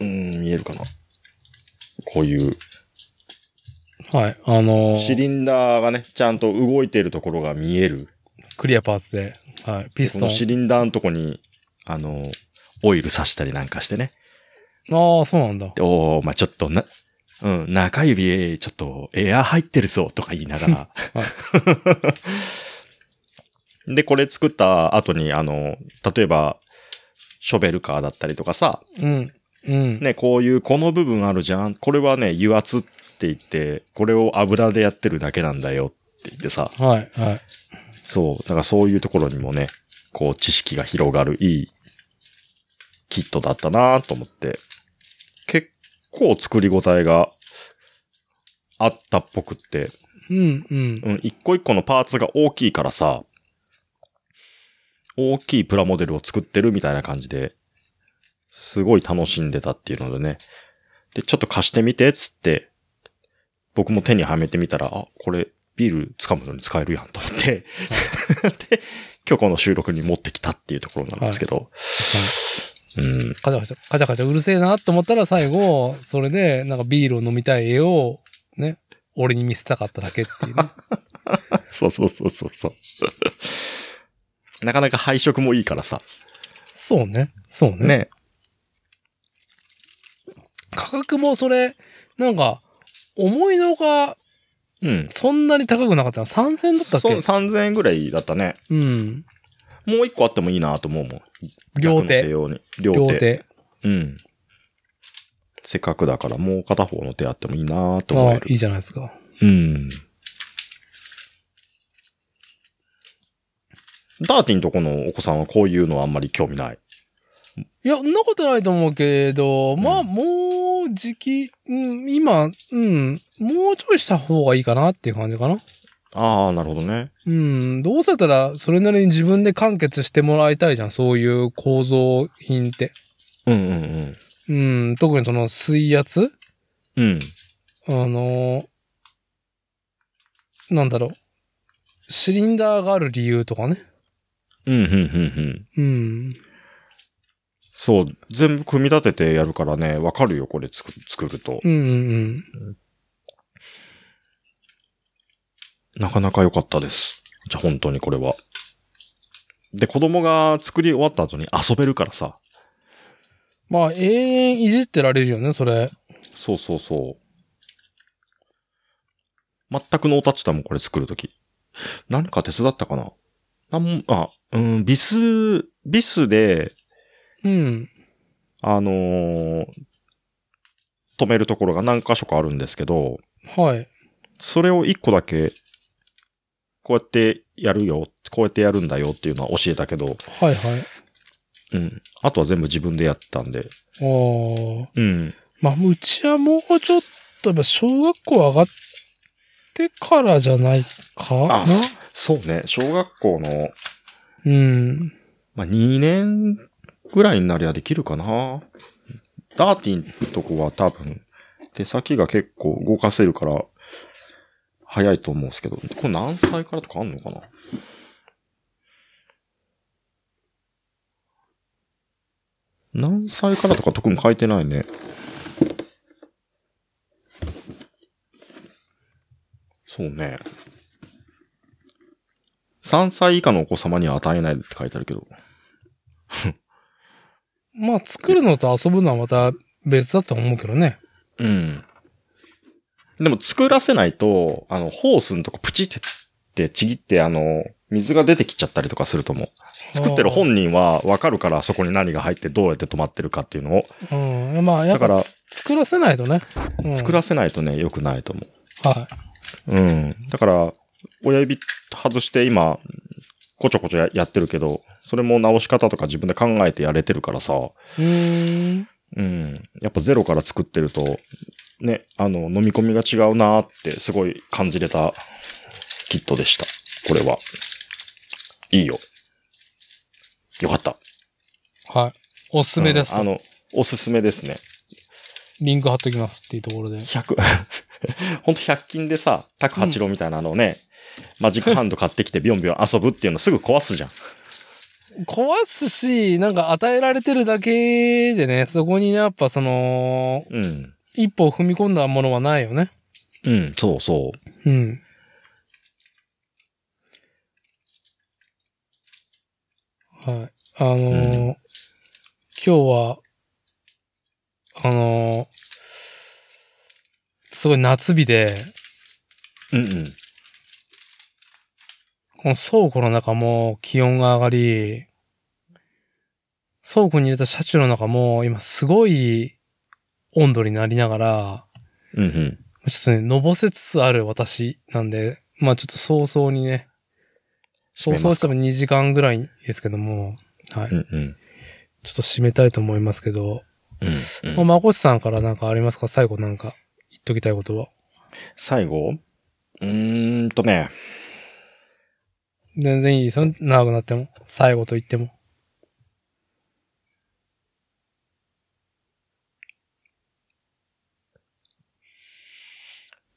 Speaker 2: うーん、見えるかな。こういう
Speaker 1: はい。あのー
Speaker 2: シリンダーがね、ちゃんと動いているところが見える。
Speaker 1: クリアパーツで。はい。ピス
Speaker 2: こ
Speaker 1: トン
Speaker 2: の。シリンダーのとこに、あの、オイル刺したりなんかしてね。
Speaker 1: ああ、そうなんだ。
Speaker 2: でおー、まあ、ちょっとな、うん、中指、ちょっとエア入ってるぞ、とか言いながら。 で、これ作った後に、あの、例えば、ショベルカーだったりとかさ、
Speaker 1: うん。うん。
Speaker 2: ね、こういう、この部分あるじゃん。これはね、油圧って言って、これを油でやってるだけなんだよって言ってさ、
Speaker 1: はい。はい。
Speaker 2: そう、だからそういうところにもね、こう、知識が広がるいいキットだったなと思って、結構作り応えがあったっぽくって、
Speaker 1: うん。うん。
Speaker 2: うん、一個一個のパーツが大きいからさ、大きいプラモデルを作ってるみたいな感じで、すごい楽しんでたっていうのでね。で、ちょっと貸してみて、っつって、僕も手にはめてみたら、あ、これ、ビール掴むのに使えるやんと思って、 で、今日この収録に持ってきたっていうところなんですけど、うん、
Speaker 1: カチャカチャ、カチャカチャうるせえなと思ったら最後、それで、なんかビールを飲みたい絵を、ね、俺に見せたかっただけっていうね。
Speaker 2: そうそうそうそう そう。なかなか配色もいいからさ、
Speaker 1: そうね。そうね。
Speaker 2: ね、
Speaker 1: 価格もそれ、なんか、思いのほか、
Speaker 2: うん。
Speaker 1: そんなに高くなかったの ?3000 円だったっ
Speaker 2: そう
Speaker 1: け
Speaker 2: 3000円ぐらいだったね。
Speaker 1: うん。
Speaker 2: もう一個あってもいいなと思うもん。
Speaker 1: 両
Speaker 2: 逆の
Speaker 1: 手。
Speaker 2: 用に。両手。
Speaker 1: 両手。
Speaker 2: うん。せっかくだからもう片方の手あってもいいなと
Speaker 1: あ
Speaker 2: 思
Speaker 1: あ
Speaker 2: え
Speaker 1: い
Speaker 2: る。
Speaker 1: いじゃないですか。
Speaker 2: うん。ダーティンとこのお子さんはこういうのはあんまり興味ない。
Speaker 1: いや、そんなことないと思うけど、まあ、
Speaker 2: うん
Speaker 1: もう、時期、うん、今、うん、もうちょいした方がいいかなっていう感じかな。
Speaker 2: ああ、なるほどね。
Speaker 1: うん、どうせだったら、それなりに自分で完結してもらいたいじゃん、そういう構造品って。
Speaker 2: うんうん
Speaker 1: うん、特にその水圧
Speaker 2: うん。うん。
Speaker 1: あのーなんだろう。シリンダーがある理由とかね。
Speaker 2: うんうんうんうん。
Speaker 1: うん。
Speaker 2: そう、全部組み立ててやるからね、わかるよ、これ作作ると。
Speaker 1: うんうん
Speaker 2: なかなか良かったです。じゃ、本当にこれは。で、子供が作り終わった後に遊べるからさ。
Speaker 1: まあ、永遠いじってられるよね、それ。
Speaker 2: そうそうそう。全くノータッチだもん、これ作るとき。何か手伝ったかななんも、あ、うん、ビス、ビスで、
Speaker 1: うん。
Speaker 2: あのー止めるところが何箇所かあるんですけど、
Speaker 1: はい。
Speaker 2: それを一個だけ、こうやってやるよ、こうやってやるんだよっていうのは教えたけど、
Speaker 1: はいはい。
Speaker 2: うん。あとは全部自分でやったんで、
Speaker 1: あー
Speaker 2: うん。
Speaker 1: まあ、うちはもうちょっと、やっぱ小学校上がってからじゃないかな
Speaker 2: あ、。そそうね。小学校の、
Speaker 1: うん。
Speaker 2: まあ、2年ぐらいになりゃできるかな。ダーティンとこは多分、手先が結構動かせるから、早いと思うんですけど、これ何歳からとかあんのかな何歳からとか特に書いてないね。そうね。 3歳以下のお子様には与えないですって書いてあるけど。
Speaker 1: まあ、作るのと遊ぶのはまた別だと思うけどね。
Speaker 2: うん。でも作らせないと、あの、ホースのとこプチって、ってちぎって、あの、水が出てきちゃったりとかすると思う。作ってる本人はわかるから、そこに何が入ってどうやって止まってるかっていうのを、
Speaker 1: うん。まあ、やっ
Speaker 2: だか
Speaker 1: ぱ
Speaker 2: ら
Speaker 1: つ作らせないとね。うん、
Speaker 2: 作らせないとね、良くないと思う。
Speaker 1: は
Speaker 2: うん。だから、親指外して今、こちょこちょややってるけど、それも直し方とか自分で考えてやれてるからさ、
Speaker 1: い。うーん。
Speaker 2: うん。やっぱゼロから作ってると、ね、あの、飲み込みが違うなーってすごい感じれたキットでした。これは。いいよ。よかった。
Speaker 1: はい。おすすめです
Speaker 2: うん。あの、おすすめですね。
Speaker 1: リンク貼っときますっていうところで。
Speaker 2: 100、ほんと100均でさ、タク八郎みたいなのをね、マジックハンド買ってきてビョンビョン遊ぶっていうのすぐ壊すじゃん。
Speaker 1: 壊すし、なんか与えられてるだけでね、そこにね、やっぱその、
Speaker 2: うん。
Speaker 1: 一歩踏み込んだものはないよね。
Speaker 2: うん、そうそう。
Speaker 1: うん。はい。あのー
Speaker 2: うん
Speaker 1: 今日は、あのーすごい夏日で、
Speaker 2: うんうん。
Speaker 1: この倉庫の中も気温が上がり、倉庫に入れた車中の中も今すごい温度になりながら、
Speaker 2: うんうん。
Speaker 1: ちょっとね、のぼせつつある私なんで、まあちょっと早々にね、早
Speaker 2: 閉めま
Speaker 1: 々
Speaker 2: す
Speaker 1: 多
Speaker 2: か
Speaker 1: 分2時間ぐらいですけども、はい。
Speaker 2: うんうん。
Speaker 1: ちょっと締めたいと思いますけど、
Speaker 2: うん
Speaker 1: ま
Speaker 2: う
Speaker 1: あ、
Speaker 2: ん、
Speaker 1: まこしさんからなんかありますか最後なんか言っときたいことは。
Speaker 2: 最後うーんとね。
Speaker 1: 全然いいですよ。長くなっても。最後と言っても。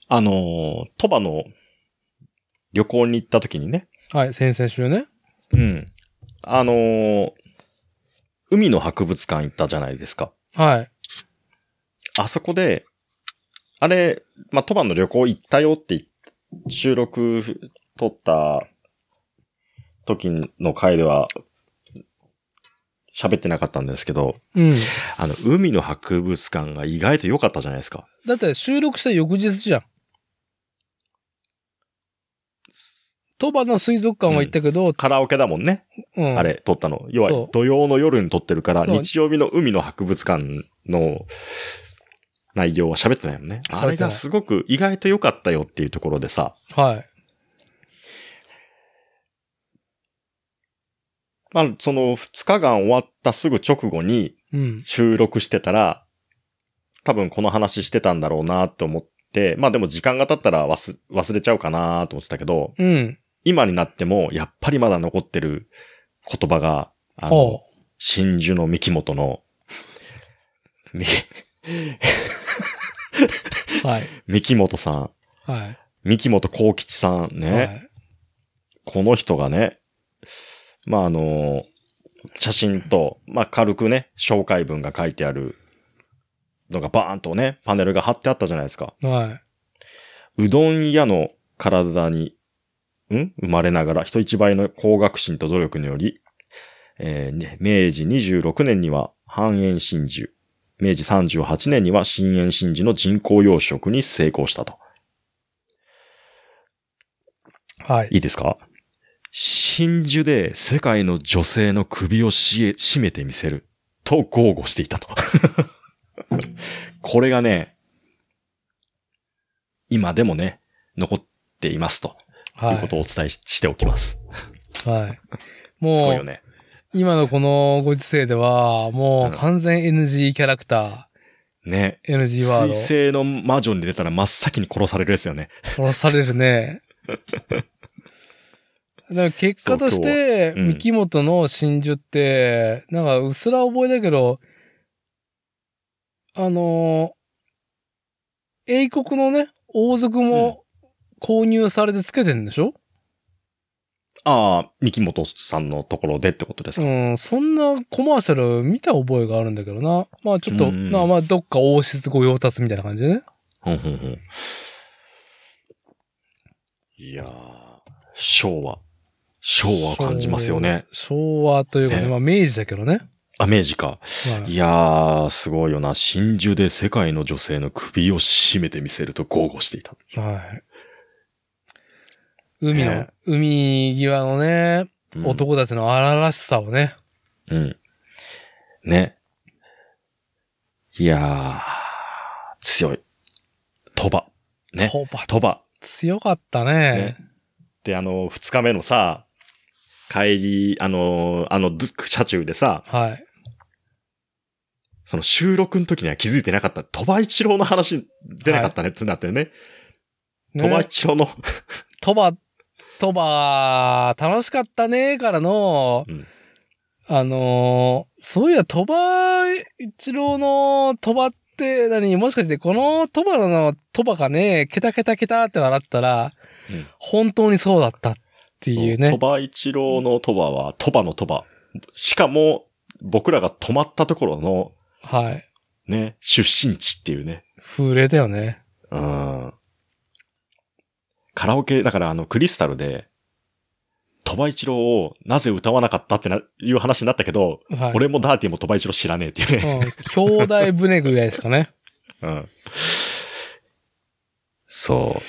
Speaker 2: あのー、鳥羽の旅行に行った時にね。
Speaker 1: はい、先々週ね。
Speaker 2: うん。あのー海の博物館行ったじゃないですか。
Speaker 1: はい。
Speaker 2: あそこで、あれ、まあ、鳥羽の旅行行ったよって言っ収録撮った時の回では喋ってなかったんですけど、
Speaker 1: うん。
Speaker 2: あの、海の博物館が意外と良かったじゃないですか。
Speaker 1: だって収録した翌日じゃん。鳥羽の水族館は行ったけど、
Speaker 2: カラオケだもんね。
Speaker 1: うん。
Speaker 2: あれ、撮ったの。要
Speaker 1: そ
Speaker 2: は
Speaker 1: う、
Speaker 2: 土曜の夜に撮ってるから、
Speaker 1: そう
Speaker 2: 日曜日の海の博物館の内容は喋ってないもんね。
Speaker 1: 喋って
Speaker 2: あ
Speaker 1: ない
Speaker 2: れがすごく意外と良かったよっていうところでさ、
Speaker 1: はい。
Speaker 2: まあ、その2日間終わったすぐ直後に
Speaker 1: うん。
Speaker 2: 収録してたら、多分この話してたんだろうなと思って、まあでも時間が経ったら忘忘れちゃうかなと思ってたけど、
Speaker 1: うん。
Speaker 2: 今になってもやっぱりまだ残ってる言葉が、あ
Speaker 1: おう
Speaker 2: の、真珠の三木本の、み
Speaker 1: はい。
Speaker 2: 三木本さん、
Speaker 1: はい。
Speaker 2: 三木本幸吉さんね、
Speaker 1: はい。
Speaker 2: この人がね、まああの、写真と、まあ軽くね、紹介文が書いてあるのがバーンとね、パネルが貼ってあったじゃないですか。
Speaker 1: は
Speaker 2: うどん屋の体に、ん生まれながら人一倍の高学心と努力により、えーね明治26年には半円真珠、明治38年には新円真珠の人工養殖に成功したと。
Speaker 1: い。はい。
Speaker 2: いいですか真珠で世界の女性の首をしえ締めてみせると豪語していたと。 これがね、今でもね、残っていますと。
Speaker 1: は
Speaker 2: ということ
Speaker 1: い。
Speaker 2: をお伝えししておきます。
Speaker 1: はい。
Speaker 2: すごい
Speaker 1: も
Speaker 2: よ
Speaker 1: う、
Speaker 2: ね。
Speaker 1: 今のこのご時世では、も
Speaker 2: うん
Speaker 1: う完全 NG キャラクタ
Speaker 2: ね。
Speaker 1: ー、NG ワー
Speaker 2: 水
Speaker 1: ド。
Speaker 2: 星の魔女に出たら真っ先に殺されるですよね。
Speaker 1: 殺される ね。だから結果として、
Speaker 2: そう今日はうん
Speaker 1: 三木本の真珠って、なんかうっすら覚えだけど、あのー英国のね、王族も購入されてつけてんでしょ、
Speaker 2: ああ、三木本さんのところでってことです
Speaker 1: う
Speaker 2: か。
Speaker 1: ん、そんなコマーシャル見た覚えがあるんだけどな。まあちょっと、
Speaker 2: うん
Speaker 1: なまあどっか王室御用達みたいな感じでね。
Speaker 2: うん、うん、うん。いやー、昭和。昭和を感じますよね。
Speaker 1: 昭和というかね、
Speaker 2: ね
Speaker 1: まあ明治だけどね。
Speaker 2: あ、明治か。
Speaker 1: はい
Speaker 2: いやー、すごいよな。真珠で世界の女性の首を絞めてみせると豪語していた。
Speaker 1: はい。海の、
Speaker 2: ね
Speaker 1: 海際のね、
Speaker 2: うん。
Speaker 1: 男たちの荒々しさをね。
Speaker 2: うん。ね。いやー、強い。鳥羽。ね
Speaker 1: 鳥羽。
Speaker 2: 鳥羽。
Speaker 1: 強かったね
Speaker 2: ね。で、あの、二日目のさ、帰り、あの、あの、ど車中でさ、
Speaker 1: はい。
Speaker 2: その収録の時には気づいてなかった。鳥羽一郎の話出なかったねってなってね。
Speaker 1: ね
Speaker 2: 鳥羽、一郎の、
Speaker 1: 鳥羽、鳥羽、楽しかったねからの、
Speaker 2: うん
Speaker 1: あのーそういや、鳥羽一郎の鳥羽って何もしかしてこの鳥羽の鳥羽がね、ケタケタケタって笑ったら、
Speaker 2: うん
Speaker 1: 本当にそうだったっていうね
Speaker 2: 鳥。羽一郎の鳥羽は鳥羽の鳥羽。しかも、僕らが泊まったところの、
Speaker 1: はい。
Speaker 2: ね、出身地っていうね。
Speaker 1: 風鈴だよね。
Speaker 2: うん。カラオケ、だからあの、クリスタルで、鳥羽一郎をなぜ歌わなかったってな、いう話になったけど、
Speaker 1: はい。
Speaker 2: 俺もダーティーも鳥羽一郎知らねえっていうね。
Speaker 1: うん、兄弟船ぐらいしかね。
Speaker 2: うん。そ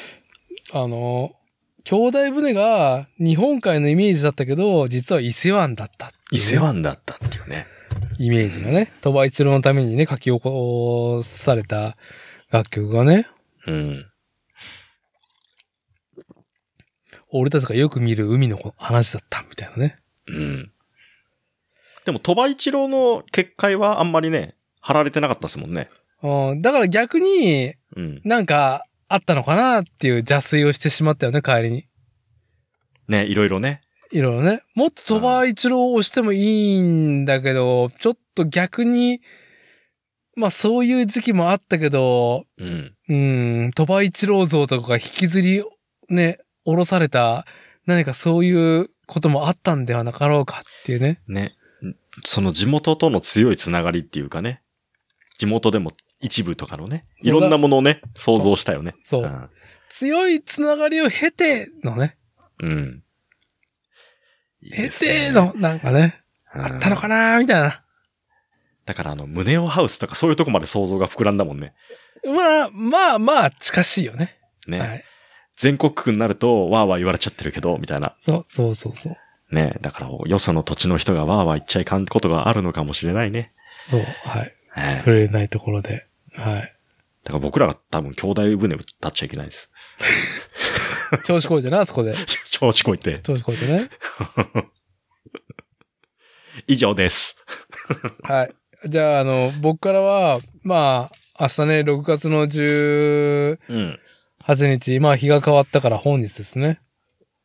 Speaker 1: あの、兄弟船が日本海のイメージだったけど、実は伊勢湾だったっていう
Speaker 2: う。
Speaker 1: ね
Speaker 2: 伊勢湾だったっていうね。
Speaker 1: イメージがね、鳥羽一郎のためにね、書き起こされた楽曲がね、
Speaker 2: うん。
Speaker 1: 俺たちがよく見る海の話だったみたいなね。
Speaker 2: うん。でも、鳥羽一郎の結界はあんまりね、張られてなかったですもんね。
Speaker 1: うん、だから逆に
Speaker 2: うん。
Speaker 1: なんかあったのかなっていう邪推をしてしまったよね、帰りに。
Speaker 2: ね、いろいろね。
Speaker 1: いろいろね。もっと鳥羽一郎を押してもいいんだけど、ちょっと逆に、まあそういう時期もあったけど、
Speaker 2: うん。
Speaker 1: うん、鳥羽一郎像とかが引きずり、ね、下ろされた、何かそういうこともあったんではなかろうかっていうね。
Speaker 2: ね。その地元との強いつながりっていうかね。地元でも一部とかのね。いろんなものをね、想像したよね。
Speaker 1: そう。
Speaker 2: うん
Speaker 1: 強いつながりを経てのね、
Speaker 2: うん。いい
Speaker 1: 経
Speaker 2: ですね
Speaker 1: ての、なんかね、
Speaker 2: うん
Speaker 1: あったのかなみたいな。
Speaker 2: だからあの、胸をハウスとかそういうとこまで想像が膨らんだもんね。
Speaker 1: まあ、まあまあ、近しいよね。
Speaker 2: ね。
Speaker 1: はい。
Speaker 2: 全国区になると、わーわー言われちゃってるけど、みたいな。
Speaker 1: そう、そうそうそう。
Speaker 2: ね。だから、よその土地の人がわーわー言っちゃいかんことがあるのかもしれないね。
Speaker 1: そう、はい。
Speaker 2: ええ
Speaker 1: 触れないところで。はい。
Speaker 2: だから僕らが多分兄弟船を立っちゃいけないです。
Speaker 1: 調子こいてな、あそこで。
Speaker 2: 調子こいて。
Speaker 1: 調子こいてね。
Speaker 2: 以上です。
Speaker 1: はい。じゃあ、あの、僕からは、まあ、明日ね、6月の10、
Speaker 2: うん。
Speaker 1: 8日、まあ日が変わったから本日ですね。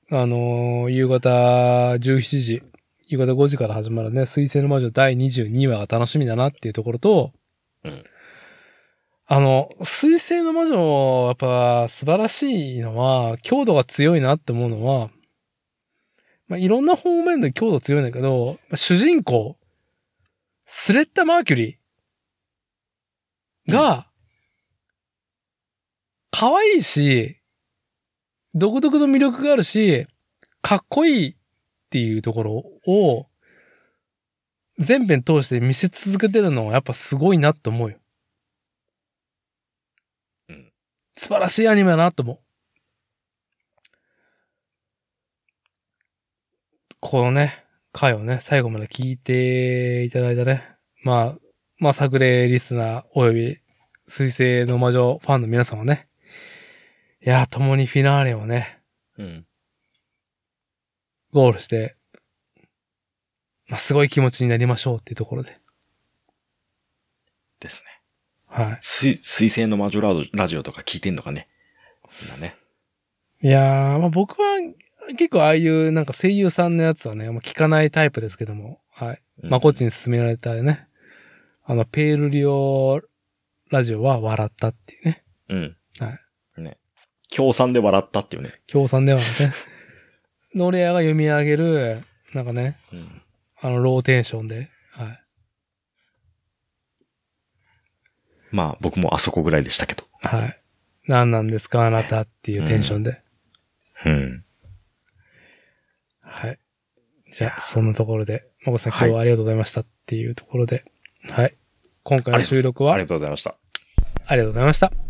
Speaker 1: あのー夕方17時、夕方5時から始まるね、水星の魔女第22話が楽しみだなっていうところと、
Speaker 2: うん
Speaker 1: あの、水星の魔女、やっぱ素晴らしいのは、強度が強いなって思うのは、まあいろんな方面で強度強いんだけど、まあ主人公、スレッタ・マーキュリーが、可愛いし、独特の魅力があるし、かっこいいっていうところを、全編通して見せ続けてるのはやっぱすごいなと思うよ。
Speaker 2: うん
Speaker 1: 素晴らしいアニメだなと思う。このね、回をね、最後まで聞いていただいたね。まあ、まあ、作例リスナーおよび水星の魔女ファンの皆様ね。いやー、共にフィナーレをね、
Speaker 2: うん。
Speaker 1: ゴールして、まあ、すごい気持ちになりましょうっていうところで。
Speaker 2: ですね。
Speaker 1: は
Speaker 2: 水、水星の魔女ラジオラジオとか聞いてんのかね。みんなね。
Speaker 1: い。いやー、まあ、僕は結構ああいうなんか声優さんのやつはね、もう聞かないタイプですけども、はい。
Speaker 2: うん
Speaker 1: まあ、こっちに勧められたね、あの、ペールリオラジオは笑ったっていうね。
Speaker 2: うん。。
Speaker 1: はい
Speaker 2: ね。協賛で笑ったっていうね。
Speaker 1: 共産で はね、ノレアが読み上げる、なんかね、
Speaker 2: うん。
Speaker 1: あの、ローテンションで、はい。
Speaker 2: まあ僕もあそこぐらいでしたけど。
Speaker 1: はい。何なんですか、あなたっていうテンションで。
Speaker 2: うん。
Speaker 1: はい。じゃあ、そんなところで、まこさん今日はありがとうございましたっていうところで、はい。今回の収録は、
Speaker 2: あ
Speaker 1: あ
Speaker 2: り
Speaker 1: り
Speaker 2: がとうございました。
Speaker 1: がとうございました。